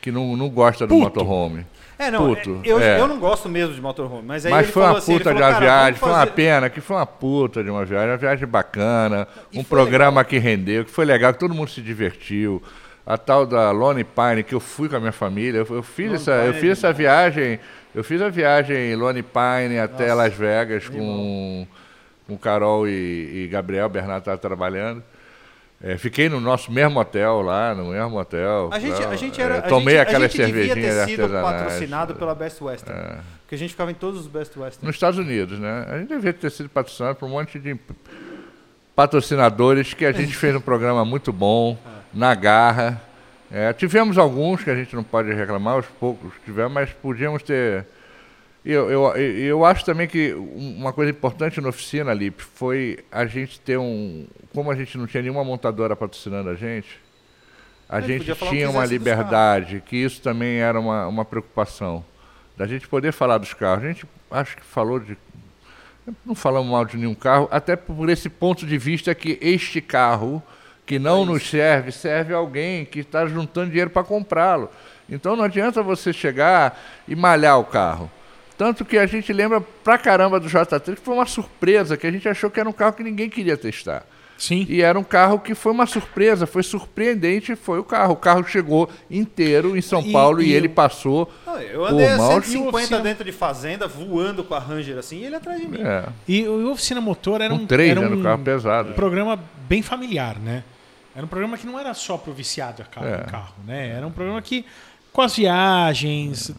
S5: que não, não gosta do motorhome.
S3: É, não,
S5: Puto,
S3: eu,
S5: é.
S3: eu não gosto mesmo de motorhome, mas aí
S5: Mas
S3: ele
S5: foi
S3: falou
S5: uma
S3: assim, ele
S5: puta de
S3: falou, "Cara,
S5: uma
S3: vamos
S5: viagem, foi uma
S3: fazer-"
S5: pena, que foi uma puta de uma viagem, uma viagem bacana,
S3: E
S5: um
S3: foi
S5: programa que rendeu, que foi legal, que todo mundo se divertiu. A tal da Lone Pine, que eu fui com a minha família, eu, eu fiz,
S3: Lone
S5: essa, eu
S3: Pine é
S5: fiz essa viagem, eu fiz a viagem Lone Pine até Las Vegas com, com Carol e, e Gabriel, Bernardo estava trabalhando. É, fiquei no nosso mesmo hotel lá, no mesmo hotel.
S3: A gente, a
S5: tal.
S3: gente era.
S5: É,
S3: a
S5: tomei
S3: gente-
S5: aquela
S3: a gente
S5: cervejinha né?
S3: devia ter
S5: de
S3: sido
S5: artesanais.
S3: patrocinado pela Best Western.
S5: É.
S3: Porque a gente ficava em todos os Best Western.
S5: nos Estados Unidos, né? A gente deveria ter sido patrocinado por um monte de patrocinadores que a gente fez um programa muito bom, na garra. É, tivemos alguns que a gente não pode reclamar, os poucos que tivemos, mas podíamos ter. E Eu, eu, eu acho também que um- uma coisa importante na oficina, Lipe, foi a gente ter um. Como a gente não tinha nenhuma montadora patrocinando a gente, a
S3: gente
S5: gente
S3: podia falar o que
S5: tinha uma
S3: quisesse dos
S5: liberdade, que isso também era uma, uma preocupação. Da gente poder falar dos carros. A gente acho que falou de. Não falamos mal de nenhum carro, até por esse ponto de vista que este carro, que não nos serve, serve a alguém que está juntando dinheiro para comprá-lo. Então não adianta você chegar e malhar o carro. Tanto que a gente lembra pra caramba do J3, que foi uma surpresa, que a gente achou que era um carro que ninguém queria testar.
S4: Sim.
S5: E era um carro que foi uma surpresa, foi surpreendente, foi o carro. O carro chegou inteiro em São
S4: E-
S5: Paulo e,
S4: e
S5: ele
S4: o-
S5: passou
S3: Não, eu
S5: por
S3: andei a
S5: mal
S3: 150
S4: oficina-
S3: dentro de fazenda, voando com a Ranger assim, e ele atrás de mim.
S5: É,
S4: E o Oficina Motor era um,
S5: um 3,
S4: era
S5: né,
S4: um
S5: no carro pesado.
S4: um programa bem familiar, né? Era um programa que não era só pro viciado a carro,
S5: É.
S4: o carro, né? Era um programa que, com as viagens,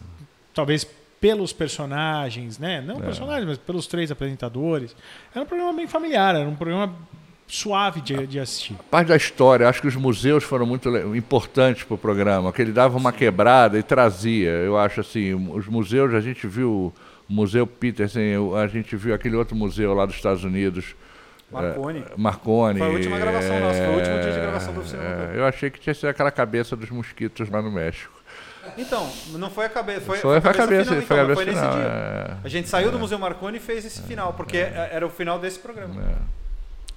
S4: talvez pelos personagens, né?
S5: É.
S4: Não personagens, mas pelos três apresentadores. Era um programa bem familiar, era um programa suave de, de assistir.
S5: parte da história. Acho que os museus foram muito le- importantes para o programa, que ele dava uma quebrada e trazia. Eu acho assim, os museus, a gente viu O Museu Peterson, eu- a gente viu aquele outro museu lá dos Estados Unidos.
S3: Marconi.
S5: eh, Marconi.
S3: Foi a última gravação nossa, foi o último dia de
S5: eh,
S3: gravação do Oficina
S5: eh,
S3: Completa.
S5: Eu achei que tinha sido aquela cabeça dos mosquitos lá no México.
S3: Então, não foi a cabeça. Foi,
S5: Foi, foi a cabeça,
S3: final,
S5: foi a
S3: então,
S5: cabeça
S3: nesse
S5: final,
S3: dia.
S5: é.
S3: A gente saiu do Museu Marconi e fez esse final, porque é- era o final desse programa.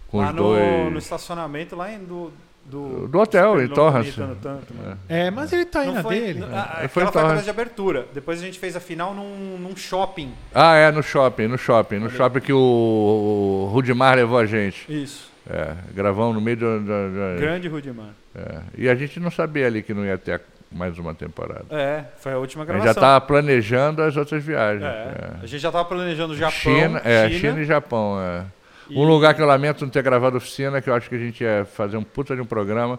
S5: com
S3: lá
S5: os
S3: no,
S5: dois.
S3: no estacionamento, lá em, do, do,
S5: Do hotel,
S3: Super
S5: em
S3: Long
S5: Torrance.
S3: Beach, no Tanto, mano.
S4: É, mas ele tá aí na
S3: Não foi,
S4: dele.
S3: não- a-
S5: É,
S3: aquela
S5: foi
S3: foi
S5: em
S3: a cabeça
S5: Torrance.
S3: de abertura. Depois a gente fez a final num, num shopping.
S5: Ah, é, no shopping, no shopping. No shopping que o, o Rudimar levou a gente.
S3: Isso.
S5: É, gravamos no meio do. do- do-
S3: Grande Rudimar.
S5: é. E a gente não sabia ali que não ia ter mais uma temporada.
S3: É, foi a última
S5: A gente já
S3: gravação.
S5: estava planejando as outras viagens.
S3: É,
S5: é.
S3: A gente já tava planejando o Japão,
S5: China,
S3: China,
S5: é, China e Japão. é. Um lugar que eu lamento não ter gravado oficina, que eu acho que a gente ia fazer um puta de um programa,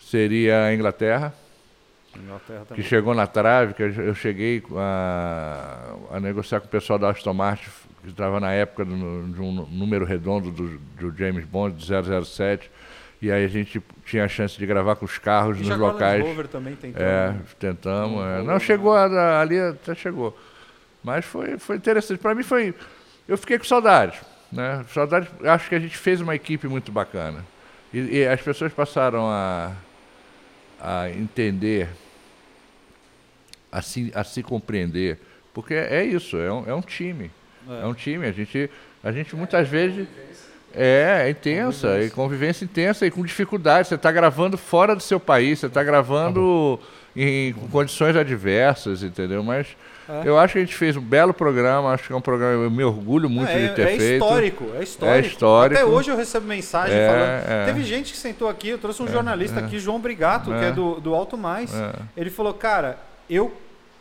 S5: seria a Inglaterra,
S3: Inglaterra também.
S5: que chegou na trave, que eu cheguei a, a negociar com o pessoal da Aston Martin, que estava na época de um de um número redondo do, do James Bond, de 007, e aí a gente tinha a chance de gravar com os carros
S3: E
S5: nos
S3: Jaguar Land
S5: locais.
S3: Rover também tem. né?
S5: É, tentamos. é. Não, chegou a- ali, até chegou. Mas foi, foi interessante. Para mim foi. Eu fiquei com saudade. Né? Saudade, acho que a gente fez uma equipe muito bacana. E, e as pessoas passaram a, a entender, a se, a se compreender. Porque é isso, é um, é um time. É. um time. A gente, a gente muitas vezes. É, é intensa, e convivência intensa e com dificuldade. Você está gravando fora do seu país, você está
S3: Tá
S5: gravando em com condições adversas, entendeu? Mas
S3: É.
S5: eu acho que a gente fez um belo programa, acho que é um programa, eu me orgulho muito
S3: é,
S5: de ter
S3: é
S5: feito.
S3: histórico, é histórico.
S5: É histórico.
S3: Até hoje eu recebo mensagem
S5: É,
S3: falando.
S5: é.
S3: Teve gente que sentou aqui, eu trouxe um jornalista aqui, João Brigato, que é do, do Alto Mais.
S5: É.
S3: Ele falou, cara, eu.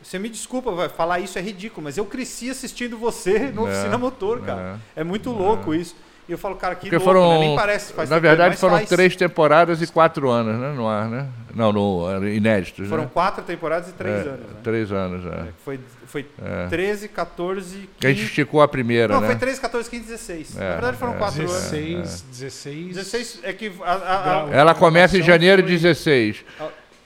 S3: Você me desculpa, vai falar isso é ridículo, mas eu cresci assistindo você no
S5: É,
S3: Oficina Motor, cara. É, muito louco isso. E eu falo, cara, que
S5: Porque
S3: louco,
S5: foram,
S3: né? nem parece. Faz
S5: na
S3: tempo,
S5: verdade,
S3: mas
S5: foram
S3: faz.
S5: três temporadas e quatro anos, né? No ar, né? Não, no inéditos.
S3: Foram
S5: né?
S3: quatro temporadas e três
S5: É,
S3: anos, né?
S5: Três anos, é.
S3: É, Foi, foi
S5: É.
S3: 13, 14,
S5: Que a gente
S3: 15.
S5: esticou a primeira,
S3: Não,
S5: né?
S3: foi 13, 14, 15, 16.
S5: É,
S3: Na verdade, foram
S5: é.
S3: quatro anos.
S4: 16, 16.
S3: 16 é que a, a- a-
S5: Ela começa em janeiro de
S4: Foi-
S5: 16.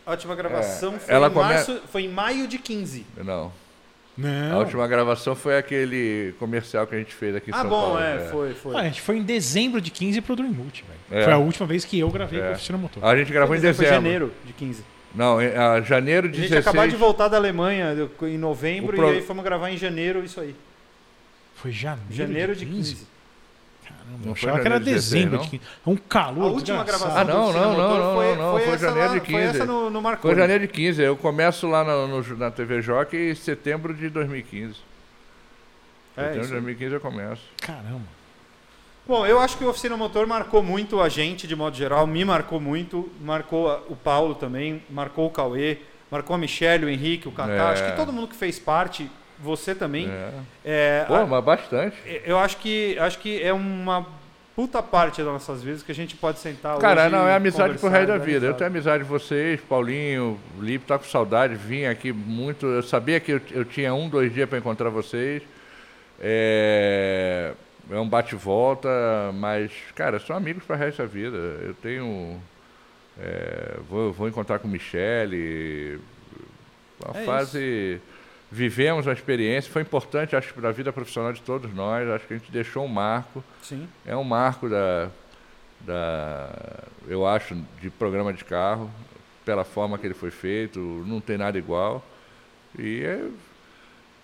S3: a última gravação foi,
S5: É. ela
S3: em
S5: come-
S3: março, foi em maio de 15.
S5: Não. A
S4: Não.
S5: última gravação foi aquele comercial que a gente fez aqui em
S3: ah,
S5: São
S3: bom,
S5: Paulo. né?
S3: é, foi, foi.
S4: Ah, a gente foi em dezembro de 15 pro Dream Multi, velho.
S5: É.
S4: Foi a última vez que eu gravei
S5: É.
S4: com a oficina motor.
S5: A gente gravou em
S3: Foi
S5: dezembro.
S3: janeiro de 15.
S5: Não, em, ah, janeiro
S3: A
S5: de
S3: gente
S5: 16.
S3: acabou de voltar da Alemanha eu- em novembro
S5: O pro-
S3: e aí fomos gravar em janeiro, isso aí.
S4: Foi janeiro.
S3: Janeiro de 15.
S4: Caramba,
S5: Não
S4: eu
S5: foi
S4: achava que era
S5: janeiro de
S4: dezembro
S5: 16,
S4: de 15. É um calor.
S3: A última
S4: desgraçado.
S3: gravação
S5: Ah, não,
S3: do Oficina
S5: não, não,
S3: Motor
S5: não,
S3: foi,
S5: não,
S3: foi,
S5: foi
S3: essa
S5: janeiro
S3: lá,
S5: de
S3: Foi
S5: 15.
S3: essa no, no Marconi.
S5: Foi janeiro de 15. Eu começo lá no- no- na TV Jockey em setembro de 2015.
S3: É,
S5: setembro de
S3: isso aí.
S5: 2015 eu começo.
S4: Caramba.
S3: Bom, eu acho que o Oficina Motor marcou muito a gente, de modo geral, me marcou muito, marcou a- o Paulo também, marcou o Cauê, marcou a Michelle, o Henrique, o Cacá,
S5: É.
S3: acho que todo mundo que fez parte, você também.
S5: É.
S3: É,
S5: Pô,
S3: a-
S5: mas bastante.
S3: eu acho que, acho que é uma puta parte das nossas vidas que a gente pode sentar
S5: Cara,
S3: Tá, hoje
S5: não,
S3: e
S5: é amizade pro
S3: conversar,
S5: resto da
S3: dar
S5: vida. Eu
S3: risada.
S5: tenho amizade de vocês, Paulinho, Lipe, tá com saudade, vim aqui muito. Eu sabia que eu, eu tinha um, dois dias para encontrar vocês. É, é um bate-volta, mas, cara, são amigos para resto da vida. Eu tenho. é, vou, vou encontrar com Michele. Uma
S3: É
S5: fase. Vivemos uma experiência, foi importante, acho que, para a vida profissional de todos nós. Acho que a gente deixou um marco
S3: Sim.
S5: é um marco da, da eu acho de programa de carro pela forma que ele foi feito não tem nada igual e é,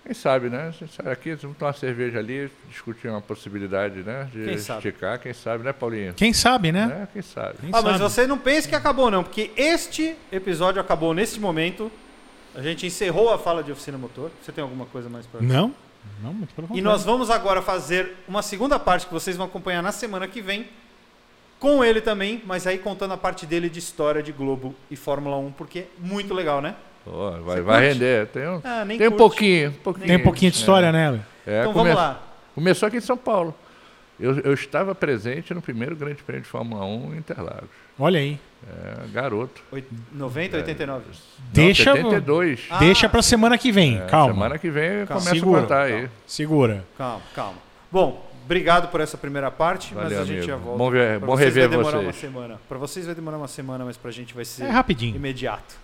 S5: quem sabe né Você sai aqui vamos tomar uma cerveja ali discutir uma possibilidade né de
S3: Quem sabe?
S5: esticar quem sabe né Paulinho
S4: Quem sabe, né?
S5: né? quem sabe
S4: Quem
S3: Ah, mas
S4: sabe?
S3: você não pense que acabou, não, porque este episódio acabou nesse momento. A gente encerrou a fala de Oficina Motor. Você tem alguma coisa mais pra
S4: Não? Não, muito pelo
S3: E
S4: contrário.
S3: nós vamos agora fazer uma segunda parte que vocês vão acompanhar na semana que vem. Com ele também, mas aí contando a parte dele de história de Globo e Fórmula 1, porque é muito legal, né?
S5: Ó, vai,
S3: Você
S5: vai
S3: curte?
S5: render tem um,
S3: Ah, nem
S5: tem um
S3: curte.
S5: pouquinho, um pouquinho
S4: Tem um pouquinho de história nela.
S5: É,
S3: então
S5: come-
S3: vamos lá.
S5: começou aqui em São Paulo eu, eu estava presente no primeiro grande prêmio de Fórmula 1 em Interlagos
S4: Olha aí.
S5: é, garoto
S3: Oit-
S5: É.
S3: 90, 89.
S4: Deixa,
S5: não, 72
S4: deixa pra semana que vem.
S5: Ah, É,
S4: Calma.
S5: Semana que vem eu
S4: Calma.
S5: começo
S4: Segura.
S5: a contar aí.
S4: Segura.
S3: Calma, calma. Bom, obrigado por essa primeira parte, mas
S5: Valeu,
S3: a gente
S5: amigo.
S3: já volta.
S5: Bom ver-
S3: Pra
S5: bom
S3: vocês
S5: rever
S3: vai demorar uma
S5: vocês.
S3: semana. Para vocês vai demorar uma semana, mas pra gente vai ser
S4: É rapidinho.
S3: imediato.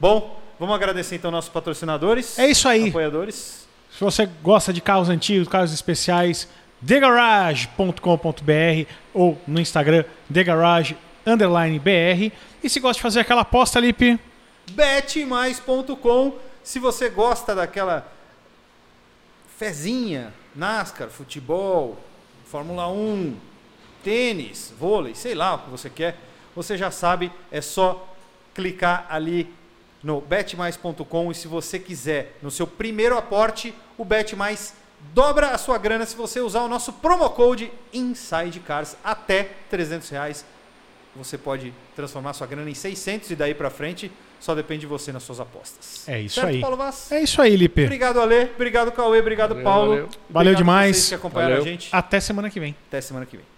S3: Bom, vamos agradecer então nossos patrocinadores.
S4: É isso aí.
S3: Apoiadores.
S4: Se você gosta de carros antigos, carros especiais, thegarage.com.br ou no Instagram, thegarage_br. E se gosta de fazer aquela aposta, Lipe,
S3: betmais.com. Se você gosta daquela fezinha, NASCAR, futebol, Fórmula 1, tênis, vôlei, sei lá o que você quer, você já sabe, é só clicar ali no betmais.com e se você quiser, no seu primeiro aporte, o BetMais dobra a sua grana se você usar o nosso promo code INSIDECARS até R$ 300 reais você pode transformar sua grana em 600 e daí pra frente só depende de você nas suas apostas.
S4: É isso
S3: certo,
S4: aí.
S3: Paulo Vaz?
S4: é isso aí, Lipe.
S3: Obrigado, Ale. Obrigado, Cauê. Obrigado,
S5: Valeu,
S3: Paulo.
S5: valeu.
S3: Obrigado
S4: Valeu
S3: a
S4: demais.
S3: Vocês que acompanharam
S5: Valeu.
S3: a gente.
S4: Até semana que vem.
S3: Até semana que vem.